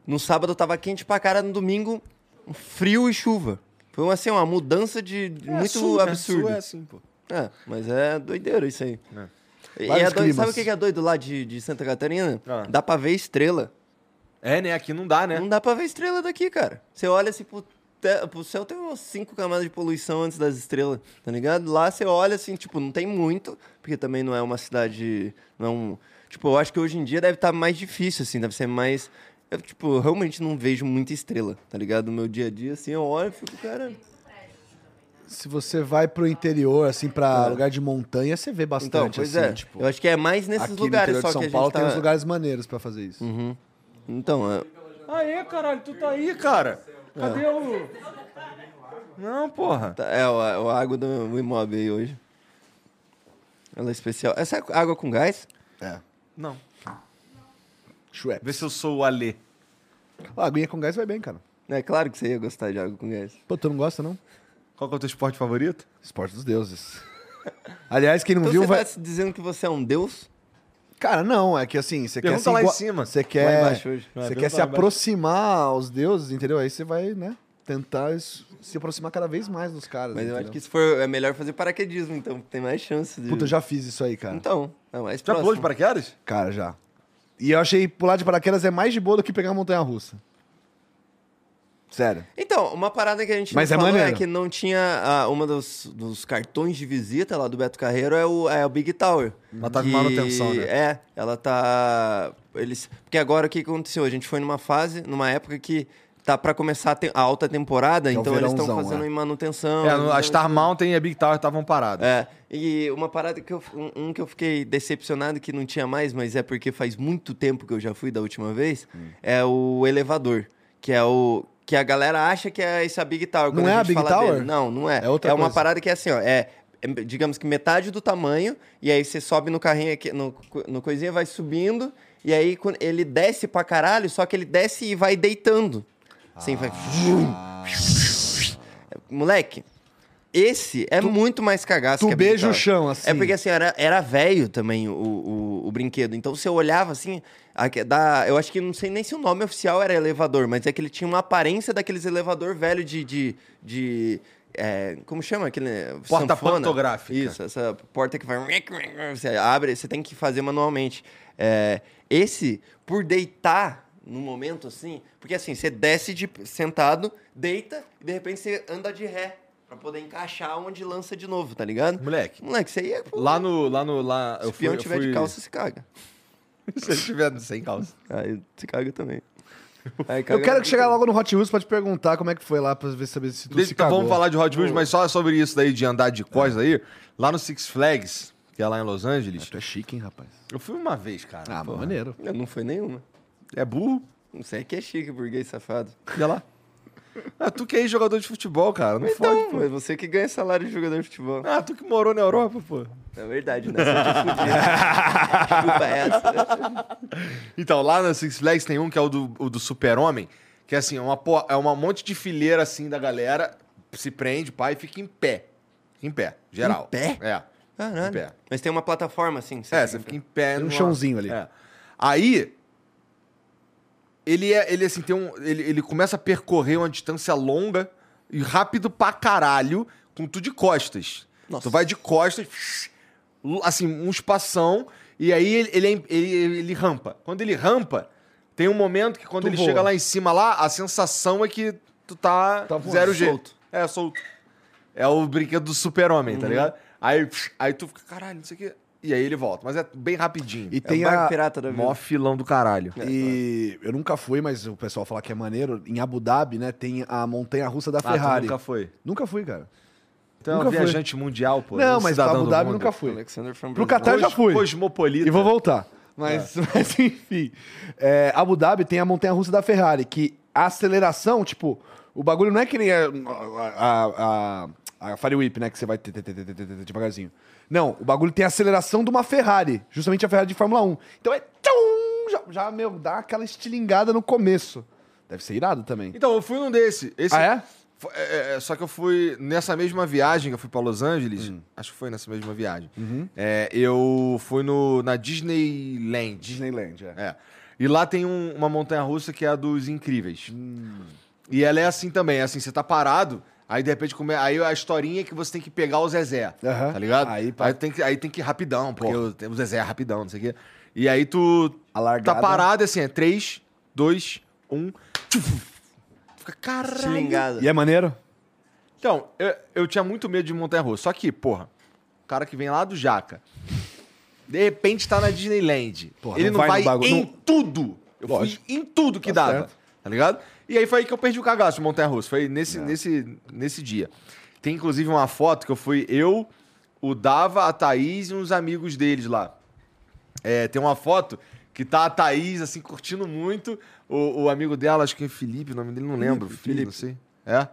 [SPEAKER 2] No sábado tava quente pra cara, no domingo, um frio e chuva. Foi uma, assim, uma mudança de.
[SPEAKER 5] É
[SPEAKER 2] muito
[SPEAKER 5] né?
[SPEAKER 2] absurda.
[SPEAKER 1] É assim, pô.
[SPEAKER 2] É, mas é doideira isso aí. E
[SPEAKER 5] Vários
[SPEAKER 2] é doido,
[SPEAKER 5] climas.
[SPEAKER 2] sabe o que que é doido lá de, de Santa Catarina?
[SPEAKER 1] Ah.
[SPEAKER 2] Dá pra ver estrela.
[SPEAKER 1] É, né? Aqui não dá, né?
[SPEAKER 2] Não dá pra ver estrela daqui, cara. Você olha assim pro, te- pro céu, tem umas cinco camadas de poluição antes das estrelas, tá ligado? Lá você olha assim, tipo, não tem muito, porque também não é uma cidade. Não é um- Tipo, eu acho que hoje em dia deve estar mais difícil, assim, deve ser mais. Eu, tipo, eu realmente não vejo muita estrela, tá ligado? No meu dia a dia, assim, eu olho e fico, cara.
[SPEAKER 5] Se você vai pro interior, assim, pra lugar de montanha, você vê bastante.
[SPEAKER 2] É. Então, pois
[SPEAKER 5] assim,
[SPEAKER 2] é.
[SPEAKER 5] Tipo,
[SPEAKER 2] eu acho que é mais nesses
[SPEAKER 5] aqui
[SPEAKER 2] lugares
[SPEAKER 5] no interior
[SPEAKER 2] só
[SPEAKER 5] de São
[SPEAKER 2] que a gente
[SPEAKER 5] Paulo
[SPEAKER 2] tá...
[SPEAKER 5] tem uns lugares maneiros pra fazer isso.
[SPEAKER 2] Uhum. Então, é...
[SPEAKER 1] Aê, caralho, tu tá aí, cara.
[SPEAKER 5] É.
[SPEAKER 1] Cadê o. Não, porra.
[SPEAKER 2] Tá, é, o, a- o água do Imob aí hoje. Ela é especial. Essa é água com gás?
[SPEAKER 5] É.
[SPEAKER 1] Não.
[SPEAKER 5] Shrek.
[SPEAKER 1] Vê se eu sou o Alê.
[SPEAKER 5] Ó, aguinha com gás vai é bem, cara.
[SPEAKER 2] É claro que você ia gostar de água com gás.
[SPEAKER 5] Pô, tu não gosta, não?
[SPEAKER 1] Qual que é o teu esporte favorito?
[SPEAKER 5] Esporte dos deuses. Aliás, quem não
[SPEAKER 2] Então
[SPEAKER 5] viu
[SPEAKER 2] você
[SPEAKER 5] vai.
[SPEAKER 2] tá se dizendo que você é um deus?
[SPEAKER 5] Cara, não, é que assim, você quer
[SPEAKER 1] Pergunta
[SPEAKER 5] se
[SPEAKER 1] lá em
[SPEAKER 5] igua-
[SPEAKER 1] cima.
[SPEAKER 5] Você
[SPEAKER 2] Lá
[SPEAKER 5] quer,
[SPEAKER 2] embaixo hoje.
[SPEAKER 1] Vai,
[SPEAKER 5] você
[SPEAKER 1] pergunta
[SPEAKER 5] quer se
[SPEAKER 1] lá embaixo.
[SPEAKER 5] aproximar aos deuses, entendeu? Aí você vai, né, tentar es- se aproximar cada vez mais dos caras.
[SPEAKER 2] Mas eu
[SPEAKER 5] entendeu?
[SPEAKER 2] acho que se for, é melhor fazer paraquedismo, então, porque tem mais chance de...
[SPEAKER 5] Puta, eu já fiz isso aí, cara.
[SPEAKER 2] Então, é mais
[SPEAKER 1] Já pulou
[SPEAKER 2] próximo.
[SPEAKER 1] de paraquedas?
[SPEAKER 5] Cara, já. E eu achei pular de paraquedas é mais de boa do que pegar uma montanha russa. Sério.
[SPEAKER 2] Então, uma parada que a gente
[SPEAKER 5] Mas
[SPEAKER 2] não
[SPEAKER 5] é
[SPEAKER 2] falou
[SPEAKER 5] maneiro.
[SPEAKER 2] que não tinha... ah, uma dos, dos cartões de visita lá do Beto Carreiro é o, é o Big Tower.
[SPEAKER 1] Mas tá com
[SPEAKER 2] que-
[SPEAKER 1] manutenção, né?
[SPEAKER 2] É, ela tá... Eles... Porque agora o que aconteceu? A gente foi numa fase, numa época que tá pra começar a, te- a alta temporada,
[SPEAKER 5] Que é o
[SPEAKER 2] então eles estão
[SPEAKER 5] verãozão,
[SPEAKER 2] fazendo
[SPEAKER 5] é.
[SPEAKER 2] em manutenção.
[SPEAKER 1] é,
[SPEAKER 2] eles
[SPEAKER 1] a
[SPEAKER 2] tão-
[SPEAKER 1] Star Mountain e a Big Tower estavam paradas.
[SPEAKER 2] É, e uma parada que eu. Um, um que eu fiquei decepcionado que não tinha mais, mas é porque faz muito tempo que eu já fui da última vez,
[SPEAKER 5] Hum.
[SPEAKER 2] é o elevador. Que é o. Que a galera acha que é essa Big Tower. quando
[SPEAKER 5] Não é a
[SPEAKER 2] gente
[SPEAKER 5] Big
[SPEAKER 2] fala
[SPEAKER 5] Tower?
[SPEAKER 2] dele. Não, não é.
[SPEAKER 5] É outra
[SPEAKER 2] uma
[SPEAKER 5] coisa.
[SPEAKER 2] parada que é assim, ó. É, é, digamos que metade do tamanho, e aí você sobe no carrinho aqui, no, co- no coisinha, vai subindo, e aí quando ele desce pra caralho, só que ele desce e vai deitando. Assim, vai.
[SPEAKER 5] Ah.
[SPEAKER 2] Moleque, esse é muito mais cagaço
[SPEAKER 5] Tu
[SPEAKER 2] que a Big
[SPEAKER 5] beija o
[SPEAKER 2] Tower.
[SPEAKER 5] chão, assim.
[SPEAKER 2] É porque assim, era, era velho também o, o, o brinquedo. Então você olhava assim, aque- da, eu acho que não sei nem se o nome oficial era elevador, mas é que ele tinha uma aparência daqueles elevador velho de. de, de é, como chama aquele.
[SPEAKER 1] Porta
[SPEAKER 2] sanfona?
[SPEAKER 1] pantográfica.
[SPEAKER 2] Isso, essa porta que vai. Você abre, você tem que fazer manualmente. É, esse, por deitar no momento assim, porque assim, você desce de sentado, deita, e de repente você anda de ré. Pra poder encaixar onde lança de novo, tá ligado?
[SPEAKER 1] Moleque,
[SPEAKER 2] Moleque, você ia. Pô,
[SPEAKER 1] lá no. Lá no lá,
[SPEAKER 2] se
[SPEAKER 1] eu
[SPEAKER 2] o
[SPEAKER 1] fui,
[SPEAKER 2] peão
[SPEAKER 1] eu
[SPEAKER 2] tiver
[SPEAKER 1] fui-
[SPEAKER 2] de calça, se caga.
[SPEAKER 1] Se eu tiver sem calça.
[SPEAKER 2] Aí se caga também. Aí
[SPEAKER 5] Eu
[SPEAKER 2] caga
[SPEAKER 5] quero
[SPEAKER 2] no
[SPEAKER 5] que chegar
[SPEAKER 2] peão.
[SPEAKER 5] logo no Hot Wheels pra te perguntar como é que foi lá pra ver saber se tu
[SPEAKER 1] Deixa-
[SPEAKER 5] se
[SPEAKER 1] então
[SPEAKER 5] cagou.
[SPEAKER 1] vamos falar de Hot Wheels, mas só sobre isso daí, de andar
[SPEAKER 2] É.
[SPEAKER 1] de costas aí. Lá no Six Flags, que é lá em Los Angeles,
[SPEAKER 5] Tu é chique, hein, rapaz?
[SPEAKER 1] eu fui uma vez, cara.
[SPEAKER 5] Ah,
[SPEAKER 1] porra.
[SPEAKER 5] maneiro.
[SPEAKER 2] Não, Não foi nenhuma.
[SPEAKER 1] É burro?
[SPEAKER 2] Não sei que é chique, burguês safado.
[SPEAKER 1] Olha lá. Ah, tu que é jogador de futebol, cara. Não fode,
[SPEAKER 2] Então,
[SPEAKER 1] pô.
[SPEAKER 2] pô, é você que ganha salário de jogador de futebol.
[SPEAKER 1] Ah, tu que morou na Europa, pô.
[SPEAKER 2] É verdade, né? Você é de fudido. Desculpa é essa.
[SPEAKER 1] Então, lá na Six Flags tem um que é o do, o do super-homem, que é assim, é uma, po- é uma monte de fileira assim da galera, se prende, pai, e fica em pé. Fica em pé, geral.
[SPEAKER 2] Em pé?
[SPEAKER 1] É. Em
[SPEAKER 2] Caralho.
[SPEAKER 1] pé.
[SPEAKER 2] Ah, Mas tem uma plataforma assim.
[SPEAKER 1] É, você fica em pé.
[SPEAKER 5] Tem um
[SPEAKER 1] numa-
[SPEAKER 5] chãozinho ali.
[SPEAKER 1] É. Aí, ele é, ele assim, tem um, ele, ele começa a percorrer uma distância longa e rápido pra caralho, com tu de costas.
[SPEAKER 2] Nossa.
[SPEAKER 1] Tu vai de costas, assim, um espação, e aí ele, ele, é- ele, ele rampa. Quando ele rampa, tem um momento que quando
[SPEAKER 5] Tu
[SPEAKER 1] ele
[SPEAKER 5] voa.
[SPEAKER 1] chega lá em cima, lá, a sensação é que tu tá,
[SPEAKER 5] Tá voando,
[SPEAKER 1] zero G.
[SPEAKER 5] solto.
[SPEAKER 1] É, solto. É o brinquedo do super-homem,
[SPEAKER 5] Uhum.
[SPEAKER 1] tá ligado? Aí, aí tu fica, caralho, não sei o quê. E aí ele volta, mas é bem rapidinho.
[SPEAKER 5] E
[SPEAKER 2] É o
[SPEAKER 5] tem
[SPEAKER 2] barco
[SPEAKER 5] a...
[SPEAKER 2] pirata da vida.
[SPEAKER 1] Mó filão do caralho.
[SPEAKER 5] E eu nunca fui, mas o pessoal fala que é maneiro. Em Abu Dhabi, né, tem a montanha russa da
[SPEAKER 1] Ah, tu
[SPEAKER 5] Ferrari.
[SPEAKER 1] nunca
[SPEAKER 5] Nunca...
[SPEAKER 1] foi.
[SPEAKER 5] fui, cara.
[SPEAKER 1] Então é um
[SPEAKER 5] Nunca fui.
[SPEAKER 1] viajante mundial, pô.
[SPEAKER 5] não,
[SPEAKER 1] um
[SPEAKER 5] mas pra
[SPEAKER 1] cidadão
[SPEAKER 5] Abu
[SPEAKER 1] do
[SPEAKER 5] Dhabi
[SPEAKER 1] mundo.
[SPEAKER 5] nunca fui.
[SPEAKER 2] Alexander from
[SPEAKER 5] Pro
[SPEAKER 2] Brazil.
[SPEAKER 5] Catar eu já fui.
[SPEAKER 1] Cosmopolita.
[SPEAKER 5] E vou voltar. Mas, mas, enfim. É, Abu Dhabi tem a montanha russa da Ferrari, que a aceleração, tipo, o bagulho não é que nem a, a, a, a Fire Whip, né? Que você vai tê, tê, tê, tê, tê, tê, tê, devagarzinho. Não, o bagulho tem a aceleração de uma Ferrari, justamente a Ferrari de Fórmula 1. Então é. tchum, já, já, meu, dá aquela estilingada no começo. Deve ser irado também.
[SPEAKER 1] Então, eu fui num desse. Esse
[SPEAKER 5] Ah, é?
[SPEAKER 1] Fo- é, é, só que eu fui nessa mesma viagem que eu fui pra Los Angeles.
[SPEAKER 5] Hum.
[SPEAKER 1] Acho que foi nessa mesma viagem.
[SPEAKER 5] Uhum.
[SPEAKER 1] é, eu fui no, na Disneyland.
[SPEAKER 5] Disneyland, é.
[SPEAKER 1] É. E lá tem um- uma montanha russa que é a dos incríveis. E ela é assim também, é assim, você tá parado, aí de repente come... aí a historinha é que você tem que pegar o Zezé,
[SPEAKER 5] Aham.
[SPEAKER 1] tá ligado?
[SPEAKER 5] Aí,
[SPEAKER 1] Aí,
[SPEAKER 5] pá.
[SPEAKER 1] tem que, aí tem que ir rapidão, porque o, tem- o Zezé é rapidão, não sei o quê. E aí tu
[SPEAKER 5] A
[SPEAKER 1] tá
[SPEAKER 5] largada.
[SPEAKER 1] parado assim, é 3, 2, 1. Fica caralho.
[SPEAKER 2] Estilingada.
[SPEAKER 5] E é maneiro?
[SPEAKER 1] Então, eu, eu tinha muito medo de montanha russa. Só que, porra, o cara que vem lá do Jaca, de repente tá na Disneyland.
[SPEAKER 5] Porra,
[SPEAKER 1] Ele não,
[SPEAKER 5] não vai
[SPEAKER 1] vai,
[SPEAKER 5] no bagulho,
[SPEAKER 1] em
[SPEAKER 5] não-
[SPEAKER 1] tudo. Eu
[SPEAKER 5] Lógico.
[SPEAKER 1] fui em tudo que
[SPEAKER 5] Tá
[SPEAKER 1] dava.
[SPEAKER 5] certo.
[SPEAKER 1] Tá ligado? E aí foi aí que eu perdi o cagaço de montanha russa. Foi
[SPEAKER 5] É.
[SPEAKER 1] nesse, nesse, nesse dia. Tem inclusive uma foto que eu fui eu, o Dava, a Thaís e uns amigos deles lá. É, tem uma foto que tá a Thaís, assim, curtindo muito. O, o amigo dela, acho que é Felipe, o nome dele, não lembro. Felipe, não sei. É?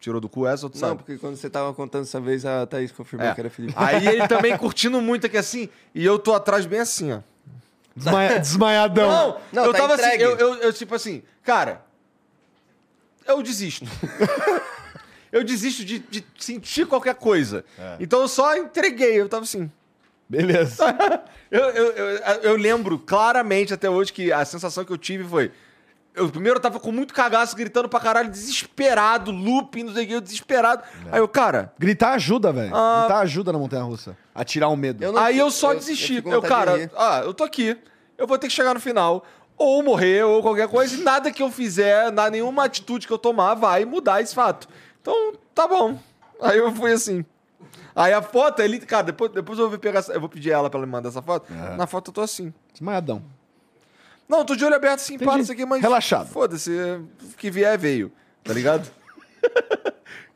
[SPEAKER 1] Tirou do cu
[SPEAKER 5] é
[SPEAKER 1] essa, ou tu
[SPEAKER 2] Não,
[SPEAKER 1] sabe?
[SPEAKER 2] porque quando você tava contando essa vez, a Thaís confirmou
[SPEAKER 1] É.
[SPEAKER 2] que era Felipe.
[SPEAKER 5] Ah,
[SPEAKER 1] Aí ele também curtindo muito aqui assim, e eu tô atrás bem assim, ó.
[SPEAKER 5] Desmaia- Desmaiadão.
[SPEAKER 1] Não,
[SPEAKER 2] Não,
[SPEAKER 1] eu
[SPEAKER 2] tá
[SPEAKER 1] tava assim,
[SPEAKER 2] entregue.
[SPEAKER 1] eu, eu, eu tipo assim, cara, eu desisto. eu desisto de, de sentir qualquer coisa. Então eu só entreguei, eu tava assim.
[SPEAKER 5] Beleza.
[SPEAKER 1] Tá. Eu, eu, eu, eu lembro claramente até hoje que a sensação que eu tive foi. Eu primeiro eu tava com muito cagaço, gritando pra caralho, desesperado, looping, não sei o que, eu desesperado. Aí eu, cara.
[SPEAKER 5] Gritar ajuda, velho.
[SPEAKER 1] Ah.
[SPEAKER 5] Gritar ajuda na montanha russa. Atirar o medo.
[SPEAKER 2] Eu não
[SPEAKER 1] aí
[SPEAKER 2] fico-
[SPEAKER 1] eu só
[SPEAKER 2] eu- eu
[SPEAKER 1] desisti.
[SPEAKER 2] fico
[SPEAKER 1] Eu,
[SPEAKER 2] com vontade de
[SPEAKER 1] cara,
[SPEAKER 2] rir.
[SPEAKER 1] ah, eu tô aqui. Eu vou ter que chegar no final. Ou morrer, ou qualquer coisa. E nada que eu fizer, na nenhuma atitude que eu tomar, vai mudar esse fato. Então, tá bom. Aí eu fui assim. Aí a foto, ele. Cara, depois, depois eu vou pegar. essa- Eu vou pedir ela pra ela me mandar essa foto.
[SPEAKER 5] É.
[SPEAKER 1] Na foto eu tô assim.
[SPEAKER 5] Desmaiadão.
[SPEAKER 1] Não, eu tô de olho aberto assim,
[SPEAKER 5] Entendi.
[SPEAKER 1] para isso aqui, mas.
[SPEAKER 5] Relaxado.
[SPEAKER 1] Foda-se, é, o que vier veio, tá ligado?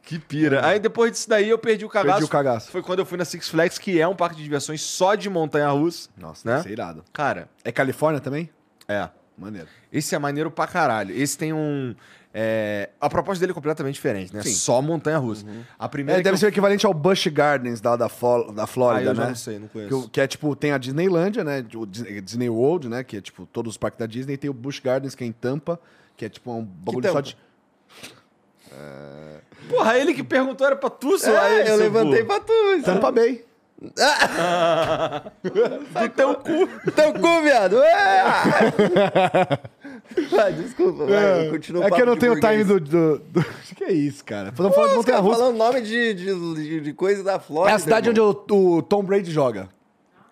[SPEAKER 1] que pira. Aí depois disso daí eu perdi o cagaço.
[SPEAKER 5] Perdi o cagaço.
[SPEAKER 1] Foi quando eu fui na Six Flags, que é um parque de diversões só de montanha russa.
[SPEAKER 5] Nossa,
[SPEAKER 1] Né?
[SPEAKER 5] deve ser irado.
[SPEAKER 1] Cara,
[SPEAKER 5] É Califórnia também?
[SPEAKER 1] é.
[SPEAKER 5] Maneiro.
[SPEAKER 1] Esse é maneiro pra caralho. Esse tem um. é, A proposta dele é completamente diferente, né?
[SPEAKER 5] Sim.
[SPEAKER 1] Só montanha russa. A primeira.
[SPEAKER 5] É,
[SPEAKER 1] que
[SPEAKER 5] deve
[SPEAKER 1] eu-
[SPEAKER 5] ser o equivalente ao Busch Gardens lá da, Fol- da
[SPEAKER 1] Ah,
[SPEAKER 5] Flórida,
[SPEAKER 1] eu já
[SPEAKER 5] né?
[SPEAKER 1] não sei, não
[SPEAKER 5] Que,
[SPEAKER 1] conheço.
[SPEAKER 5] o- que é tipo, tem a Disneylândia, né? O Dis- Disney World, né? Que é tipo todos os parques da Disney. E tem o Busch Gardens, que é em Tampa, que é tipo um bagulho só
[SPEAKER 2] tampa?
[SPEAKER 5] de.
[SPEAKER 1] Porra, ele que perguntou era pra tu, sei lá. ele,
[SPEAKER 2] É, eu
[SPEAKER 1] seu
[SPEAKER 2] levantei
[SPEAKER 1] burro.
[SPEAKER 2] pra tu. isso.
[SPEAKER 5] Tampa Bay.
[SPEAKER 1] Do teu cu.
[SPEAKER 2] Teu cu, viado. É. Ah, desculpa, vai, eu continuo
[SPEAKER 5] é que eu não tenho o time
[SPEAKER 2] time
[SPEAKER 5] do. do, do... que é isso, cara? Falando falando de Montanha Russa.
[SPEAKER 2] falando nome de, de, de- de coisa da
[SPEAKER 5] É
[SPEAKER 2] Flórida.
[SPEAKER 5] a
[SPEAKER 1] né,
[SPEAKER 5] cidade onde
[SPEAKER 2] irmão.
[SPEAKER 5] o, o Tom Brady joga.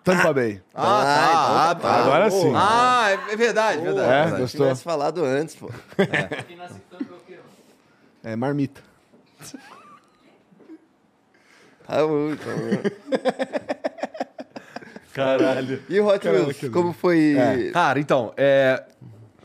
[SPEAKER 5] Tampa Bay.
[SPEAKER 1] Ah, tá,
[SPEAKER 2] então
[SPEAKER 1] ah, tá.
[SPEAKER 5] Agora sim.
[SPEAKER 1] Ah, é é verdade, verdade.
[SPEAKER 5] É,
[SPEAKER 1] verdade.
[SPEAKER 2] Se
[SPEAKER 5] gostou?
[SPEAKER 2] tivesse falado antes, pô.
[SPEAKER 7] Quem nasce tanto é o quê?
[SPEAKER 5] É marmita.
[SPEAKER 2] Tá bom, então, né?
[SPEAKER 1] Caralho.
[SPEAKER 2] E o Hot Wheels, como foi...
[SPEAKER 5] É.
[SPEAKER 1] Cara, então, é,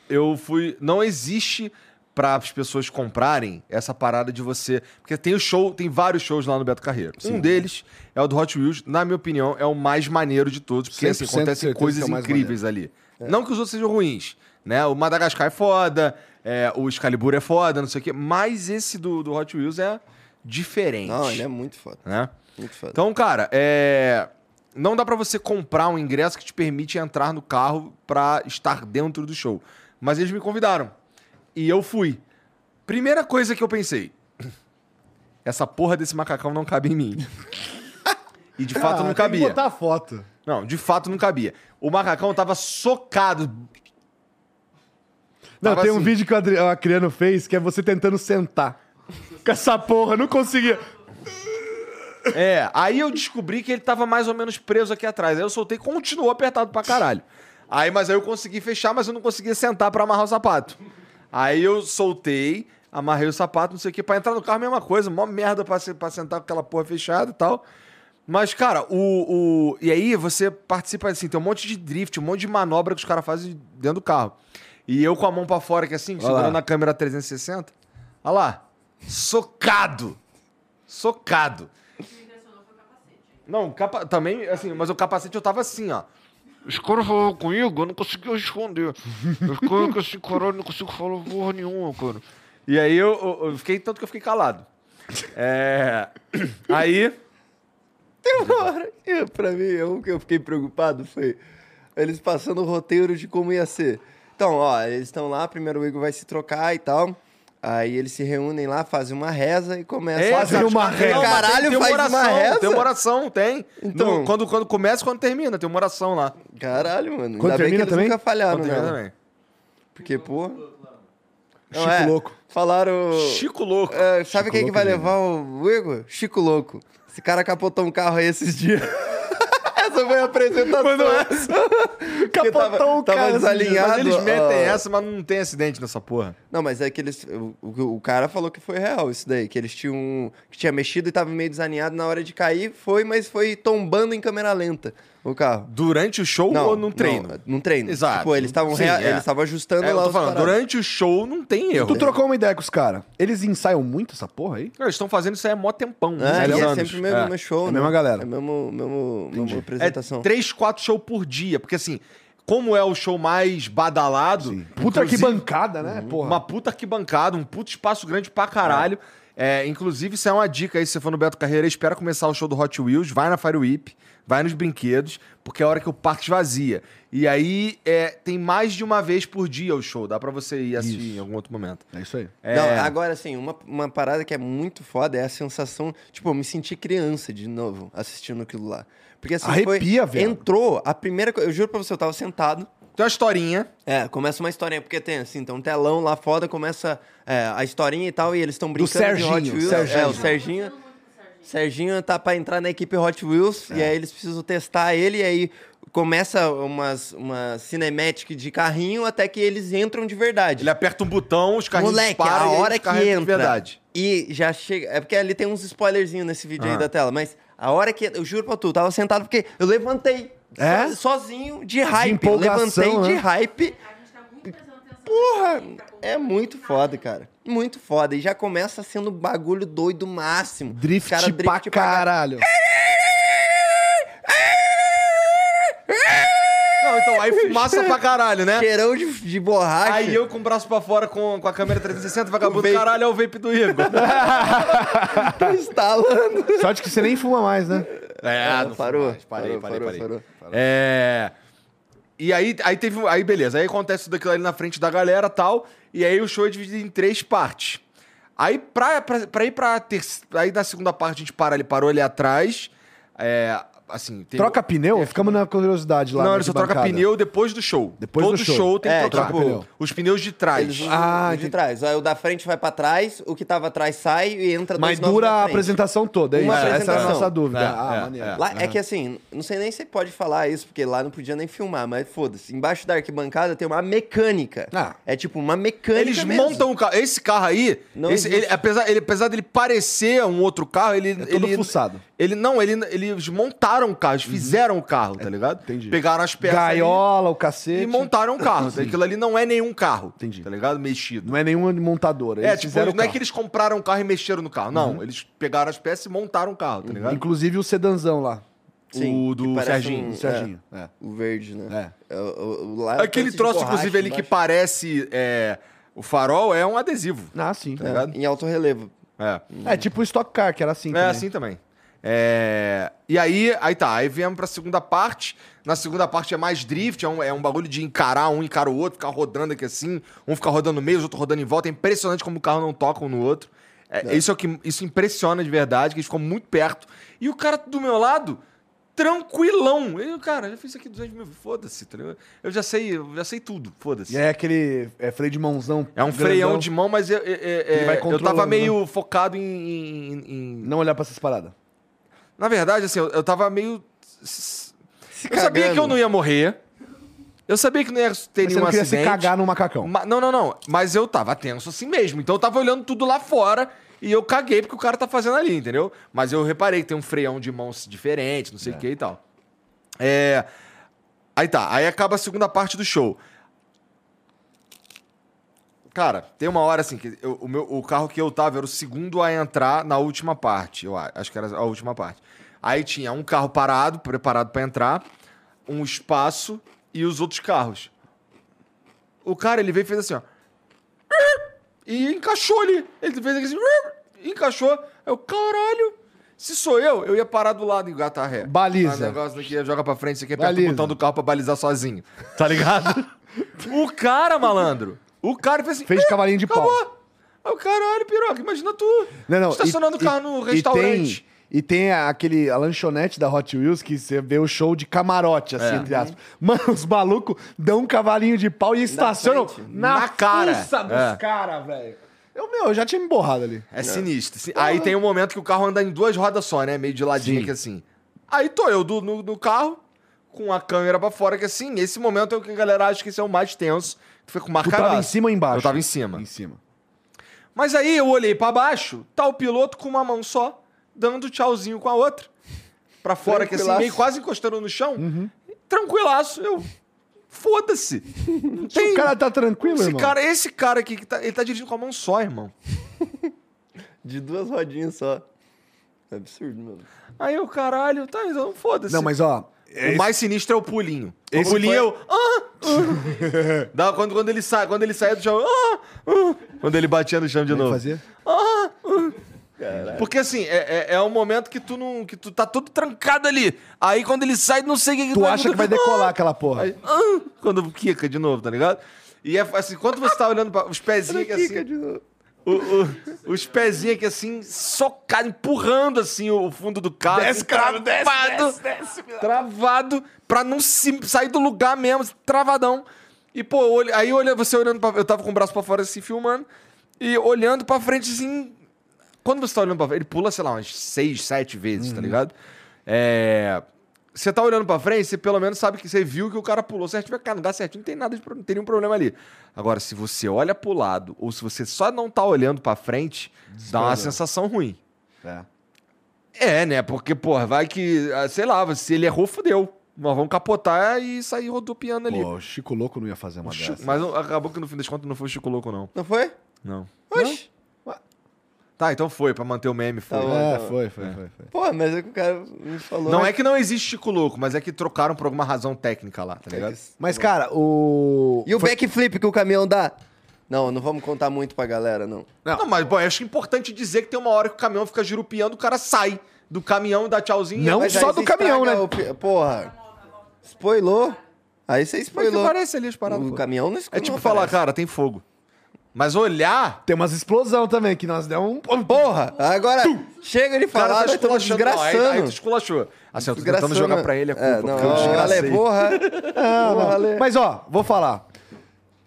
[SPEAKER 1] eu fui. Não existe para as pessoas comprarem essa parada de você. Porque tem o show, tem vários shows lá no Beto Carreiro. Um deles é o do Hot Wheels, na minha opinião, é o mais maneiro de todos, porque assim,
[SPEAKER 5] 100% certeza
[SPEAKER 1] acontecem
[SPEAKER 5] que
[SPEAKER 1] coisas
[SPEAKER 5] é o mais
[SPEAKER 1] incríveis ali. Não que os outros sejam ruins, né? O Madagascar é foda, é, o Excalibur é foda, não sei o quê, mas esse do, do Hot Wheels é diferente.
[SPEAKER 2] Não, ele é muito foda,
[SPEAKER 1] né?
[SPEAKER 2] muito foda.
[SPEAKER 1] Então, cara, é... não dá pra você comprar um ingresso que te permite entrar no carro pra estar dentro do show. Mas eles me convidaram. E eu fui. Primeira coisa que eu pensei: essa porra desse macacão não cabe em mim. E de fato não
[SPEAKER 5] Ah, Tem
[SPEAKER 1] cabia.
[SPEAKER 5] que botar a foto.
[SPEAKER 1] Não, de fato não cabia. O macacão tava socado.
[SPEAKER 5] Não,
[SPEAKER 1] Tava
[SPEAKER 5] tem um
[SPEAKER 1] assim.
[SPEAKER 5] vídeo que o Adri- o Acriano fez que é você tentando sentar. Com essa porra, não conseguia.
[SPEAKER 1] É, aí eu descobri que ele tava mais ou menos preso aqui atrás. Aí eu soltei e continuou apertado pra caralho. Aí, mas aí eu consegui fechar, mas eu não conseguia sentar pra amarrar o sapato. Aí eu soltei, amarrei o sapato, não sei o que, pra entrar no carro, mesma coisa, mó merda pra, se- pra sentar com aquela porra fechada e tal. Mas, cara, o, o. E aí você participa assim, tem um monte de drift, um monte de manobra que os caras fazem dentro do carro. E eu com a mão pra fora, que assim, segurando a câmera 360. Olha lá. Socado! Socado!
[SPEAKER 6] O que me impressionou foi o capacete.
[SPEAKER 1] Não, capa- também, assim, mas o capacete eu tava assim, ó.
[SPEAKER 8] Os caras falaram comigo, eu não conseguia responder. Os caras que assim, caralho, eu não consigo falar porra nenhuma, cara.
[SPEAKER 1] E aí eu, eu- eu fiquei, tanto que eu fiquei calado. É. Aí.
[SPEAKER 2] Tem uma hora que, pra mim, o que eu fiquei preocupado foi eles passando o roteiro de como ia ser. Então, ó, eles estão lá, primeiro o Igor vai se trocar e tal. Aí eles se reúnem lá, fazem uma reza e começam
[SPEAKER 1] É,
[SPEAKER 5] Fazem
[SPEAKER 1] cara,
[SPEAKER 5] uma
[SPEAKER 1] não,
[SPEAKER 5] reza.
[SPEAKER 1] mas tem-
[SPEAKER 2] assim, Caralho,
[SPEAKER 1] tem uma
[SPEAKER 2] faz
[SPEAKER 1] oração,
[SPEAKER 2] uma reza?
[SPEAKER 1] Tem uma oração, tem.
[SPEAKER 2] Então-
[SPEAKER 1] No- quando, quando começa e quando termina, tem uma oração lá.
[SPEAKER 2] Caralho, mano.
[SPEAKER 5] Quando
[SPEAKER 2] Ainda bem que
[SPEAKER 5] termina
[SPEAKER 2] eles
[SPEAKER 5] também?
[SPEAKER 2] nunca falharam,
[SPEAKER 1] Quando termina
[SPEAKER 2] né?
[SPEAKER 1] também.
[SPEAKER 2] Porque, pô... Não,
[SPEAKER 5] Chico
[SPEAKER 2] é,
[SPEAKER 5] Louco.
[SPEAKER 2] Falaram...
[SPEAKER 1] Chico louco.
[SPEAKER 2] é, sabe quem que
[SPEAKER 5] Louco
[SPEAKER 2] vai
[SPEAKER 5] mesmo.
[SPEAKER 2] levar o Igor? Chico Louco. Esse cara capotou um carro aí esses dias. Essa foi a apresentação. Quando
[SPEAKER 1] é
[SPEAKER 5] Capotou
[SPEAKER 2] tava,
[SPEAKER 5] um
[SPEAKER 2] Tava
[SPEAKER 5] cara esses dias, mas
[SPEAKER 2] desalinhado.
[SPEAKER 1] mas eles metem
[SPEAKER 2] ó.
[SPEAKER 1] essa, mas não tem acidente nessa porra.
[SPEAKER 2] Não, mas é que eles. O, o- o cara falou que foi real isso daí, que eles tinham. um, que tinha mexido e tava meio desalinhado na hora de cair, foi, mas foi tombando em câmera lenta o carro.
[SPEAKER 1] Durante o show ou num treino?
[SPEAKER 2] Não, num treino.
[SPEAKER 1] Exato.
[SPEAKER 2] Tipo, eles estavam
[SPEAKER 1] Sim,
[SPEAKER 2] rea-
[SPEAKER 1] é.
[SPEAKER 2] eles estavam ajustando
[SPEAKER 1] É, eu
[SPEAKER 2] lá
[SPEAKER 1] tô
[SPEAKER 2] os
[SPEAKER 1] falando,
[SPEAKER 2] paradas.
[SPEAKER 1] durante o show não tem erro.
[SPEAKER 5] Tu trocou uma ideia com os caras. Eles ensaiam muito essa porra aí?
[SPEAKER 1] Cara, Eles estão fazendo isso aí há mó tempão.
[SPEAKER 2] É,
[SPEAKER 1] uns
[SPEAKER 2] e é
[SPEAKER 1] anos.
[SPEAKER 2] sempre o mesmo,
[SPEAKER 1] É.
[SPEAKER 2] mesmo show,
[SPEAKER 5] É a
[SPEAKER 2] né?
[SPEAKER 5] mesma galera.
[SPEAKER 2] É mesmo, mesmo, mesma apresentação.
[SPEAKER 1] É 3, 4 shows por dia. Porque assim, como é o show mais badalado.
[SPEAKER 5] Puta
[SPEAKER 1] inclusive,
[SPEAKER 5] que bancada, né? Porra.
[SPEAKER 1] Uma puta arquibancada, um puto espaço grande pra caralho. É, inclusive, isso é uma dica aí, se você for no Beto Carreira, espera começar o show do Hot Wheels, vai na Fire Whip, vai nos brinquedos, porque é a hora que o parque esvazia. E aí, é, tem mais de uma vez por dia o show, dá pra você ir assistir em algum outro momento.
[SPEAKER 5] É isso aí.
[SPEAKER 1] É,
[SPEAKER 2] Não, agora, assim, uma, uma parada que é muito foda é a sensação. Tipo, eu me senti criança de novo assistindo aquilo lá. Porque assim,
[SPEAKER 5] Arrepia,
[SPEAKER 2] foi,
[SPEAKER 5] velho.
[SPEAKER 2] entrou a primeira coisa. Eu juro pra você, eu tava sentado.
[SPEAKER 1] Tem uma historinha,
[SPEAKER 2] É, começa uma historinha, porque tem assim, tem um telão lá foda, começa é, a historinha e tal, e eles estão brincando
[SPEAKER 5] Serginho,
[SPEAKER 2] de Hot Wheels.
[SPEAKER 5] Serginho.
[SPEAKER 2] É, o Serginho. Serginho tá pra entrar na equipe Hot Wheels,
[SPEAKER 5] É.
[SPEAKER 2] e aí eles precisam testar ele, e aí começa umas, uma cinematic de carrinho até que eles entram de verdade.
[SPEAKER 1] ele aperta um botão, os carrinhos
[SPEAKER 2] Moleque, é
[SPEAKER 1] param
[SPEAKER 2] a
[SPEAKER 1] e aí os
[SPEAKER 2] hora que
[SPEAKER 1] carrinhos de
[SPEAKER 2] entra.
[SPEAKER 1] verdade.
[SPEAKER 2] E já chega. É porque ali tem uns spoilerzinhos nesse vídeo
[SPEAKER 1] Ah.
[SPEAKER 2] aí da tela, mas a hora que. Eu juro pra tu, eu tava sentado porque eu levantei
[SPEAKER 5] É?
[SPEAKER 2] so- sozinho de hype. Eu
[SPEAKER 5] empolgação,
[SPEAKER 2] levantei de
[SPEAKER 5] né?
[SPEAKER 2] hype.
[SPEAKER 6] A gente tá muito prestando atenção.
[SPEAKER 2] Porra!
[SPEAKER 6] Ele tá com-
[SPEAKER 2] É muito foda, cara. Muito foda. E já começa sendo um bagulho doido máximo.
[SPEAKER 5] Drift,
[SPEAKER 2] Os cara,
[SPEAKER 5] pra caralho.
[SPEAKER 1] Não, então, aí fumaça pra caralho, né?
[SPEAKER 2] Cheirão de, de borracha.
[SPEAKER 1] Aí eu com o braço pra fora com, com a câmera 360, vagabundo,
[SPEAKER 2] vape.
[SPEAKER 1] caralho, é o vape do Igor.
[SPEAKER 2] tô instalando.
[SPEAKER 5] Sorte que você nem fuma mais, né?
[SPEAKER 1] É,
[SPEAKER 2] Ah, parou.
[SPEAKER 1] fui mais. Parei,
[SPEAKER 2] Parou,
[SPEAKER 1] parei,
[SPEAKER 2] parou,
[SPEAKER 1] parei.
[SPEAKER 2] parou.
[SPEAKER 1] É. E aí, aí teve. Aí, beleza. Aí acontece tudo aquilo ali na frente da galera tal. E aí o show é dividido em três partes. Aí, pra, pra, pra ir pra terceira. Aí na segunda parte a gente para ali, parou ali atrás. É, assim, tem-
[SPEAKER 5] Troca pneu? Ficamos na curiosidade lá.
[SPEAKER 1] Não,
[SPEAKER 5] na
[SPEAKER 1] ele só troca
[SPEAKER 5] arquibancada.
[SPEAKER 1] pneu depois do show.
[SPEAKER 5] Depois
[SPEAKER 1] Todo
[SPEAKER 5] do show.
[SPEAKER 1] tem
[SPEAKER 2] É,
[SPEAKER 1] que trocar
[SPEAKER 5] troca pneu.
[SPEAKER 1] os pneus de trás.
[SPEAKER 2] Eles usam
[SPEAKER 5] Ah,
[SPEAKER 2] o de
[SPEAKER 5] entendi.
[SPEAKER 2] trás. Aí o da frente vai pra trás, o que tava atrás sai e entra dois
[SPEAKER 5] Mas
[SPEAKER 2] novos
[SPEAKER 5] dura
[SPEAKER 2] na
[SPEAKER 5] a
[SPEAKER 2] frente.
[SPEAKER 5] apresentação toda, é
[SPEAKER 2] Uma
[SPEAKER 5] isso? Essa era a
[SPEAKER 2] apresentação.
[SPEAKER 5] nossa dúvida.
[SPEAKER 1] É,
[SPEAKER 5] ah,
[SPEAKER 1] é,
[SPEAKER 5] maneiro.
[SPEAKER 1] é.
[SPEAKER 2] Lá, É que assim, não sei nem se pode falar isso, porque lá não podia nem filmar, mas foda-se. Embaixo da arquibancada tem uma mecânica.
[SPEAKER 5] Ah.
[SPEAKER 2] É tipo uma mecânica.
[SPEAKER 1] Eles
[SPEAKER 2] mesmo.
[SPEAKER 1] montam o carro. Esse carro aí,
[SPEAKER 2] Não
[SPEAKER 1] esse- ele-
[SPEAKER 2] existe.
[SPEAKER 1] apesar, ele, apesar dele parecer um outro carro, ele.
[SPEAKER 5] É todo
[SPEAKER 1] ele,
[SPEAKER 5] fuçado. Uhum.
[SPEAKER 1] ele não, ele, eles montaram o carro, eles fizeram o carro, tá ligado?
[SPEAKER 5] É, entendi.
[SPEAKER 1] Pegaram as peças. é ali
[SPEAKER 5] Gaiola, o
[SPEAKER 1] E
[SPEAKER 5] cacete.
[SPEAKER 1] montaram o carro. Aquilo ali não é nenhum carro.
[SPEAKER 5] Entendi.
[SPEAKER 1] Tá ligado? Mexido.
[SPEAKER 5] Não é nenhuma montadora.
[SPEAKER 1] É,
[SPEAKER 5] eles
[SPEAKER 1] tipo,
[SPEAKER 5] fizeram
[SPEAKER 1] não é
[SPEAKER 5] o carro. Uhum.
[SPEAKER 1] que eles compraram o carro e mexeram no carro. Não, eles pegaram as peças e montaram o carro, tá ligado?
[SPEAKER 5] Inclusive o sedanzão lá.
[SPEAKER 2] Sim,
[SPEAKER 1] o do
[SPEAKER 2] que parece
[SPEAKER 1] Serginho,
[SPEAKER 5] O
[SPEAKER 2] um-
[SPEAKER 5] Serginho. É.
[SPEAKER 2] é, o verde, né?
[SPEAKER 5] É.
[SPEAKER 2] É, o- o- lá é um
[SPEAKER 1] Aquele
[SPEAKER 2] de
[SPEAKER 1] troço,
[SPEAKER 2] borracha
[SPEAKER 1] inclusive, ali que
[SPEAKER 2] embaixo.
[SPEAKER 1] parece é, o farol é um adesivo,
[SPEAKER 5] Ah, sim.
[SPEAKER 1] tá ligado?
[SPEAKER 2] É, em alto relevo.
[SPEAKER 1] É.
[SPEAKER 5] É. tipo o Stock Car, que era assim.
[SPEAKER 1] É
[SPEAKER 5] também.
[SPEAKER 1] assim também. É, E aí, aí tá, aí viemos pra segunda parte. Na segunda parte é mais drift, é um, é um bagulho de encarar um, encara o outro, ficar rodando aqui assim, um ficar rodando no meio, os outros rodando em volta. É impressionante como o carro não toca um no outro. É, Isso é o que isso impressiona de verdade, que eles ficam muito perto. E o cara do meu lado, tranquilão. Eu, cara, já fiz isso aqui 200 mil, foda-se, tá ligado? Eu já sei, eu já sei tudo, foda-se.
[SPEAKER 5] E é aquele é, freio de mãozão.
[SPEAKER 1] É um
[SPEAKER 5] grandão.
[SPEAKER 1] freião de mão, mas eu, eu- eu-
[SPEAKER 5] Ele vai
[SPEAKER 1] eu tava
[SPEAKER 5] controlando, né?
[SPEAKER 1] meio focado em- em- em-
[SPEAKER 5] Não olhar pra essas paradas.
[SPEAKER 1] na verdade, assim, eu, eu tava meio. Eu sabia
[SPEAKER 2] cagando.
[SPEAKER 1] que eu não ia morrer. Eu sabia que não ia ter
[SPEAKER 5] Mas você
[SPEAKER 1] nenhum
[SPEAKER 5] não queria
[SPEAKER 1] um acidente.
[SPEAKER 5] se cagar no macacão.
[SPEAKER 1] Ma- não, não, não. Mas eu tava tenso assim mesmo. Então eu tava olhando tudo lá fora e eu caguei porque o cara tá fazendo ali, entendeu? Mas eu reparei que tem um freião de mãos diferente, não sei o que e tal. É. Aí tá. Aí acaba a segunda parte do show. Cara, tem uma hora assim que eu- o, meu, o carro que eu tava era o segundo a entrar na última parte. Eu a- acho que era a última parte. Aí tinha um carro parado, preparado pra entrar, um espaço e os outros carros. O cara, ele veio e fez assim, ó. E encaixou ali. Ele fez assim, e encaixou. Aí Eu, caralho. Se sou eu, eu ia parar do lado e engatar a ré.
[SPEAKER 5] Baliza.
[SPEAKER 1] Ah, negócio daqui, joga pra frente, isso aqui aperta
[SPEAKER 5] Baliza.
[SPEAKER 1] o botão do carro pra balizar sozinho. Tá ligado? o cara, malandro. O cara fez assim.
[SPEAKER 5] Fez de cavalinho de pau.
[SPEAKER 1] Acabou. Aí o caralho, piroca, imagina tu
[SPEAKER 5] Não, não.
[SPEAKER 1] estacionando tá o
[SPEAKER 5] e-
[SPEAKER 1] carro
[SPEAKER 5] e-
[SPEAKER 1] no
[SPEAKER 5] e
[SPEAKER 1] restaurante.
[SPEAKER 5] tem- E tem a- aquele, a lanchonete da Hot Wheels que você vê o show de camarote, assim,
[SPEAKER 1] É.
[SPEAKER 5] entre aspas. Mano, os malucos dão um cavalinho de pau e estacionam
[SPEAKER 2] frente.
[SPEAKER 5] na,
[SPEAKER 1] Na cara.
[SPEAKER 5] fuça dos
[SPEAKER 1] É.
[SPEAKER 5] caras, velho. Eu, meu, eu já tinha me borrado ali.
[SPEAKER 1] É sinistro. Si- Aí tem um momento que o carro anda em duas rodas só, né? Meio de ladinho
[SPEAKER 5] Sim.
[SPEAKER 1] aqui assim. Aí tô eu do, no, no carro, com a câmera pra fora, que assim, esse momento é o que a galera acha que esse é o mais tenso. que Foi com uma
[SPEAKER 5] Tu tava em
[SPEAKER 1] cagaça.
[SPEAKER 5] cima ou embaixo?
[SPEAKER 1] Eu tava em cima.
[SPEAKER 5] Em cima.
[SPEAKER 1] Mas aí eu olhei pra baixo, tá o piloto com uma mão só, dando tchauzinho com a outra. Pra fora, que assim,
[SPEAKER 2] Tranquilaço.
[SPEAKER 1] meio quase encostando no chão.
[SPEAKER 5] Uhum.
[SPEAKER 1] Tranquilaço, eu. Foda-se. Não tem-
[SPEAKER 5] O cara tá tranquilo,
[SPEAKER 1] esse
[SPEAKER 5] irmão?
[SPEAKER 1] cara, esse cara aqui, que tá, ele tá dirigindo com a mão só, irmão.
[SPEAKER 2] De duas rodinhas só. É absurdo, mano.
[SPEAKER 1] Aí eu, caralho, tá, então foda-se.
[SPEAKER 5] Não, mas ó...
[SPEAKER 1] O mais sinistro é o pulinho.
[SPEAKER 5] Esse
[SPEAKER 1] o pulinho
[SPEAKER 5] foi-
[SPEAKER 1] é o. Ah, ah. Dá, quando, quando ele sai, quando ele saia do chão. Ah, ah. Quando ele batia no chão de
[SPEAKER 5] Como é que
[SPEAKER 1] novo.
[SPEAKER 5] fazia?
[SPEAKER 1] Ah, ah. Porque assim, é, é, é um momento que tu não. que tu tá todo trancado ali. Aí quando ele sai, não sei o que que
[SPEAKER 5] Tu acha que vai
[SPEAKER 1] acontecer.
[SPEAKER 5] decolar aquela porra.
[SPEAKER 1] Aí, ah, quando quica de novo, tá ligado? E é assim, quando você tá olhando para os pezinhos aqui assim. o- o- os pezinhos aqui assim, socado, empurrando assim o fundo do carro. assim, travado, Travado, pra não se- sair do lugar mesmo, assim, travadão. E, pô, olha- aí olha, você olhando pra. Eu tava com o braço pra fora assim, filmando. E olhando pra frente assim. Quando você tá olhando pra frente, ele pula, sei lá, umas seis, sete vezes,
[SPEAKER 5] Uhum.
[SPEAKER 1] tá ligado? É. Você tá olhando pra frente, você pelo menos sabe que você viu que o cara pulou certinho, vai cara, não dá certinho, não tem nada de pro- não tem nenhum problema ali. Agora, se você olha pro lado, ou se você só não tá olhando pra frente, dá uma sensação ruim.
[SPEAKER 5] É.
[SPEAKER 1] É, né? Porque, porra, vai que, ah, sei lá, se ele errou, fodeu. Nós vamos capotar e sair rodopiando ali.
[SPEAKER 5] Pô, o Chico Louco não ia fazer uma
[SPEAKER 1] O Chico-
[SPEAKER 5] dessa.
[SPEAKER 1] mas acabou que no fim das contas não foi o Chico Louco, não.
[SPEAKER 2] Não foi?
[SPEAKER 1] Não.
[SPEAKER 2] Oxi.
[SPEAKER 1] Tá, então foi, pra manter o meme, foi.
[SPEAKER 2] Tá bom.
[SPEAKER 5] É, foi, foi, foi. foi.
[SPEAKER 2] Pô, mas é que o cara me falou. né?
[SPEAKER 1] Não é que não existe Chico Louco, mas é que trocaram por alguma razão técnica lá, tá ligado?
[SPEAKER 5] Mas, cara, o...
[SPEAKER 2] E o backflip que o caminhão dá? Não, não vamos contar muito pra galera, não.
[SPEAKER 1] Não, mas bom, eu acho importante dizer que tem uma hora que o caminhão fica girupiando, o cara sai do caminhão e dá tchauzinho.
[SPEAKER 5] Não
[SPEAKER 2] Mas aí
[SPEAKER 5] só do
[SPEAKER 2] você
[SPEAKER 5] caminhão,
[SPEAKER 2] estraga
[SPEAKER 5] né?
[SPEAKER 2] o pi- Porra. Spoilou. Aí você
[SPEAKER 1] Mas que
[SPEAKER 2] spoilou.
[SPEAKER 1] parece ali as paradas.
[SPEAKER 2] O
[SPEAKER 1] pô.
[SPEAKER 2] Um caminhão não escuta.
[SPEAKER 1] É tipo
[SPEAKER 2] não
[SPEAKER 1] falar,
[SPEAKER 2] aparece.
[SPEAKER 1] cara, tem fogo. Mas olhar.
[SPEAKER 5] Tem umas explosão também, que nós deu um.
[SPEAKER 2] Porra, agora chega de
[SPEAKER 1] cara
[SPEAKER 2] falar,
[SPEAKER 1] tá
[SPEAKER 2] nós estamos
[SPEAKER 1] esculachando. Não, aí- Aí, tu
[SPEAKER 2] desgraçando.
[SPEAKER 1] esculachou. Assim, eu tô tentando
[SPEAKER 2] Desgraçando.
[SPEAKER 1] jogar pra ele a culpa.
[SPEAKER 2] É, não,
[SPEAKER 1] porque eu
[SPEAKER 2] ó,
[SPEAKER 1] desgracei.
[SPEAKER 2] Ale, porra.
[SPEAKER 1] Ah,
[SPEAKER 5] Não, não.
[SPEAKER 2] Porra, Ale.
[SPEAKER 5] Mas ó, vou falar.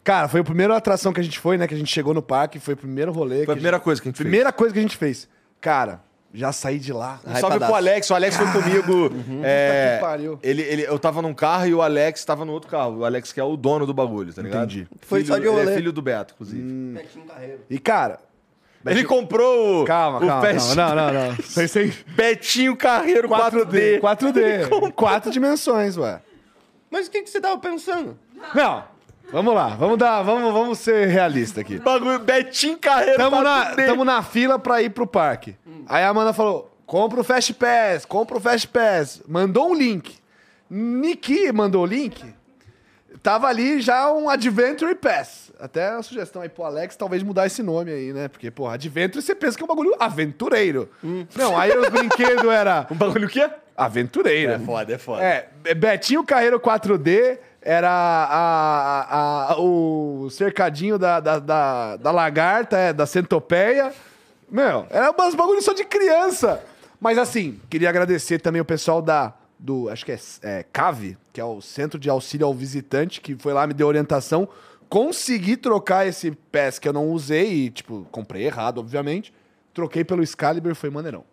[SPEAKER 5] Cara, foi a primeira atração que a gente foi, né? Que a gente chegou no parque, foi o primeiro rolê. que
[SPEAKER 1] Foi a primeira coisa que a gente
[SPEAKER 5] gente... primeira coisa que a gente fez. Cara, já saí de lá.
[SPEAKER 1] Um salve pro
[SPEAKER 2] Hypadaço.
[SPEAKER 1] Alex. O Alex foi comigo. é,
[SPEAKER 5] Puta que pariu.
[SPEAKER 1] ele, ele, eu tava num carro e o Alex tava no outro carro. O Alex que é o dono do bagulho, tá ligado?
[SPEAKER 5] Entendi.
[SPEAKER 2] Foi
[SPEAKER 1] Filho-
[SPEAKER 2] só de
[SPEAKER 1] Ele é
[SPEAKER 2] rolê.
[SPEAKER 1] filho do Beto, inclusive.
[SPEAKER 4] Betinho Carreiro.
[SPEAKER 5] E cara,
[SPEAKER 1] Ele comprou o,
[SPEAKER 5] calma,
[SPEAKER 1] o
[SPEAKER 5] calma.
[SPEAKER 1] Pet-
[SPEAKER 5] Não, não, não. Pensei em
[SPEAKER 1] Betinho Carreiro 4D.
[SPEAKER 5] 4D. 4D. Quatro dimensões, ué.
[SPEAKER 2] Mas o que, que você tava pensando?
[SPEAKER 5] Não. Vamos lá, vamos dar, vamos, vamos ser realista aqui.
[SPEAKER 1] Bagulho, Betinho Carreiro
[SPEAKER 5] Tamo na,
[SPEAKER 1] 4D.
[SPEAKER 5] tamo na fila pra ir pro parque. Aí a Amanda falou: compra o Fast Pass, compra o Fast Pass. Mandou um link. Niki mandou o link. Tava ali já um Adventure Pass. Até uma sugestão aí pro Alex, talvez mudar esse nome aí, né? Porque, porra, Adventure você pensa que é um bagulho aventureiro. Não, aí os brinquedos era
[SPEAKER 1] Um bagulho o quê?
[SPEAKER 5] aventureiro.
[SPEAKER 1] foda, é foda.
[SPEAKER 5] É, Betinho Carreiro 4D era a- a- a- o cercadinho da, da, da- da lagarta, é, da centopeia. Meu, era umas bagulho só de criança. Mas assim, queria agradecer também o pessoal da do, acho que é, é CAVE, que é o Centro de Auxílio ao Visitante, que foi lá me deu orientação. Consegui trocar esse PES que eu não usei e, tipo, comprei errado, obviamente. Troquei pelo Excalibur, foi maneirão.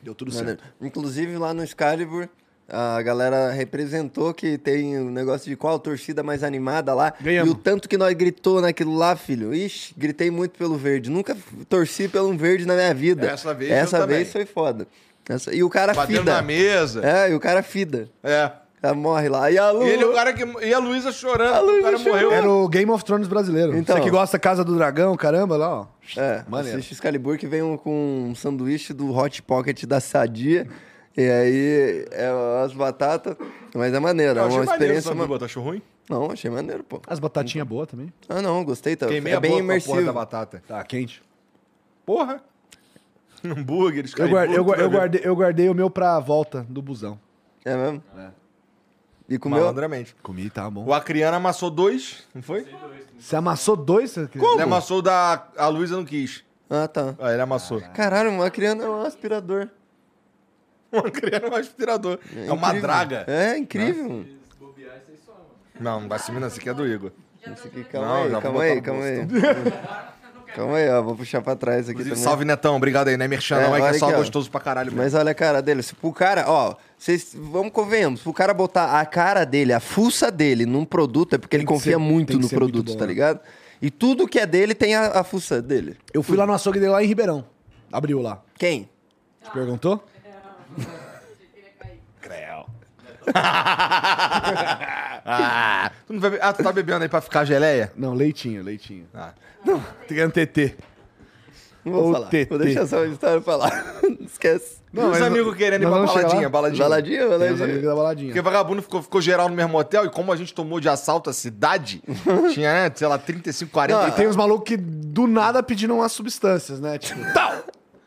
[SPEAKER 5] Deu tudo certo.
[SPEAKER 2] Maneiro. Inclusive lá no Excalibur, a galera representou que tem um negócio de qual torcida mais animada lá.
[SPEAKER 5] Ganhamos.
[SPEAKER 2] E o tanto que nós gritou naquilo lá, filho. Ixi, gritei muito pelo verde. Nunca f- torci pelo um verde na minha vida.
[SPEAKER 1] Essa vez
[SPEAKER 2] Essa
[SPEAKER 1] eu
[SPEAKER 2] vez foi foda. Essa- E o cara
[SPEAKER 1] Batendo
[SPEAKER 2] fida.
[SPEAKER 1] na mesa.
[SPEAKER 2] É, e o cara fida.
[SPEAKER 1] tá É.
[SPEAKER 2] Ela morre lá. E a Lu...
[SPEAKER 1] E ele é o cara que. E a Luísa chorando.
[SPEAKER 2] A
[SPEAKER 1] porque o
[SPEAKER 2] Luísa
[SPEAKER 1] cara morreu.
[SPEAKER 5] Era o Game of Thrones brasileiro.
[SPEAKER 2] Então.
[SPEAKER 5] Você que gosta Casa do Dragão, caramba, lá, ó.
[SPEAKER 2] É,
[SPEAKER 5] Maneiro.
[SPEAKER 2] assiste Excalibur que vem um- com um sanduíche do Hot Pocket da Sadia. E aí, é as batatas. Mas é maneiro, é
[SPEAKER 1] Eu achei
[SPEAKER 2] uma
[SPEAKER 1] maneiro,
[SPEAKER 2] experiência.
[SPEAKER 1] sabe,
[SPEAKER 2] ma-
[SPEAKER 1] Boto? Achou ruim?
[SPEAKER 2] Não, achei maneiro, pô.
[SPEAKER 5] As batatinhas boas também.
[SPEAKER 2] Ah, não, gostei. Tá,
[SPEAKER 1] Queimei
[SPEAKER 2] é
[SPEAKER 1] a
[SPEAKER 2] bem
[SPEAKER 1] boca com a porra da
[SPEAKER 2] imersivo.
[SPEAKER 1] batata.
[SPEAKER 5] Tá quente.
[SPEAKER 1] Porra. Um Hambúrguer,
[SPEAKER 5] Eu, guar- eu, guar- eu
[SPEAKER 1] guardei.
[SPEAKER 5] guardei, eu guardei o meu pra volta do busão.
[SPEAKER 2] É mesmo? E comeu?
[SPEAKER 1] Malandramente.
[SPEAKER 5] Comi, tá bom.
[SPEAKER 1] O Acriano amassou dois, não foi?
[SPEAKER 5] Você amassou dois? Você...
[SPEAKER 1] Ele amassou o da. A Luísa não quis.
[SPEAKER 2] Ah, tá.
[SPEAKER 1] Ah, ele amassou.
[SPEAKER 2] Caralho, uma criança é um aspirador.
[SPEAKER 1] O Acriano é um aspirador. É, Né? uma
[SPEAKER 2] incrível.
[SPEAKER 1] draga.
[SPEAKER 2] É, incrível.
[SPEAKER 7] Se bobear, isso aí só, mano.
[SPEAKER 1] Não, não vai se minar, esse aqui é do Igor.
[SPEAKER 2] Isso aqui, calma
[SPEAKER 1] Não, já
[SPEAKER 2] aí,
[SPEAKER 1] vou
[SPEAKER 2] calma
[SPEAKER 1] botar
[SPEAKER 2] aí,
[SPEAKER 1] no
[SPEAKER 2] calma aí. calma aí, ó, vou puxar pra trás aqui
[SPEAKER 1] Inclusive,
[SPEAKER 2] também.
[SPEAKER 1] salve Netão, obrigado aí, né? Merchan,
[SPEAKER 2] É,
[SPEAKER 1] não é que
[SPEAKER 2] olha
[SPEAKER 1] é só
[SPEAKER 2] aqui, ó.
[SPEAKER 1] gostoso pra caralho. Mas...
[SPEAKER 2] Mas olha a cara dele. Se pro cara, ó, vocês, vamos convenhamos, pro cara botar a cara dele, a fuça dele num produto, é porque ele
[SPEAKER 5] que
[SPEAKER 2] confia
[SPEAKER 5] ser- tem
[SPEAKER 2] muito
[SPEAKER 5] que
[SPEAKER 2] no
[SPEAKER 5] ser muito
[SPEAKER 2] produto,
[SPEAKER 5] bom,
[SPEAKER 2] tá
[SPEAKER 5] né?
[SPEAKER 2] ligado? E tudo que é dele tem a, a fuça dele.
[SPEAKER 5] Eu fui lá no açougue dele lá em Ribeirão. Abriu lá.
[SPEAKER 2] Quem?
[SPEAKER 5] Te
[SPEAKER 2] Ah.
[SPEAKER 5] perguntou?
[SPEAKER 1] Ah, tu não vai be- ah, tu tá bebendo aí pra ficar geleia?
[SPEAKER 5] Não, leitinho, leitinho.
[SPEAKER 1] Ah.
[SPEAKER 5] Tem um TT.
[SPEAKER 2] Não vou
[SPEAKER 5] Ô,
[SPEAKER 2] falar.
[SPEAKER 5] TT.
[SPEAKER 2] Vou deixar só a história pra lá. Esquece.
[SPEAKER 1] Não, e os
[SPEAKER 5] mas
[SPEAKER 1] amigos
[SPEAKER 5] nós-
[SPEAKER 1] querendo ir
[SPEAKER 5] nós
[SPEAKER 1] pra
[SPEAKER 5] vamos chegar
[SPEAKER 1] baladinha,
[SPEAKER 5] lá?
[SPEAKER 1] baladinha.
[SPEAKER 2] Baladinha,
[SPEAKER 5] Tem os
[SPEAKER 2] baladinha.
[SPEAKER 5] amigos da baladinha.
[SPEAKER 1] Porque vagabundo ficou, ficou geral no mesmo hotel e como a gente tomou de assalto a cidade, tinha, né, sei lá, 35, 40.
[SPEAKER 2] Não,
[SPEAKER 5] E tem uns malucos que do nada pediram umas substâncias, né? Tipo, tal!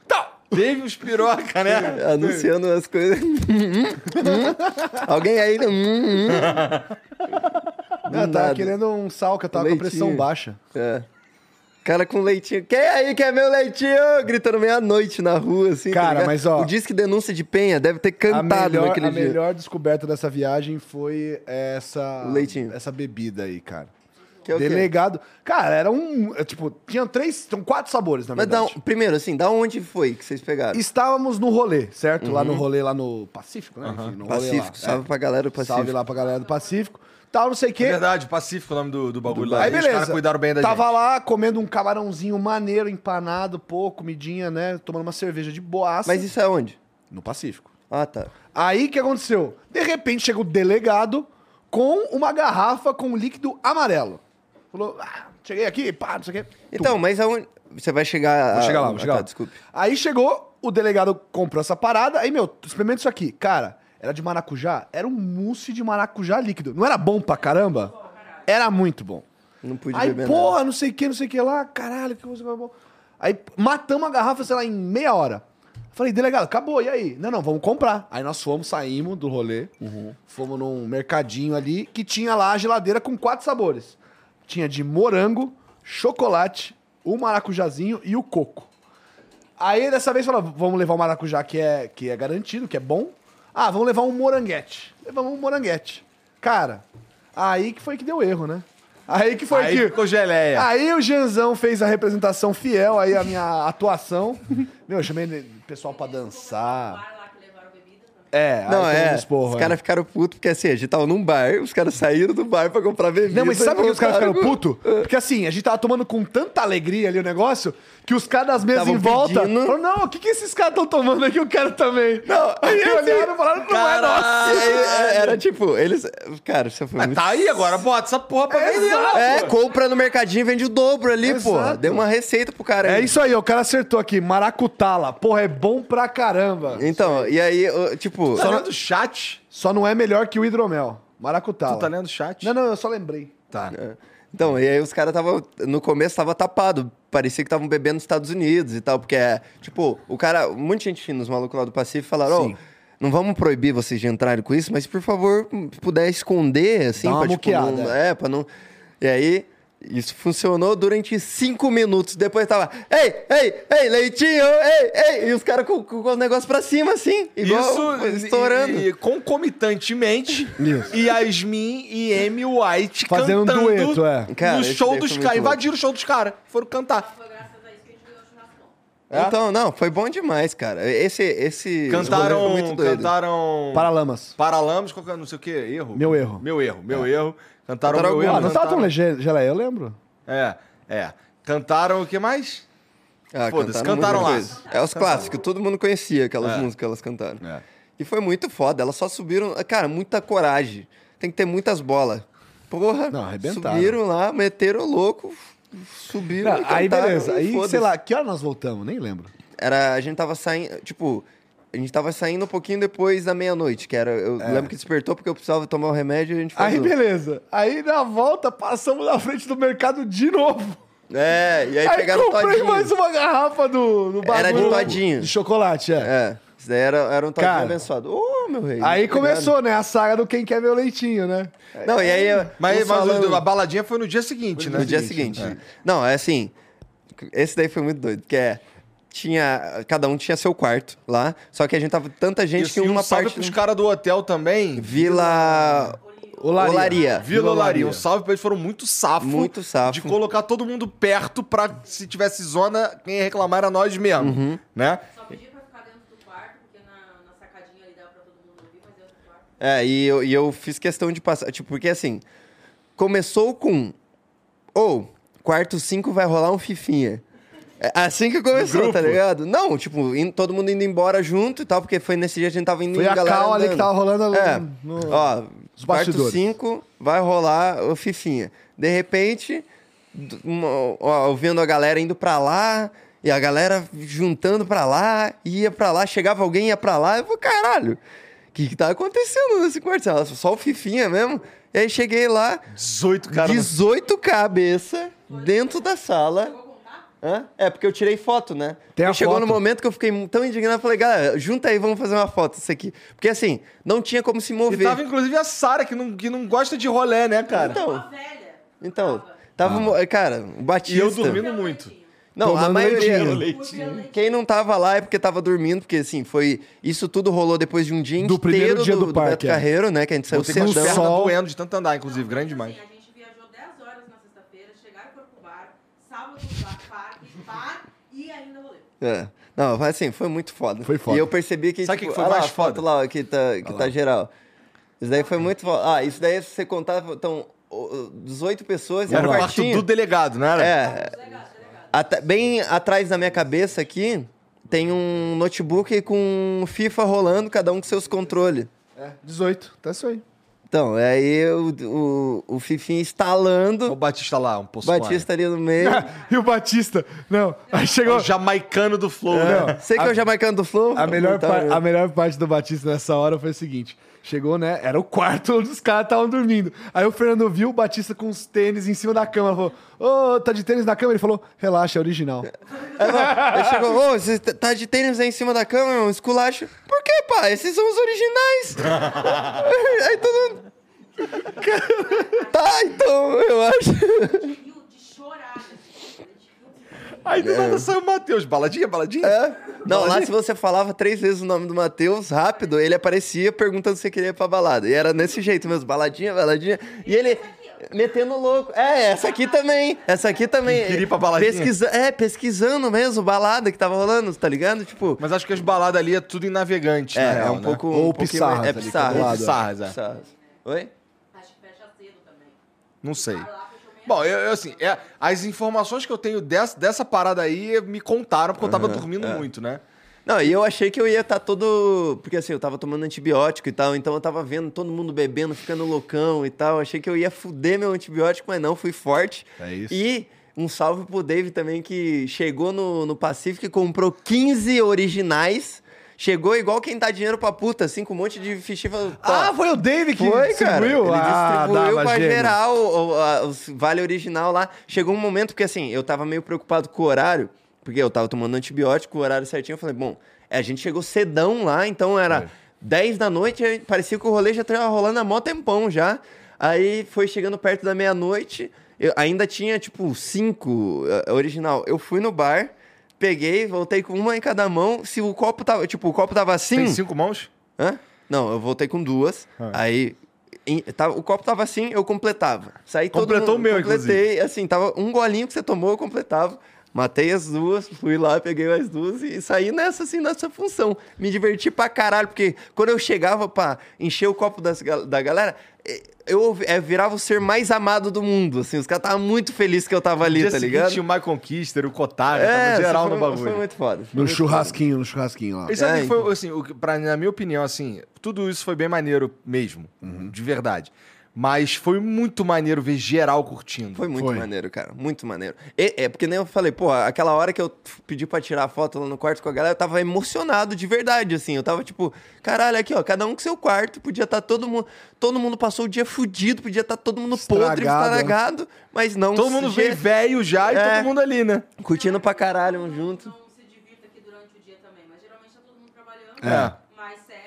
[SPEAKER 5] Tal!
[SPEAKER 1] Teve uns piroca,
[SPEAKER 2] um
[SPEAKER 1] né?
[SPEAKER 2] Anunciando as coisas. Hum, hum, hum. Alguém aí. Hum, hum.
[SPEAKER 5] Não, eu tava
[SPEAKER 2] nada.
[SPEAKER 5] querendo um sal que eu tava com a pressão
[SPEAKER 2] Leitinho.
[SPEAKER 5] baixa.
[SPEAKER 2] É. Cara com leitinho. Quem aí quer meu leitinho? Gritando meia-noite na rua, assim. tá
[SPEAKER 5] Cara,
[SPEAKER 2] ligado?
[SPEAKER 5] mas, ó,
[SPEAKER 2] O disque denúncia de penha deve ter cantado
[SPEAKER 5] a melhor,
[SPEAKER 2] naquele
[SPEAKER 5] a
[SPEAKER 2] dia.
[SPEAKER 5] melhor descoberta dessa viagem foi essa
[SPEAKER 2] O leitinho.
[SPEAKER 5] essa bebida aí, cara.
[SPEAKER 2] Que é o quê?
[SPEAKER 5] Delegado. Cara, era um, é, tipo, tinha três, tinham quatro sabores, na
[SPEAKER 2] Mas dá
[SPEAKER 5] verdade.
[SPEAKER 2] um- primeiro, assim, da onde foi que vocês pegaram?
[SPEAKER 5] Estávamos no rolê, certo? Lá no rolê lá no Pacífico, né? Enfim, no rolê
[SPEAKER 2] Uhum. Pacífico.
[SPEAKER 5] lá.
[SPEAKER 2] Salve
[SPEAKER 5] É.
[SPEAKER 2] pra galera do Pacífico.
[SPEAKER 5] Salve lá pra galera do Pacífico. Tal, não sei o
[SPEAKER 1] É
[SPEAKER 5] quê.
[SPEAKER 1] verdade, Pacífico é o nome do, do bagulho lá.
[SPEAKER 5] Aí
[SPEAKER 1] E Os
[SPEAKER 5] beleza.
[SPEAKER 1] caras cuidaram bem da
[SPEAKER 5] Tava
[SPEAKER 1] gente.
[SPEAKER 5] lá comendo um camarãozinho maneiro, empanado, pô, comidinha, né? Tomando uma cerveja de boaça.
[SPEAKER 2] Mas isso é onde?
[SPEAKER 5] no Pacífico.
[SPEAKER 2] Ah, tá.
[SPEAKER 5] Aí o que aconteceu? De repente chega o delegado com uma garrafa com líquido amarelo. Falou, ah, cheguei aqui, pá, não sei o quê.
[SPEAKER 2] Então, mas aonde. Você vai chegar.
[SPEAKER 5] Vou
[SPEAKER 2] a-
[SPEAKER 5] chegar lá, vou
[SPEAKER 2] Ah,
[SPEAKER 5] chegar
[SPEAKER 2] tá,
[SPEAKER 5] lá.
[SPEAKER 2] Desculpe.
[SPEAKER 5] Aí chegou, o delegado comprou essa parada. Aí, meu, experimenta isso aqui. Cara, era de maracujá? Era um mousse de maracujá líquido. Não era bom pra caramba? Era muito bom.
[SPEAKER 2] Não pude
[SPEAKER 5] Aí,
[SPEAKER 2] beber
[SPEAKER 5] porra, não sei o que, não sei o que lá. Caralho, que coisa bom. Aí matamos a garrafa, sei lá, em meia hora. Falei, delegado, acabou, e aí? Não, não, vamos comprar. Aí nós fomos, saímos do rolê,
[SPEAKER 2] Uhum.
[SPEAKER 5] fomos num mercadinho ali que tinha lá a geladeira com quatro sabores. Tinha de morango, chocolate, o maracujazinho e o coco. Aí dessa vez fala, vamos levar o maracujá que é, que é garantido, que é bom. Ah, vamos levar um moranguete. Levamos um moranguete. Cara, aí que foi que deu erro, né? Aí que foi
[SPEAKER 1] Aí
[SPEAKER 5] que.
[SPEAKER 1] ficou geleia.
[SPEAKER 5] Aí o Janzão fez a representação fiel, aí a minha atuação. Meu, eu chamei o pessoal pra dançar.
[SPEAKER 6] Bar lá que levaram bebida também.
[SPEAKER 5] É,
[SPEAKER 2] Não,
[SPEAKER 5] aí
[SPEAKER 2] é.
[SPEAKER 5] Os porra,
[SPEAKER 2] os caras ficaram putos porque assim, a gente tava num bar, os caras saíram do bar pra comprar bebida.
[SPEAKER 5] Não, mas
[SPEAKER 2] e
[SPEAKER 5] sabe por um que os caras
[SPEAKER 2] voltaram
[SPEAKER 5] ficaram
[SPEAKER 2] com-
[SPEAKER 5] putos? Porque assim, a gente tava tomando com tanta alegria ali o negócio que os caras das mesas
[SPEAKER 2] Tavam
[SPEAKER 5] em volta
[SPEAKER 2] pedindo.
[SPEAKER 5] falaram: não, o que, que esses caras estão tomando aqui? Eu quero também.
[SPEAKER 2] Não,
[SPEAKER 5] Aí assim, olharam e falaram: não é nosso.
[SPEAKER 2] E aí, é- Era tipo, eles. Cara, isso foi
[SPEAKER 1] Ah,
[SPEAKER 2] muito.
[SPEAKER 1] tá aí agora, bota essa porra pra vender. lá,
[SPEAKER 2] É,
[SPEAKER 1] pô.
[SPEAKER 2] compra no mercadinho e vende o dobro ali, pô.
[SPEAKER 5] Exato.
[SPEAKER 2] Deu uma receita pro cara.
[SPEAKER 5] É
[SPEAKER 2] aí.
[SPEAKER 5] isso aí, ó, o cara acertou aqui, maracutala. Porra, é bom pra caramba.
[SPEAKER 2] Então, e aí, eu, tipo.
[SPEAKER 1] Tá lendo o chat?
[SPEAKER 5] Só não é melhor que o hidromel. Maracutala.
[SPEAKER 1] Tu tá lendo o chat?
[SPEAKER 5] Não, não, eu só lembrei.
[SPEAKER 1] Tá.
[SPEAKER 2] Então, e aí os caras estavam. No começo tava tapado. Parecia que estavam bebendo nos Estados Unidos e tal. Porque é. Tipo, o cara. Muita gente fina, os malucos lá do Pacífico falaram, ô. não vamos proibir vocês de entrarem com isso, mas por favor, se puder esconder, assim,
[SPEAKER 5] Dá uma
[SPEAKER 2] pra tipo, não-
[SPEAKER 5] muqueada.
[SPEAKER 2] É, pra não. E aí, isso funcionou durante cinco minutos. Depois tava, ei, ei, ei, leitinho, ei, ei. E os caras com, com o negócio pra cima, assim, igual
[SPEAKER 1] Isso
[SPEAKER 2] estourando.
[SPEAKER 1] E, e concomitantemente, Yasmin e Amy White
[SPEAKER 5] Fazendo um
[SPEAKER 1] cantando
[SPEAKER 5] dueto, é.
[SPEAKER 2] Cara,
[SPEAKER 1] no
[SPEAKER 2] esse
[SPEAKER 1] show
[SPEAKER 2] daí
[SPEAKER 1] dos
[SPEAKER 2] foi muito
[SPEAKER 1] caras.
[SPEAKER 2] louco.
[SPEAKER 1] Invadiram o show dos caras. Foram cantar.
[SPEAKER 6] Foi graças a isso que a gente ganhou o churrascão.
[SPEAKER 2] Então, não, foi bom demais, cara. Esse, esse. esse rolê foi
[SPEAKER 1] Cantaram.
[SPEAKER 2] é muito doido.
[SPEAKER 1] Cantaram.
[SPEAKER 5] Paralamas.
[SPEAKER 1] Paralamas, qual que é, não sei o que, erro?
[SPEAKER 5] Meu erro.
[SPEAKER 1] Meu erro, meu erro. Cantaram,
[SPEAKER 2] É. Cantaram
[SPEAKER 1] meu
[SPEAKER 2] alguma-
[SPEAKER 5] Ah,
[SPEAKER 1] erro.
[SPEAKER 5] não tava tão
[SPEAKER 1] cantaram-
[SPEAKER 5] lege- geleia, eu lembro.
[SPEAKER 1] É, é. Cantaram o que mais?
[SPEAKER 2] Ah,
[SPEAKER 1] Foda-se, cantaram
[SPEAKER 2] cantaram
[SPEAKER 1] lá.
[SPEAKER 2] lá. É os clássicos, todo mundo conhecia aquelas músicas que elas cantaram.
[SPEAKER 1] É.
[SPEAKER 2] E foi muito foda, elas só subiram. Cara, muita coragem. Tem que ter muitas bolas. Porra,
[SPEAKER 5] Não, arrebentaram.
[SPEAKER 2] subiram lá, meteram o louco, subiram.
[SPEAKER 5] Não,
[SPEAKER 2] e
[SPEAKER 5] aí
[SPEAKER 2] cantaram,
[SPEAKER 5] beleza.
[SPEAKER 2] e
[SPEAKER 5] Aí,
[SPEAKER 2] foda-se.
[SPEAKER 5] sei lá, que hora nós voltamos? Nem lembro.
[SPEAKER 2] Era, a gente tava saindo. Tipo, a gente tava saindo um pouquinho depois da meia-noite, que era. Eu
[SPEAKER 5] É.
[SPEAKER 2] lembro que despertou porque eu precisava tomar o remédio e a gente
[SPEAKER 5] Aí
[SPEAKER 2] vazou.
[SPEAKER 5] beleza. Aí na volta passamos na frente do mercado de novo.
[SPEAKER 2] É, e aí,
[SPEAKER 5] Aí,
[SPEAKER 2] pegaram o
[SPEAKER 5] comprei
[SPEAKER 2] todinho.
[SPEAKER 5] mais um. uma garrafa do, do
[SPEAKER 2] Era de
[SPEAKER 5] bagulho.
[SPEAKER 2] todinho.
[SPEAKER 5] De chocolate, é.
[SPEAKER 2] É, isso daí era, era um todinho
[SPEAKER 5] Cara,
[SPEAKER 2] abençoado. Ô, meu rei. tá
[SPEAKER 5] Aí
[SPEAKER 2] muito obrigado.
[SPEAKER 5] começou, né, a saga do quem quer meu leitinho, né?
[SPEAKER 2] Não, e aí. eu-
[SPEAKER 1] Mas, mas
[SPEAKER 2] eu falando-
[SPEAKER 1] a baladinha foi no dia seguinte, né?
[SPEAKER 2] No dia seguinte. Não, é assim. Esse daí foi muito doido, porque é. Tinha. Cada um tinha seu quarto lá. Só que a gente tava tanta gente
[SPEAKER 1] Isso,
[SPEAKER 5] assim,
[SPEAKER 2] que
[SPEAKER 1] e um
[SPEAKER 2] uma
[SPEAKER 1] salve
[SPEAKER 2] parte.
[SPEAKER 1] pros caras do hotel também.
[SPEAKER 2] Vila.
[SPEAKER 5] Olaria.
[SPEAKER 2] Olaria.
[SPEAKER 1] Vila Olaria. Um salve pra eles, foram muito safo.
[SPEAKER 2] Muito safo.
[SPEAKER 1] De colocar todo mundo perto pra, se tivesse zona, quem ia reclamar era nós mesmo,
[SPEAKER 2] Uhum.
[SPEAKER 1] né?
[SPEAKER 6] Só pedia pra ficar dentro do quarto, porque na, na sacadinha ali dava pra todo mundo ouvir, mas dentro do quarto.
[SPEAKER 2] É, e eu, e eu fiz questão de passar. Tipo, porque assim. Começou com. Ou, quarto 5 vai rolar um fifinha. É assim que começou, tá ligado? Não, tipo, in- todo mundo indo embora junto e tal, porque foi nesse dia que a gente tava indo
[SPEAKER 5] Foi
[SPEAKER 2] em
[SPEAKER 5] a
[SPEAKER 2] galera
[SPEAKER 5] cal ali que
[SPEAKER 2] andando.
[SPEAKER 5] tava rolando no-
[SPEAKER 2] É.
[SPEAKER 5] no-
[SPEAKER 2] Ó,
[SPEAKER 5] Os
[SPEAKER 2] quarto
[SPEAKER 5] bastidores.
[SPEAKER 2] 5 vai rolar o Fifinha. De repente, d- uma, ó, ouvindo a galera indo pra lá, e a galera juntando pra lá, ia pra lá, chegava alguém, ia pra lá, eu falei, caralho, o que, que tá acontecendo nesse quarto? Ela, Só o Fifinha mesmo. E aí cheguei lá,
[SPEAKER 1] 18 caras.
[SPEAKER 2] 18 cabeça dentro da sala. Hã? É, porque eu tirei foto, né?
[SPEAKER 5] Tem a
[SPEAKER 2] E chegou
[SPEAKER 5] foto.
[SPEAKER 2] no momento que eu fiquei tão indignado, eu falei, galera, junta aí, vamos fazer uma foto isso aqui. Porque assim, não tinha como se
[SPEAKER 1] E
[SPEAKER 2] mover.
[SPEAKER 1] tava inclusive a Sara, que não, que não gosta de rolê, né, cara?
[SPEAKER 6] Uma
[SPEAKER 2] Então,
[SPEAKER 6] velha.
[SPEAKER 2] então,
[SPEAKER 5] Ah.
[SPEAKER 2] tava, mo- cara, o Batista.
[SPEAKER 1] e eu dormindo muito.
[SPEAKER 2] Não, a
[SPEAKER 5] tomando
[SPEAKER 2] maioria.
[SPEAKER 5] leitinho.
[SPEAKER 6] Leitinho.
[SPEAKER 2] Quem não tava lá é porque tava dormindo, porque assim, foi. Isso tudo rolou depois de um dia
[SPEAKER 5] Do
[SPEAKER 2] inteiro
[SPEAKER 5] primeiro dia do parque,
[SPEAKER 2] Beto
[SPEAKER 5] é.
[SPEAKER 2] Carreiro, né? Que a gente saiu
[SPEAKER 1] Botei com as
[SPEAKER 5] Sedão.
[SPEAKER 2] cedão.
[SPEAKER 1] pernas
[SPEAKER 5] Sol.
[SPEAKER 1] doendo de tanto andar, inclusive, grande
[SPEAKER 6] Então,
[SPEAKER 1] demais.
[SPEAKER 6] assim, a gente viajou 10 horas na sexta-feira, chegaram em Corpo Bar, sábado no bar, parque, bar e ainda rolê.
[SPEAKER 2] É. Não, mas assim, foi muito foda.
[SPEAKER 5] Foi foda.
[SPEAKER 2] E eu percebi que.
[SPEAKER 1] Sabe o que foi
[SPEAKER 2] ah lá,
[SPEAKER 1] mais
[SPEAKER 2] a foto
[SPEAKER 1] foda?
[SPEAKER 2] lá ó, que tá, que tá geral. Isso daí foi muito foda. Ah, isso daí se você contar. Então, o- o- 18 pessoas e
[SPEAKER 1] Era
[SPEAKER 2] um
[SPEAKER 1] o quarto
[SPEAKER 2] quartinho.
[SPEAKER 1] do delegado, né? era?
[SPEAKER 2] É.
[SPEAKER 6] tá
[SPEAKER 2] Ata- bem atrás da minha cabeça aqui tem um notebook com FIFA rolando, cada um com seus controles.
[SPEAKER 5] 18, tá isso aí.
[SPEAKER 2] Então, aí o, o, o Fifinha
[SPEAKER 1] Olha O
[SPEAKER 2] instalando,
[SPEAKER 1] Batista lá, um
[SPEAKER 2] o
[SPEAKER 1] possuado.
[SPEAKER 2] Batista ali no meio.
[SPEAKER 5] e o Batista, não, aí chegou...
[SPEAKER 1] O jamaicano do Flow, né?
[SPEAKER 2] Sei que
[SPEAKER 5] a-
[SPEAKER 2] é o jamaicano do Flow.
[SPEAKER 5] A melhor,
[SPEAKER 2] tá,
[SPEAKER 5] par-
[SPEAKER 2] né?
[SPEAKER 5] a melhor parte do Batista nessa hora foi o seguinte: chegou, né? Era o quarto onde os caras estavam dormindo. Aí o Fernando viu o Batista com os tênis em cima da cama. Falou: Ô, tá de tênis na cama? Ele falou: Relaxa, é original.
[SPEAKER 2] Aí, ó, Aí chegou, ô, você t- tá de tênis aí em cima da cama, meu, esculacho. Por que, pá? Esses são os originais. aí todo mundo... tá, então, eu acho.
[SPEAKER 6] Rio de chorar. né?
[SPEAKER 1] Aí do nada saiu o Matheus. Baladinha, baladinha?
[SPEAKER 2] É. Não, lá se você falava três vezes o nome do Matheus, rápido, ele aparecia perguntando se você queria ir pra balada. E era desse jeito mesmo, baladinha, baladinha. E ele metendo louco. É, essa aqui também, essa aqui também.
[SPEAKER 1] Queria ir pra baladinha?
[SPEAKER 2] Pesquisa- é, pesquisando mesmo, balada que tava rolando, tá ligado? Tipo,
[SPEAKER 1] Mas acho que as baladas ali é tudo em navegante,
[SPEAKER 2] é,
[SPEAKER 1] na
[SPEAKER 2] é
[SPEAKER 1] real,
[SPEAKER 2] um
[SPEAKER 1] né?
[SPEAKER 2] pouco...
[SPEAKER 5] Ou
[SPEAKER 2] um pouquinho
[SPEAKER 5] pissarras
[SPEAKER 2] mais- É
[SPEAKER 5] ali,
[SPEAKER 2] pissarras.
[SPEAKER 5] calculado.
[SPEAKER 1] Pissarras, é.
[SPEAKER 2] pissarras. Oi?
[SPEAKER 6] Acho que fecha cedo também.
[SPEAKER 1] Não sei.
[SPEAKER 6] Vai lá, fechou meia
[SPEAKER 1] Bom, eu, eu, assim, é, as informações que eu tenho dessa, dessa parada aí me contaram, porque eu
[SPEAKER 2] Uhum,
[SPEAKER 1] tava dormindo
[SPEAKER 2] é.
[SPEAKER 1] muito, né?
[SPEAKER 2] Não, e eu achei que eu ia estar todo. Porque assim, eu tava tomando antibiótico e tal, então eu tava vendo todo mundo bebendo, ficando loucão e tal. Achei que eu ia fuder meu antibiótico, mas não, fui forte.
[SPEAKER 5] É isso.
[SPEAKER 2] E um salve pro Dave também, que chegou no, no Pacífico e comprou 15 originais. Chegou igual quem dá dinheiro pra puta, assim, com um monte de fichinha. falou, "Tó,
[SPEAKER 5] Ah, foi o Dave que
[SPEAKER 2] foi, cara.
[SPEAKER 5] distribuiu?
[SPEAKER 2] Ele
[SPEAKER 5] Ah,
[SPEAKER 2] distribuiu
[SPEAKER 5] dava
[SPEAKER 2] pra
[SPEAKER 5] gênio.
[SPEAKER 2] geral o, o- a- os vale original lá. Chegou um momento que, assim, eu tava meio preocupado com o horário, porque eu tava tomando antibiótico, o horário certinho. Eu falei, bom, é, a gente chegou cedão lá, então era
[SPEAKER 5] É.
[SPEAKER 2] 10 da noite, aí parecia que o rolê já tava rolando há mó tempão já. Aí foi chegando perto da meia-noite, eu ainda tinha, tipo, cinco eh, original. Eu fui no bar, peguei, voltei com uma em cada mão. Se o copo tava, tipo, o copo tava assim...
[SPEAKER 1] Tem cinco mãos?
[SPEAKER 2] Hã? Não, eu voltei com duas.
[SPEAKER 1] Ah.
[SPEAKER 2] Aí. em- tava- o copo tava assim, eu completava. Saí todo
[SPEAKER 1] Completou
[SPEAKER 2] mundo,
[SPEAKER 1] o meu,
[SPEAKER 2] completei, assim, tava um golinho que você tomou, eu completava. Matei as duas, fui lá, peguei mais duas e saí nessa, assim, nessa função. Me diverti pra caralho, porque quando eu chegava pra encher o copo das gal- da galera, eh, eu ouvi- eh, virava o ser mais amado do mundo, assim. Os caras estavam muito felizes que eu tava ali,
[SPEAKER 1] Dia
[SPEAKER 2] tá
[SPEAKER 1] seguinte,
[SPEAKER 2] ligado? É,
[SPEAKER 1] Tinha o Michael Kister, o Kotaro, tava geral
[SPEAKER 2] foi,
[SPEAKER 1] no
[SPEAKER 2] Foi
[SPEAKER 1] bagulho.
[SPEAKER 2] muito foda. foi
[SPEAKER 5] No
[SPEAKER 2] muito
[SPEAKER 5] churrasquinho, no churrasquinho lá.
[SPEAKER 1] E sabe
[SPEAKER 2] É,
[SPEAKER 1] que foi, assim, o que, pra, na minha opinião, assim, tudo isso foi bem maneiro mesmo,
[SPEAKER 2] Uhum.
[SPEAKER 1] de verdade. Mas foi muito maneiro ver geral curtindo.
[SPEAKER 2] Foi muito
[SPEAKER 5] Foi.
[SPEAKER 2] maneiro, cara. Muito maneiro. E- é, porque nem eu falei, pô, aquela hora que eu f- pedi pra tirar a foto lá no quarto com a galera, eu tava emocionado de verdade, assim. Eu tava tipo, caralho, aqui, ó, cada um com seu quarto, podia estar todo mundo. Todo mundo passou o dia fudido, podia estar todo mundo podre,
[SPEAKER 5] Estragado, né?
[SPEAKER 2] estragado, mas não.
[SPEAKER 1] Todo mundo
[SPEAKER 2] um se-
[SPEAKER 1] veio velho já e
[SPEAKER 2] É.
[SPEAKER 1] todo mundo ali, né?
[SPEAKER 2] Curtindo pra caralho um junto.
[SPEAKER 6] Não se divirta aqui durante o dia também, mas geralmente tá todo mundo trabalhando.
[SPEAKER 1] É.
[SPEAKER 6] Mais sério.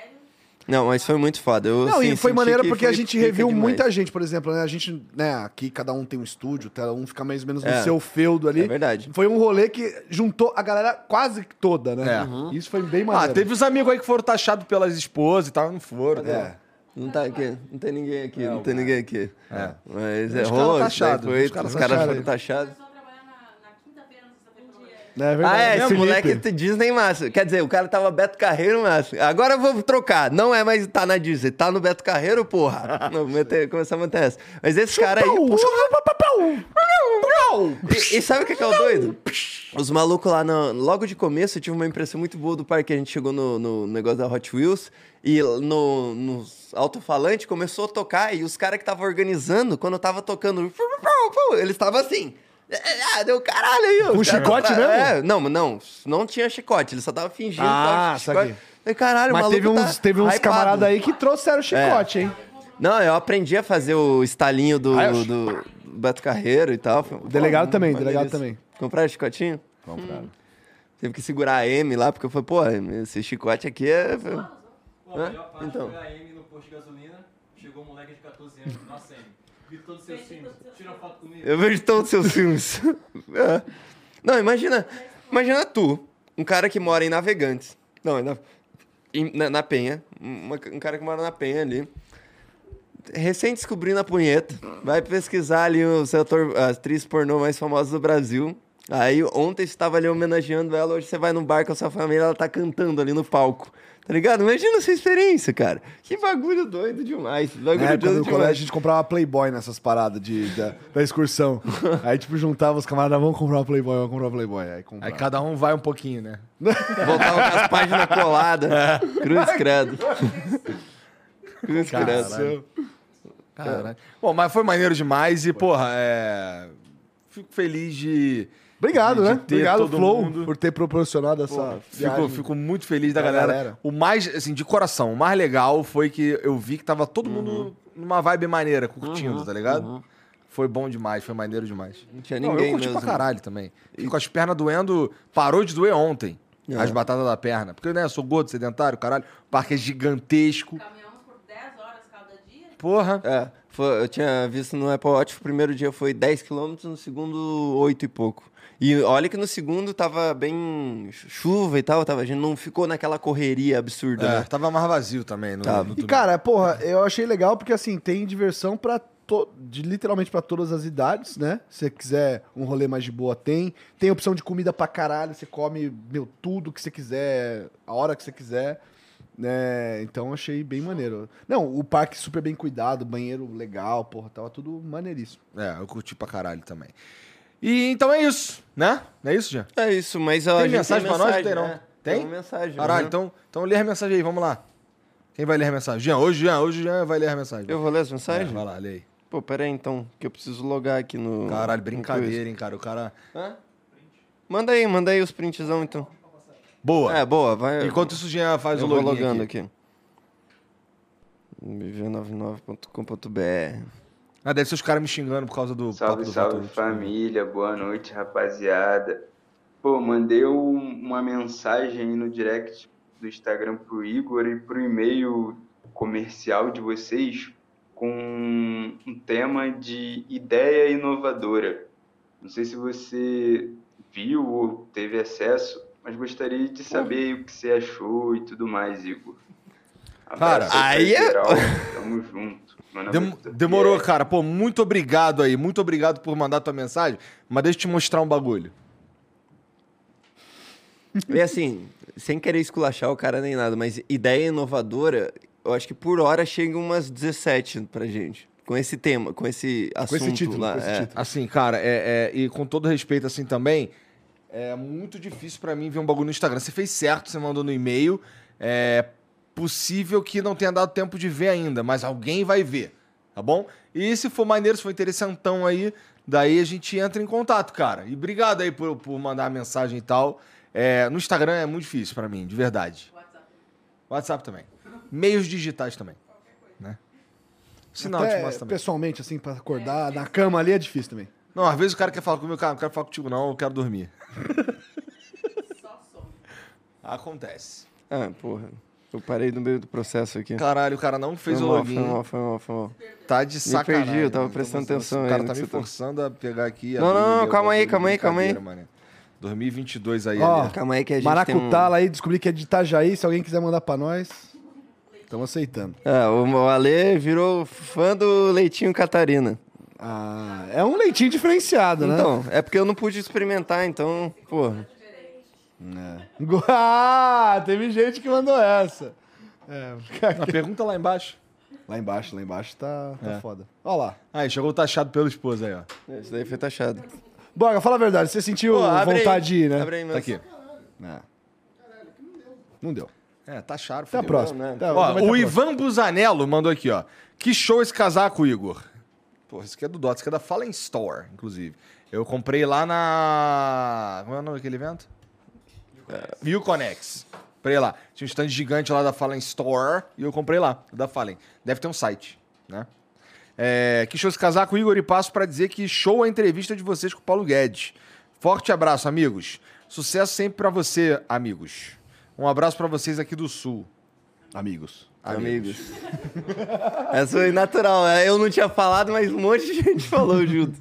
[SPEAKER 2] Não, mas foi muito foda. Eu,
[SPEAKER 5] Não,
[SPEAKER 2] assim,
[SPEAKER 5] e foi
[SPEAKER 2] senti
[SPEAKER 5] maneira
[SPEAKER 2] que
[SPEAKER 5] porque a
[SPEAKER 2] foi
[SPEAKER 5] gente
[SPEAKER 2] pica
[SPEAKER 5] reviu
[SPEAKER 2] demais.
[SPEAKER 5] muita gente, por exemplo, né? A gente, né, aqui cada um tem um estúdio, cada um fica mais ou menos no
[SPEAKER 2] É.
[SPEAKER 5] seu feudo ali.
[SPEAKER 2] É verdade.
[SPEAKER 5] Foi um rolê que juntou a galera quase que toda, né?
[SPEAKER 1] É.
[SPEAKER 5] Isso foi bem
[SPEAKER 1] Ah,
[SPEAKER 5] maneiro.
[SPEAKER 1] teve os amigos aí que foram taxados pelas esposas e tal, não foram. né?
[SPEAKER 5] É.
[SPEAKER 2] Não tá aqui, não tem ninguém aqui, não, tem ninguém aqui.
[SPEAKER 1] É.
[SPEAKER 2] Mas é,
[SPEAKER 1] Os caras
[SPEAKER 2] rolou.
[SPEAKER 5] tá
[SPEAKER 2] isso daí
[SPEAKER 1] taxados,
[SPEAKER 2] foi-
[SPEAKER 1] os caras
[SPEAKER 2] Os caras
[SPEAKER 5] taxaram
[SPEAKER 2] foram
[SPEAKER 5] ele.
[SPEAKER 2] taxados.
[SPEAKER 6] Começou a trabalhar na, na quinta-feira, na sexta-feira, pelo menos.
[SPEAKER 5] É verdade.
[SPEAKER 2] Ah, é, esse
[SPEAKER 5] Felipe.
[SPEAKER 2] moleque é Disney Márcio. Quer dizer, o cara tava Beto Carreiro Márcio. Agora eu vou trocar. Não é mais tá na Disney, tá no Beto Carreiro, porra. Não, vou meter- começar a manter essa. Mas esse cara aí.
[SPEAKER 5] Pau, chupa, pau, pau.
[SPEAKER 2] E, e sabe o que que é o doido? Os malucos lá, no- logo de começo, eu tive uma impressão muito boa do parque. A gente chegou no, no negócio da Hot Wheels e no, no alto-falante começou a tocar. E os caras que estavam organizando, quando eu tava tocando, eles estavam assim. Ah, deu caralho aí.
[SPEAKER 5] Com
[SPEAKER 2] os caras-
[SPEAKER 5] chicote mesmo?
[SPEAKER 2] É, não, não, não tinha chicote. Ele só tava fingindo que tava
[SPEAKER 5] Ah,
[SPEAKER 2] com chicote.
[SPEAKER 5] saquei.
[SPEAKER 2] Falei, Caralho, o
[SPEAKER 5] Mas
[SPEAKER 2] maluco
[SPEAKER 5] teve uns,
[SPEAKER 2] tá
[SPEAKER 5] teve uns
[SPEAKER 2] hypado. É.
[SPEAKER 5] camaradas aí que trouxeram chicote, hein?
[SPEAKER 2] Não, eu aprendi a fazer o estalinho do,
[SPEAKER 5] Ah, eu-
[SPEAKER 2] do Beto Carreiro e tal. O
[SPEAKER 5] delegado também, delegado também.
[SPEAKER 2] Compraram chicotinho? Compraram. Teve que segurar a M lá, porque eu falei, pô, esse chicote aqui é.
[SPEAKER 7] Pô, a
[SPEAKER 2] Hã?
[SPEAKER 7] melhor parte
[SPEAKER 2] Então.
[SPEAKER 7] foi a M no posto de gasolina. Chegou um moleque de 14 anos, nossa M. Vi todos os seus filmes. Tira uma foto comigo.
[SPEAKER 2] Eu vejo todos os seus filmes. É. Não, imagina. Imagina tu, um cara que mora em Navegantes. Não, na, em- na, na Penha. uma- um cara que mora na Penha ali. Recém descobrindo a punheta. Vai pesquisar ali o seu ator, a atriz pornô mais famosa do Brasil. Aí ontem você estava ali homenageando ela, hoje você vai num bar com a sua família, ela tá cantando ali no palco. Tá ligado? Imagina essa experiência, cara. Que bagulho doido demais. Bagulho
[SPEAKER 5] Na época
[SPEAKER 2] doido
[SPEAKER 5] do colégio, a
[SPEAKER 2] demais.
[SPEAKER 5] gente comprava Playboy nessas paradas de, da, da excursão. aí, tipo, juntava os camaradas, vamos comprar uma Playboy, vamos comprar uma Playboy. Aí
[SPEAKER 1] Aí
[SPEAKER 2] é.
[SPEAKER 5] comprava.
[SPEAKER 1] cada um vai um pouquinho, né?
[SPEAKER 2] Voltava com as páginas coladas.
[SPEAKER 1] É.
[SPEAKER 2] Cruz credo. Cruz
[SPEAKER 1] Caralho.
[SPEAKER 2] credo.
[SPEAKER 1] Caralho. Bom, mas foi maneiro demais e, porra, é. Fico feliz de.
[SPEAKER 5] Obrigado,
[SPEAKER 1] de
[SPEAKER 5] né?
[SPEAKER 1] ter
[SPEAKER 5] Obrigado,
[SPEAKER 1] todo
[SPEAKER 5] Flow,
[SPEAKER 1] mundo.
[SPEAKER 5] por ter proporcionado essa
[SPEAKER 1] Fico,
[SPEAKER 5] viagem.
[SPEAKER 1] fico muito feliz da
[SPEAKER 5] Da
[SPEAKER 1] galera.
[SPEAKER 5] galera.
[SPEAKER 1] O mais, assim, de coração, o mais legal foi que eu vi que tava todo mundo numa vibe maneira, curtindo, tá ligado? Foi bom demais, foi maneiro demais.
[SPEAKER 2] Não tinha
[SPEAKER 1] Não,
[SPEAKER 2] ninguém
[SPEAKER 1] eu curti
[SPEAKER 2] mesmo.
[SPEAKER 1] pra caralho também. E com as pernas doendo, parou de doer ontem. As batatas da perna. Porque, né, eu sou gordo, sedentário, caralho. O parque é gigantesco.
[SPEAKER 6] Caminhamos por 10 horas cada dia.
[SPEAKER 1] Porra.
[SPEAKER 2] É. Foi- eu tinha visto no Apple Watch, o primeiro dia foi 10 km, no segundo 8 e pouco. E olha que no segundo tava bem chu- chuva e tal, tava, a gente não ficou naquela correria absurda,
[SPEAKER 1] É,
[SPEAKER 2] né?
[SPEAKER 1] tava mais vazio também. No,
[SPEAKER 2] Tava.
[SPEAKER 1] no
[SPEAKER 5] E
[SPEAKER 1] domingo.
[SPEAKER 5] cara, porra, eu achei legal porque assim, tem diversão para de literalmente pra todas as idades, né? Se você quiser um rolê mais de boa, tem. Tem opção de comida pra caralho, você come, meu, tudo que você quiser, a hora que você quiser. Né? Então achei bem maneiro. Não, o parque super bem cuidado, banheiro legal, porra, tava tudo maneiríssimo.
[SPEAKER 1] É, eu curti pra caralho também. E então é isso, né? Não é isso, Jean?
[SPEAKER 2] É isso, mas ó, a
[SPEAKER 1] Tem
[SPEAKER 2] gente
[SPEAKER 1] mensagem pra nós? Tem não.
[SPEAKER 2] né?
[SPEAKER 1] Tem?
[SPEAKER 2] uma mensagem.
[SPEAKER 1] Caralho,
[SPEAKER 2] né?
[SPEAKER 1] então, então lê a mensagem aí, vamos lá. Quem vai ler a mensagem? Jean, hoje Jean, hoje Jean vai ler a mensagem.
[SPEAKER 2] Eu vou ler as
[SPEAKER 1] É,
[SPEAKER 2] mensagens?
[SPEAKER 1] vai lá, lê aí.
[SPEAKER 2] Pô, pera aí então, que eu preciso logar aqui no...
[SPEAKER 1] Caralho,
[SPEAKER 2] no
[SPEAKER 1] brincadeira, hein, cara. O cara.
[SPEAKER 2] coisa. Hã? Manda aí, manda aí os printzão então.
[SPEAKER 1] Boa.
[SPEAKER 2] É, boa, vai...
[SPEAKER 1] Enquanto isso, o Jean faz o
[SPEAKER 2] eu vou
[SPEAKER 1] login
[SPEAKER 2] logando
[SPEAKER 1] aqui.
[SPEAKER 2] aqui. bv99.com.br
[SPEAKER 1] Ah, deve ser os caras me xingando por causa do
[SPEAKER 9] Salve,
[SPEAKER 1] do
[SPEAKER 9] salve
[SPEAKER 1] Voto.
[SPEAKER 9] família, boa noite rapaziada. Pô, mandei um- uma mensagem aí no direct do Instagram pro Igor e pro e-mail comercial de vocês com um tema de ideia inovadora. Não sei se você viu ou teve acesso, mas gostaria de saber o que você achou e tudo mais, Igor.
[SPEAKER 1] Cara,
[SPEAKER 9] Abraço pra
[SPEAKER 2] aí é-
[SPEAKER 9] geral, Tamo junto. Meu nome é
[SPEAKER 1] Dem-
[SPEAKER 9] Vitor
[SPEAKER 1] demorou,
[SPEAKER 9] Pierre.
[SPEAKER 1] cara. Pô, muito obrigado aí. Muito obrigado por mandar tua mensagem. Mas deixa eu te mostrar um bagulho.
[SPEAKER 2] E assim, sem querer esculachar o cara nem nada, mas ideia inovadora, eu acho que por hora chega umas 17 pra gente. Com esse tema, com esse assunto
[SPEAKER 5] título,
[SPEAKER 2] lá.
[SPEAKER 5] com esse
[SPEAKER 2] é.
[SPEAKER 5] título.
[SPEAKER 1] Assim, cara, é, é- e com todo respeito, assim também, é muito difícil pra mim ver um bagulho no Instagram. Você fez certo, você mandou no e-mail. É possível que não tenha dado tempo de ver ainda, mas alguém vai ver, tá bom? E se for maneiro, se for interessantão aí, daí a gente entra em contato, cara. E obrigado aí por, por mandar a mensagem e tal. É, no Instagram é muito difícil pra mim, de verdade. WhatsApp também. Meios digitais também. Né? Sinal
[SPEAKER 5] Até
[SPEAKER 1] de massa também.
[SPEAKER 5] pessoalmente assim pra acordar na cama ali é difícil também.
[SPEAKER 1] Não, às vezes o cara quer falar comigo, cara, não quero falar contigo não, eu quero dormir.
[SPEAKER 6] Só some.
[SPEAKER 1] Acontece.
[SPEAKER 2] Ah, porra. Eu parei no meio do processo aqui.
[SPEAKER 1] Caralho, o cara não fez
[SPEAKER 2] foi
[SPEAKER 1] o
[SPEAKER 2] mal, foi
[SPEAKER 1] login. né?
[SPEAKER 2] mal, foi mal, foi mal.
[SPEAKER 1] Tá de sacanagem.
[SPEAKER 2] perdi, eu tava
[SPEAKER 1] mano.
[SPEAKER 2] prestando
[SPEAKER 1] Tô pensando,
[SPEAKER 2] atenção
[SPEAKER 1] O
[SPEAKER 2] aí
[SPEAKER 1] cara
[SPEAKER 2] no
[SPEAKER 1] tá
[SPEAKER 2] que
[SPEAKER 1] me
[SPEAKER 2] você tá-
[SPEAKER 1] forçando a pegar aqui.
[SPEAKER 2] Não, não,
[SPEAKER 1] abrir
[SPEAKER 2] não,
[SPEAKER 1] meu
[SPEAKER 2] calma aí,
[SPEAKER 1] bagulho,
[SPEAKER 2] calma aí, calma aí.
[SPEAKER 1] brincadeira, mané. 2022 aí,
[SPEAKER 5] Ó,
[SPEAKER 1] Ale.
[SPEAKER 2] Calma aí que a gente
[SPEAKER 1] um-
[SPEAKER 2] um-
[SPEAKER 5] Maracutala aí, descobri que é de Itajaí, se alguém quiser mandar pra nós, estamos aceitando.
[SPEAKER 2] tem um... Ah, o o Ale virou fã do Leitinho Catarina.
[SPEAKER 5] Ah, é um leitinho diferenciado, né?
[SPEAKER 2] Então, é porque eu não pude experimentar, então, porra. Então.
[SPEAKER 5] Go- Ah, teve gente que mandou essa. É,
[SPEAKER 1] Ah, pergunta lá embaixo.
[SPEAKER 5] lá embaixo, lá embaixo tá, tá
[SPEAKER 1] É.
[SPEAKER 5] foda. Ó lá.
[SPEAKER 1] Aí, chegou o taxado pelo esposo aí, ó. Tá
[SPEAKER 2] É, Isso daí foi taxado.
[SPEAKER 5] Boga, fala a verdade, você sentiu
[SPEAKER 2] Pô, abre aí,
[SPEAKER 5] vontade de ir, né?
[SPEAKER 2] Abre aí, meu.
[SPEAKER 1] Tá aqui.
[SPEAKER 5] É. Não deu.
[SPEAKER 1] É, taxaram.
[SPEAKER 5] Até a
[SPEAKER 1] fudeu.
[SPEAKER 5] próxima.
[SPEAKER 2] né?
[SPEAKER 5] Até-
[SPEAKER 1] Ó,
[SPEAKER 5] vai ter Então, a
[SPEAKER 1] o
[SPEAKER 5] próxima.
[SPEAKER 1] Ivan Busanello mandou aqui, ó. Que show esse casaco, Igor. Porra, esse aqui é do Dot, esse aqui é da Fallen Store, inclusive. Eu comprei lá na. Como é o nome daquele evento? View Conex. Comprei lá. Tinha um stand gigante lá da Fallen Store e eu comprei lá, da Fallen. Deve ter um site, né? É, que show esse casaco, Igor, e passo pra dizer que show a entrevista de vocês com o Paulo Guedes. Forte abraço, amigos. Sucesso sempre pra você, amigos. Um abraço pra vocês aqui do Sul.
[SPEAKER 5] Amigos.
[SPEAKER 2] Amigos. Essa foi natural. né? Eu não tinha falado, mas um monte de gente falou junto.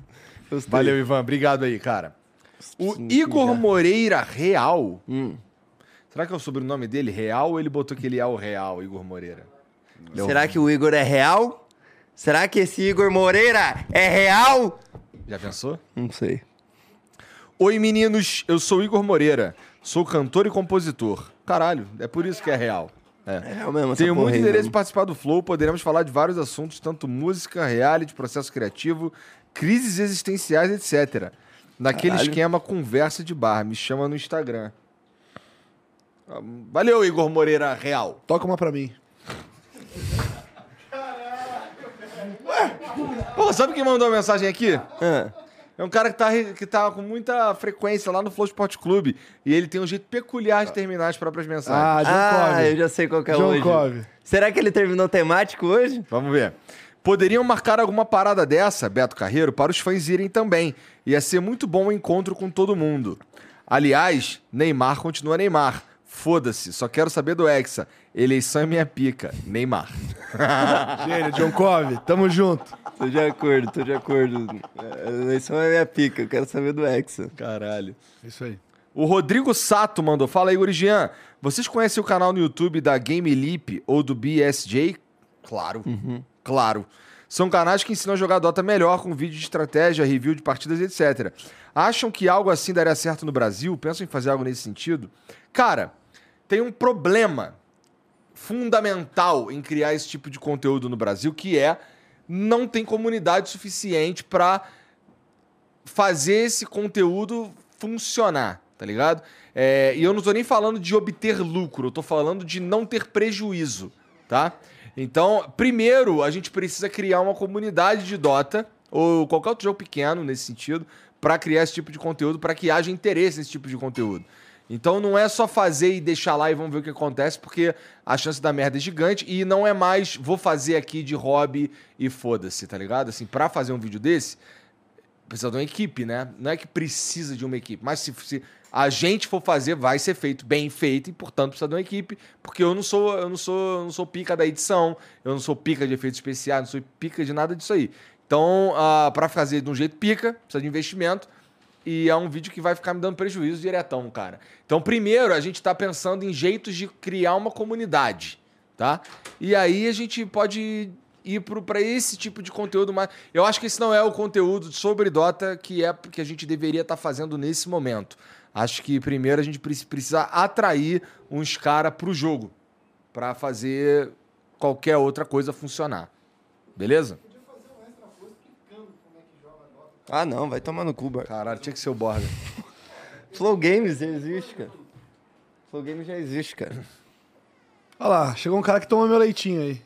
[SPEAKER 2] Gostei.
[SPEAKER 1] Valeu, Ivan. Obrigado aí, cara. O
[SPEAKER 2] Sim,
[SPEAKER 1] Igor
[SPEAKER 2] já.
[SPEAKER 1] Moreira Real.
[SPEAKER 2] Hum.
[SPEAKER 1] Será que é o sobrenome dele? Real ou ele botou que ele é o Real, Igor Moreira?
[SPEAKER 2] Será que o Igor é real? Será que esse Igor Moreira é real?
[SPEAKER 1] Já pensou?
[SPEAKER 2] Não sei.
[SPEAKER 1] Oi, meninos. Eu sou Igor Moreira. Sou cantor e compositor. Caralho, é por isso que é real.
[SPEAKER 2] É real mesmo. essa
[SPEAKER 1] Tenho
[SPEAKER 2] porra
[SPEAKER 1] muito
[SPEAKER 2] aí,
[SPEAKER 1] interesse em
[SPEAKER 2] mano.
[SPEAKER 1] participar do Flow. Poderemos falar de vários assuntos, tanto música, reality, processo criativo, crises existenciais, etc. Naquele
[SPEAKER 2] Caralho.
[SPEAKER 1] esquema conversa de bar. Me chama no Instagram. Ah, Valeu, Igor Moreira Real.
[SPEAKER 5] Toca uma pra mim.
[SPEAKER 1] Pô, sabe quem mandou a mensagem aqui?
[SPEAKER 2] Ah,
[SPEAKER 1] É um cara que tá, re- que tá com muita frequência lá no Flow Sport Clube. E ele tem um jeito peculiar de terminar as próprias mensagens.
[SPEAKER 5] Ah, John
[SPEAKER 2] Ah,
[SPEAKER 5] Cove.
[SPEAKER 2] eu já sei qual que é
[SPEAKER 5] John
[SPEAKER 2] hoje.
[SPEAKER 5] Cove.
[SPEAKER 2] Será que ele terminou temático hoje?
[SPEAKER 1] Vamos ver. Poderiam marcar alguma parada dessa, Beto Carreiro, para os fãs irem também. Ia ser muito bom o encontro com todo mundo. Aliás, Neymar continua Neymar. Foda-se, só quero saber do Hexa. Eleição é minha pica. Neymar.
[SPEAKER 5] Gênio, John Cove, tamo junto.
[SPEAKER 2] Tô de acordo, tô de acordo. A eleição é minha pica, eu quero saber do Hexa.
[SPEAKER 1] Caralho.
[SPEAKER 5] É Isso aí.
[SPEAKER 1] O Rodrigo Sato mandou. Fala aí, Origian. Vocês conhecem o canal no YouTube da Game Leap ou do BSJ? Claro. Claro. São canais que ensinam a jogar Dota melhor, com vídeo de estratégia, review de partidas, etc. Acham que algo assim daria certo no Brasil? Pensam em fazer algo nesse sentido? Cara, tem um problema fundamental em criar esse tipo de conteúdo no Brasil, que é não tem comunidade suficiente para fazer esse conteúdo funcionar, tá ligado? É, e eu não tô nem falando de obter lucro, eu tô falando de não ter prejuízo, tá? Então, primeiro, a gente precisa criar uma comunidade de Dota, ou qualquer outro jogo pequeno nesse sentido, para criar esse tipo de conteúdo, para que haja interesse nesse tipo de conteúdo. Então não é só fazer e deixar lá e vamos ver o que acontece, porque a chance da merda é gigante e não é mais vou fazer aqui de hobby e foda-se, tá ligado? Assim, pra fazer um vídeo desse, precisa de uma equipe, né? Não é que precisa de uma equipe, mas se, se a gente for fazer, vai ser feito bem feito e, portanto, precisa de uma equipe, porque eu não sou, eu não sou, eu não sou pica da edição, eu não sou pica de efeitos especiais, não sou pica de nada disso aí. Então, ah, pra fazer de um jeito pica, precisa de investimento. E é um vídeo que vai ficar me dando prejuízo diretão, cara. Então, primeiro, a gente tá pensando em jeitos de criar uma comunidade, tá? E aí a gente pode ir pro- pra esse tipo de conteúdo, mas eu acho que esse não é o conteúdo sobre Dota que é que a gente deveria estar fazendo nesse momento. Acho que primeiro a gente preci- precisa atrair uns caras pro jogo pra fazer qualquer outra coisa funcionar. Beleza?
[SPEAKER 2] Ah não, vai tomar no cu, Bar.
[SPEAKER 1] Caralho, tinha que ser o Borga.
[SPEAKER 2] Flow Games já existe, cara. Flow Games já existe, cara.
[SPEAKER 5] Olha lá, chegou um cara que tomou meu leitinho aí.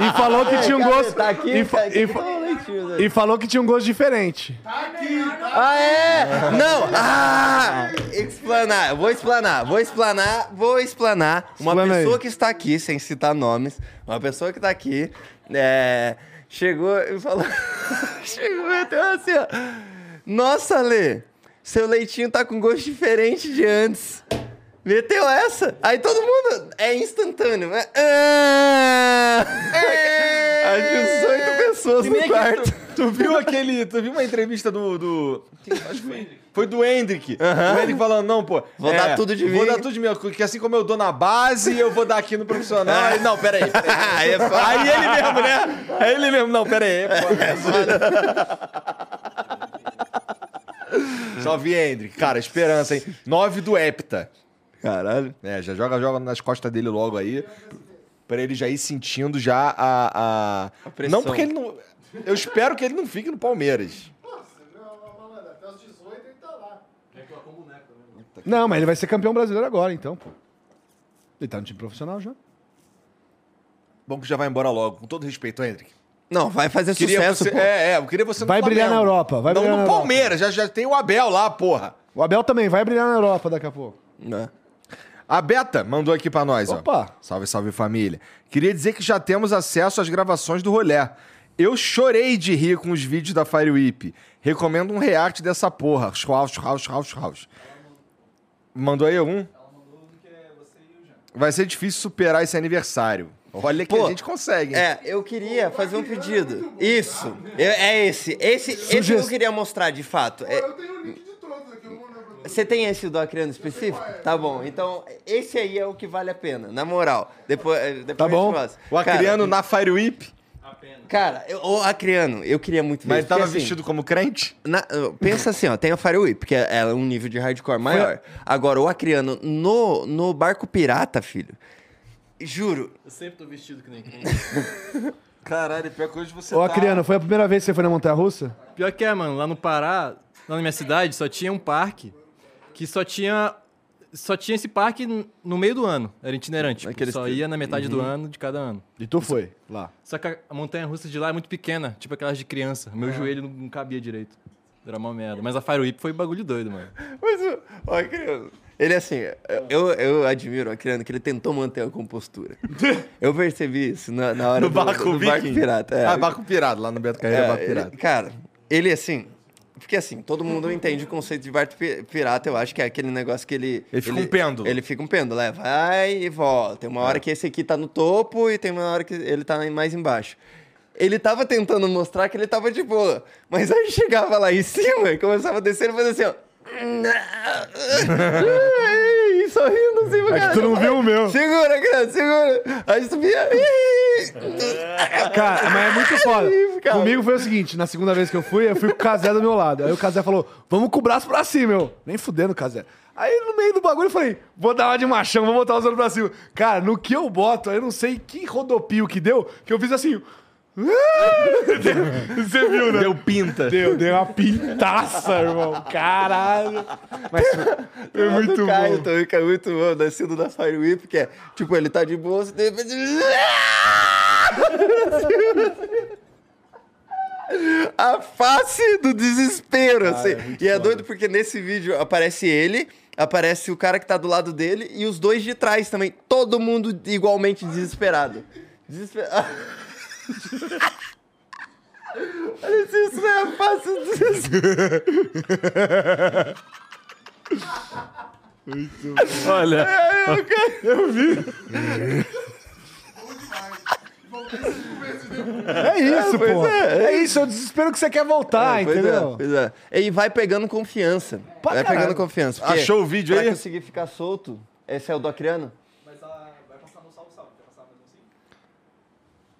[SPEAKER 5] E falou que tinha um gosto.
[SPEAKER 2] Tá aqui,
[SPEAKER 5] e,
[SPEAKER 2] tá
[SPEAKER 5] fa-
[SPEAKER 2] aqui.
[SPEAKER 5] e fa-
[SPEAKER 2] né?
[SPEAKER 5] e falou que tinha um gosto diferente.
[SPEAKER 2] Ah, é? Não! Ah! Explanar, vou explanar, vou explanar, vou explanar. Uma
[SPEAKER 5] Explana aí.
[SPEAKER 2] pessoa que está aqui, sem citar nomes, uma pessoa que está aqui, é, chegou e falou. chegou e deu assim, ó. Nossa, Lê, seu leitinho tá com gosto diferente de antes. Meteu essa? Aí todo mundo. É instantâneo, né? Ah! As 18 pessoas no quarto.
[SPEAKER 1] Tu viu aquele. Tu viu uma entrevista do. do acho que foi, foi do Hendrick. O Hendrick falando, não, pô. é,
[SPEAKER 2] Vou dar tudo de
[SPEAKER 1] Vou
[SPEAKER 2] mim.
[SPEAKER 1] dar tudo de mim. Que assim como eu dou na base, eu vou dar aqui no profissional. Aí, não, peraí. peraí.
[SPEAKER 2] É. Aí é foda. É
[SPEAKER 1] Aí ele mesmo, né? Aí ele mesmo, não, peraí. é pô. Só vi Hendrick. Cara, esperança, hein? Nove do Hepta.
[SPEAKER 2] Caralho.
[SPEAKER 1] É, já joga, joga nas costas dele logo aí. Pra ele já ir sentindo já a. a...
[SPEAKER 2] pressão.
[SPEAKER 1] não, porque ele não. Eu espero que ele não fique no Palmeiras.
[SPEAKER 3] Nossa, não, malandro, até os 18 ele tá lá.
[SPEAKER 5] Não, mas ele vai ser campeão brasileiro agora, então, pô. Ele tá no time profissional já.
[SPEAKER 1] Bom que já vai embora logo, com todo respeito, Hendrick.
[SPEAKER 2] Não, vai fazer sucesso,
[SPEAKER 1] você,
[SPEAKER 2] pô.
[SPEAKER 1] É, é, eu queria você no
[SPEAKER 5] Vai brilhar
[SPEAKER 1] Flamengo.
[SPEAKER 5] na Europa, vai
[SPEAKER 1] não
[SPEAKER 5] brilhar
[SPEAKER 1] no
[SPEAKER 5] na
[SPEAKER 1] Palmeiras, já, já tem o Abel lá, porra.
[SPEAKER 5] O Abel também vai brilhar na Europa daqui a pouco.
[SPEAKER 2] Né?
[SPEAKER 1] A Beta mandou aqui pra nós,
[SPEAKER 5] Opa.
[SPEAKER 1] ó. Salve, salve família. Queria dizer que já temos acesso às gravações do rolé. Eu chorei de rir com os vídeos da Fire Whip. Recomendo um react dessa porra. Churral, churral, churral, churral. Mandou aí algum? Vai ser difícil superar esse aniversário. Olha que
[SPEAKER 2] Pô,
[SPEAKER 1] a gente consegue, hein?
[SPEAKER 2] É, eu queria fazer um pedido. Isso. Eu- é esse. Esse, esse eu queria mostrar, de fato. É,
[SPEAKER 3] Eu tenho o link de todos aqui, eu não lembro.
[SPEAKER 2] você tem esse do Acreano específico?
[SPEAKER 3] é?
[SPEAKER 2] Tá bom. Então, esse aí é o que vale a pena, na moral. Depois, é, depois
[SPEAKER 5] Tá
[SPEAKER 2] a gente
[SPEAKER 5] bom.
[SPEAKER 2] faz.
[SPEAKER 1] O Acriano na Fire Whip,
[SPEAKER 7] Apenas.
[SPEAKER 2] Cara, eu, o Acreano, eu queria muito ver.
[SPEAKER 1] mas ele
[SPEAKER 2] porque,
[SPEAKER 1] tava
[SPEAKER 2] assim,
[SPEAKER 1] vestido como crente.
[SPEAKER 2] na- pensa assim, ó, tem a Fire Whip, que é, é um nível de hardcore maior. Agora, o Acreano no, no barco pirata, filho. Juro.
[SPEAKER 7] Eu sempre tô vestido que nem quem.
[SPEAKER 1] Caralho, pior que hoje você tá
[SPEAKER 5] Ô, Acriano, foi a primeira vez que você foi na Montanha Russa?
[SPEAKER 7] Pior que é, mano, lá no Pará, lá na minha cidade, só tinha um parque que só tinha. Só tinha esse parque n- no meio do ano. Era itinerante. tipo,
[SPEAKER 2] Naqueles
[SPEAKER 7] só
[SPEAKER 2] que-
[SPEAKER 7] ia na metade do ano de cada ano.
[SPEAKER 5] E tu foi lá.
[SPEAKER 7] Só que a a montanha russa de lá é muito pequena, tipo aquelas de criança. Meu joelho não, não cabia direito. Era uma merda. Mas a Fire Whip foi bagulho doido, mano.
[SPEAKER 2] Mas o, o Acriano, ele é assim, eu, eu admiro o Acriano que ele tentou manter a compostura. eu percebi isso na, na hora
[SPEAKER 1] No
[SPEAKER 2] do,
[SPEAKER 1] barco
[SPEAKER 2] do barco
[SPEAKER 1] viking.
[SPEAKER 2] pirata. é.
[SPEAKER 1] Ah, barco pirado, lá no Beto
[SPEAKER 2] É,
[SPEAKER 1] Carreira, barco
[SPEAKER 2] ele-
[SPEAKER 1] pirado.
[SPEAKER 2] cara, ele assim, Porque assim, todo mundo entende o conceito de barco pi- pirata, eu acho que é aquele negócio que ele.
[SPEAKER 1] Ele fica um pêndulo.
[SPEAKER 2] Ele fica um pêndulo, é. Vai e volta. Tem uma hora que esse aqui tá no topo e tem uma hora que ele tá mais embaixo. Ele tava tentando mostrar que ele tava de boa. Mas aí chegava lá em cima e começava a descer e fazia assim, ó. E sorrindo assim, pro cara.
[SPEAKER 5] tu não viu o meu.
[SPEAKER 2] Segura, cara, segura. Aí subia.
[SPEAKER 5] Cara, mas é muito foda.
[SPEAKER 2] Ih, cara.
[SPEAKER 5] Comigo foi o seguinte, na segunda vez que eu fui, eu fui com o Casé do meu lado. Aí o Casé falou, vamos com o braço pra cima, meu. Nem fudendo, Casé. Aí no meio do bagulho eu falei, vou dar uma de machão, vou botar os olhos pra cima. Cara, no que eu boto, eu não sei que rodopio que deu, que eu fiz assim... Você viu, né?
[SPEAKER 1] Deu pinta.
[SPEAKER 5] Deu, deu uma pintaça, irmão. Caralho. Mas é
[SPEAKER 2] Ah,
[SPEAKER 5] muito
[SPEAKER 2] do Caio,
[SPEAKER 5] bom.
[SPEAKER 2] também, que é muito bom, descendo da Fire Whip, que é, tipo, ele tá de boa, você de repente... A face do desespero, assim. e é doido porque nesse vídeo aparece ele, aparece o cara que tá do lado dele e os dois de trás também. Todo mundo igualmente desesperado. Desesperado. Olha isso, isso é a face do desespero.
[SPEAKER 7] Olha,
[SPEAKER 5] É isso,
[SPEAKER 2] pois
[SPEAKER 5] pô.
[SPEAKER 2] é,
[SPEAKER 5] É, isso, é o desespero que você quer voltar,
[SPEAKER 2] pois
[SPEAKER 5] entendeu?
[SPEAKER 2] É, pois é. E vai pegando confiança.
[SPEAKER 5] Pra
[SPEAKER 2] vai
[SPEAKER 5] caralho.
[SPEAKER 2] pegando confiança. porque
[SPEAKER 1] Achou o vídeo
[SPEAKER 2] pra
[SPEAKER 1] aí?
[SPEAKER 2] conseguir ficar solto, esse é o Docriano? Mas vai passar no salve, salve. Quer passar mais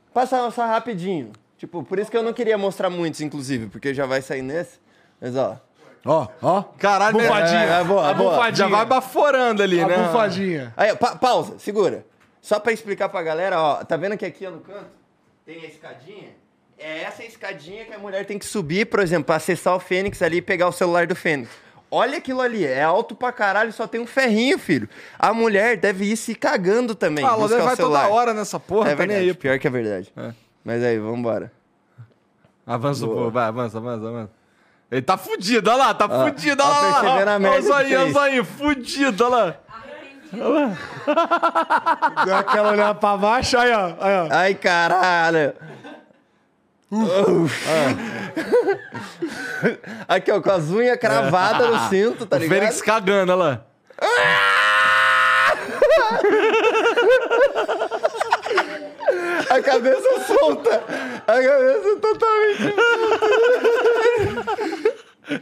[SPEAKER 2] um Passa só rapidinho. Tipo, por isso que eu não queria mostrar muitos, inclusive, porque já vai sair nesse. Mas ó.
[SPEAKER 5] Ó, ó.
[SPEAKER 1] Caralho, né?
[SPEAKER 5] Bufadinha.
[SPEAKER 2] É, é, é boa,
[SPEAKER 5] a
[SPEAKER 2] boa.
[SPEAKER 1] Já
[SPEAKER 5] bufadinha.
[SPEAKER 1] vai baforando ali,
[SPEAKER 5] a
[SPEAKER 1] né?
[SPEAKER 5] bufadinha.
[SPEAKER 2] Aí, ó, pa- pausa, segura. Só pra explicar pra galera, ó, tá vendo que aqui ó, no canto tem a escadinha? É essa escadinha que a mulher tem que subir, por exemplo, pra acessar o Fênix ali e pegar o celular do Fênix. Olha aquilo ali, é alto pra caralho, só tem um ferrinho, filho. A mulher deve ir se cagando também.
[SPEAKER 1] Ah, ela
[SPEAKER 2] buscar
[SPEAKER 1] vai
[SPEAKER 2] o celular.
[SPEAKER 1] toda hora nessa porra,
[SPEAKER 2] É
[SPEAKER 1] tá nem
[SPEAKER 2] verdade,
[SPEAKER 1] aí. pô.
[SPEAKER 2] pior que é verdade. Mas aí, vambora.
[SPEAKER 1] Avança, pô, vai, avança, avança, avança. Ele tá fudido, olha lá, tá fudido, olha lá,
[SPEAKER 2] tá
[SPEAKER 1] olha
[SPEAKER 2] percebendo a
[SPEAKER 1] lá. Olha
[SPEAKER 2] merda
[SPEAKER 1] o
[SPEAKER 2] que
[SPEAKER 1] zoinho, olha o
[SPEAKER 2] fez.
[SPEAKER 1] zoinho, fudido, olha lá.
[SPEAKER 5] Deu aquela olhada pra baixo, aí, ó. Aí, ó.
[SPEAKER 2] Ai, caralho! Uf.
[SPEAKER 1] Ah.
[SPEAKER 2] Aqui, ó, com as unhas cravadas no cinto, tá
[SPEAKER 1] O
[SPEAKER 2] ligado?
[SPEAKER 1] Fênix cagando, olha lá.
[SPEAKER 2] A cabeça solta. A cabeça totalmente.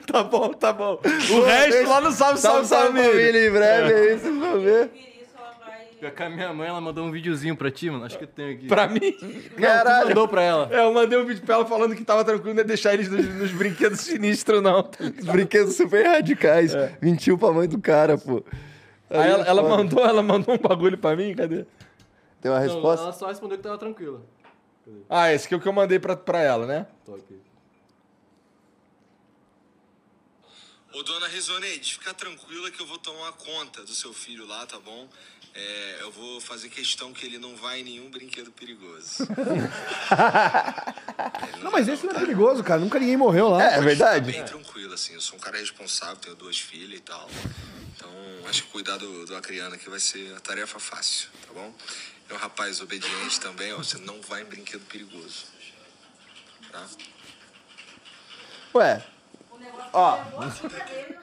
[SPEAKER 1] Tá bom, tá bom. O resto lá no Salve, Salve,
[SPEAKER 2] Salve, um salve,
[SPEAKER 1] Família.
[SPEAKER 2] família. Em breve é isso, vamos ver.
[SPEAKER 6] Vir isso, ela vai...
[SPEAKER 7] com a minha mãe, ela mandou um videozinho pra ti, mano. Acho que eu tenho aqui.
[SPEAKER 1] Pra mim,
[SPEAKER 7] Caralho.
[SPEAKER 2] Caralho.
[SPEAKER 7] Mandou pra ela.
[SPEAKER 1] é, eu mandei um vídeo pra ela falando que tava tranquilo, não ia deixar eles nos, nos brinquedos sinistros, não.
[SPEAKER 2] Os brinquedos super radicais. Mentiu pra mãe do cara, pô.
[SPEAKER 1] É. Aí ela,
[SPEAKER 2] é
[SPEAKER 1] ela
[SPEAKER 2] foda.
[SPEAKER 1] mandou, ela mandou um bagulho pra mim, cadê?
[SPEAKER 2] Tem uma
[SPEAKER 7] Não,
[SPEAKER 2] resposta?
[SPEAKER 7] ela só respondeu que tava tranquila.
[SPEAKER 1] Ah, esse aqui é o que eu mandei pra, pra ela, né?
[SPEAKER 7] Tô aqui.
[SPEAKER 10] Ô, dona Rizoneide, fica tranquila que eu vou tomar conta do seu filho lá, tá bom? É, eu vou fazer questão que ele não vá em nenhum brinquedo perigoso.
[SPEAKER 5] Não, mas esse não é perigoso, cara. Nunca ninguém morreu lá.
[SPEAKER 2] É, é verdade.
[SPEAKER 10] Bem tranquila, assim. Eu sou um cara responsável, tenho duas filhas e tal. Então, acho que cuidar do, do Acriana aqui vai ser a tarefa fácil, tá bom? É um rapaz obediente também, ó. Você não vai em brinquedo perigoso. Tá?
[SPEAKER 2] Ué,
[SPEAKER 6] O negócio
[SPEAKER 2] Ó.
[SPEAKER 6] que levou a vida dele,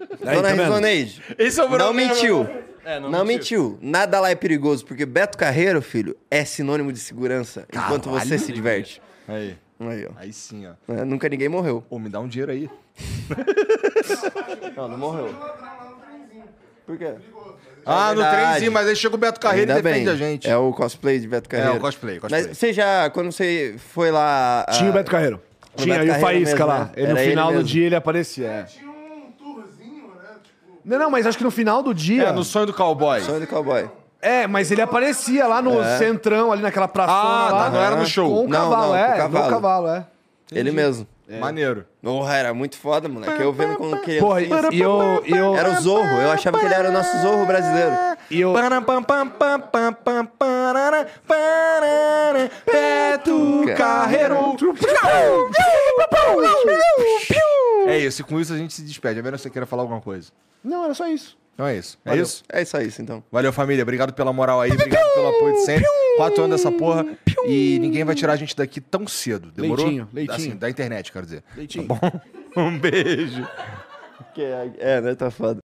[SPEAKER 6] eu falei também.
[SPEAKER 2] dona Rizoneide.
[SPEAKER 1] Esse é o
[SPEAKER 2] Não
[SPEAKER 1] problema.
[SPEAKER 2] mentiu.
[SPEAKER 7] É,
[SPEAKER 2] Não,
[SPEAKER 7] não,
[SPEAKER 2] mentiu. Nada lá é perigoso, porque Beto Carreiro, filho, é sinônimo de segurança enquanto você se diverte.
[SPEAKER 1] Aí,
[SPEAKER 2] Aí, ó.
[SPEAKER 1] aí sim, ó.
[SPEAKER 2] É, Nunca ninguém morreu.
[SPEAKER 1] Pô, me dá um dinheiro aí.
[SPEAKER 2] Não, não morreu. Por quê?
[SPEAKER 1] ah,
[SPEAKER 2] verdade.
[SPEAKER 1] no trenzinho, mas aí chega o Beto Carreiro e
[SPEAKER 2] Ainda
[SPEAKER 1] defende
[SPEAKER 2] bem.
[SPEAKER 1] a gente.
[SPEAKER 2] É o cosplay de Beto Carreiro.
[SPEAKER 1] É, o cosplay, cosplay.
[SPEAKER 2] Mas você já, quando você foi lá...
[SPEAKER 5] Tinha o
[SPEAKER 2] ah,
[SPEAKER 5] Beto Carreiro. Tinha,
[SPEAKER 2] Beto
[SPEAKER 5] e o
[SPEAKER 2] Carreiro
[SPEAKER 5] Faísca
[SPEAKER 2] mesmo,
[SPEAKER 5] lá.
[SPEAKER 2] né?
[SPEAKER 5] Ele, no
[SPEAKER 2] Era ele
[SPEAKER 5] final do
[SPEAKER 2] mesmo.
[SPEAKER 5] dia ele aparecia. é.
[SPEAKER 3] Tinha um tourzinho, né? Tipo,
[SPEAKER 5] Não, não, mas acho que no final do dia.
[SPEAKER 1] É, no sonho do cowboy.
[SPEAKER 2] Sonho do cowboy.
[SPEAKER 5] É, mas ele aparecia lá no centrão, ali naquela praça.
[SPEAKER 1] Ah, tá,
[SPEAKER 5] lá,
[SPEAKER 1] não era no show.
[SPEAKER 5] Com o
[SPEAKER 2] Não,
[SPEAKER 5] cavalo,
[SPEAKER 2] não,
[SPEAKER 5] é.
[SPEAKER 2] com o
[SPEAKER 5] No
[SPEAKER 2] cavalo.
[SPEAKER 5] cavalo, é.
[SPEAKER 2] Ele mesmo.
[SPEAKER 1] É. Maneiro.
[SPEAKER 2] Porra, era muito foda, moleque. Eu vendo como que
[SPEAKER 5] Porra, e e eu. E eu,
[SPEAKER 2] Era o Zorro. Eu achava que ele era o nosso Zorro brasileiro.
[SPEAKER 5] e eu
[SPEAKER 1] Beto Carreiro. É isso, e com isso a gente se despede. A menos que você queira falar alguma coisa.
[SPEAKER 5] Não, era só isso.
[SPEAKER 1] Então é isso. É isso.
[SPEAKER 2] É só isso, então.
[SPEAKER 1] Valeu, família. Obrigado pela moral aí. Obrigado pelo apoio de sempre. Quatro anos dessa porra. E ninguém vai tirar a gente daqui tão cedo. Demorou?
[SPEAKER 5] Leitinho, leitinho.
[SPEAKER 1] Assim, da internet, quero dizer.
[SPEAKER 5] Leitinho.
[SPEAKER 2] Um beijo. Que é, é, né? Tá foda.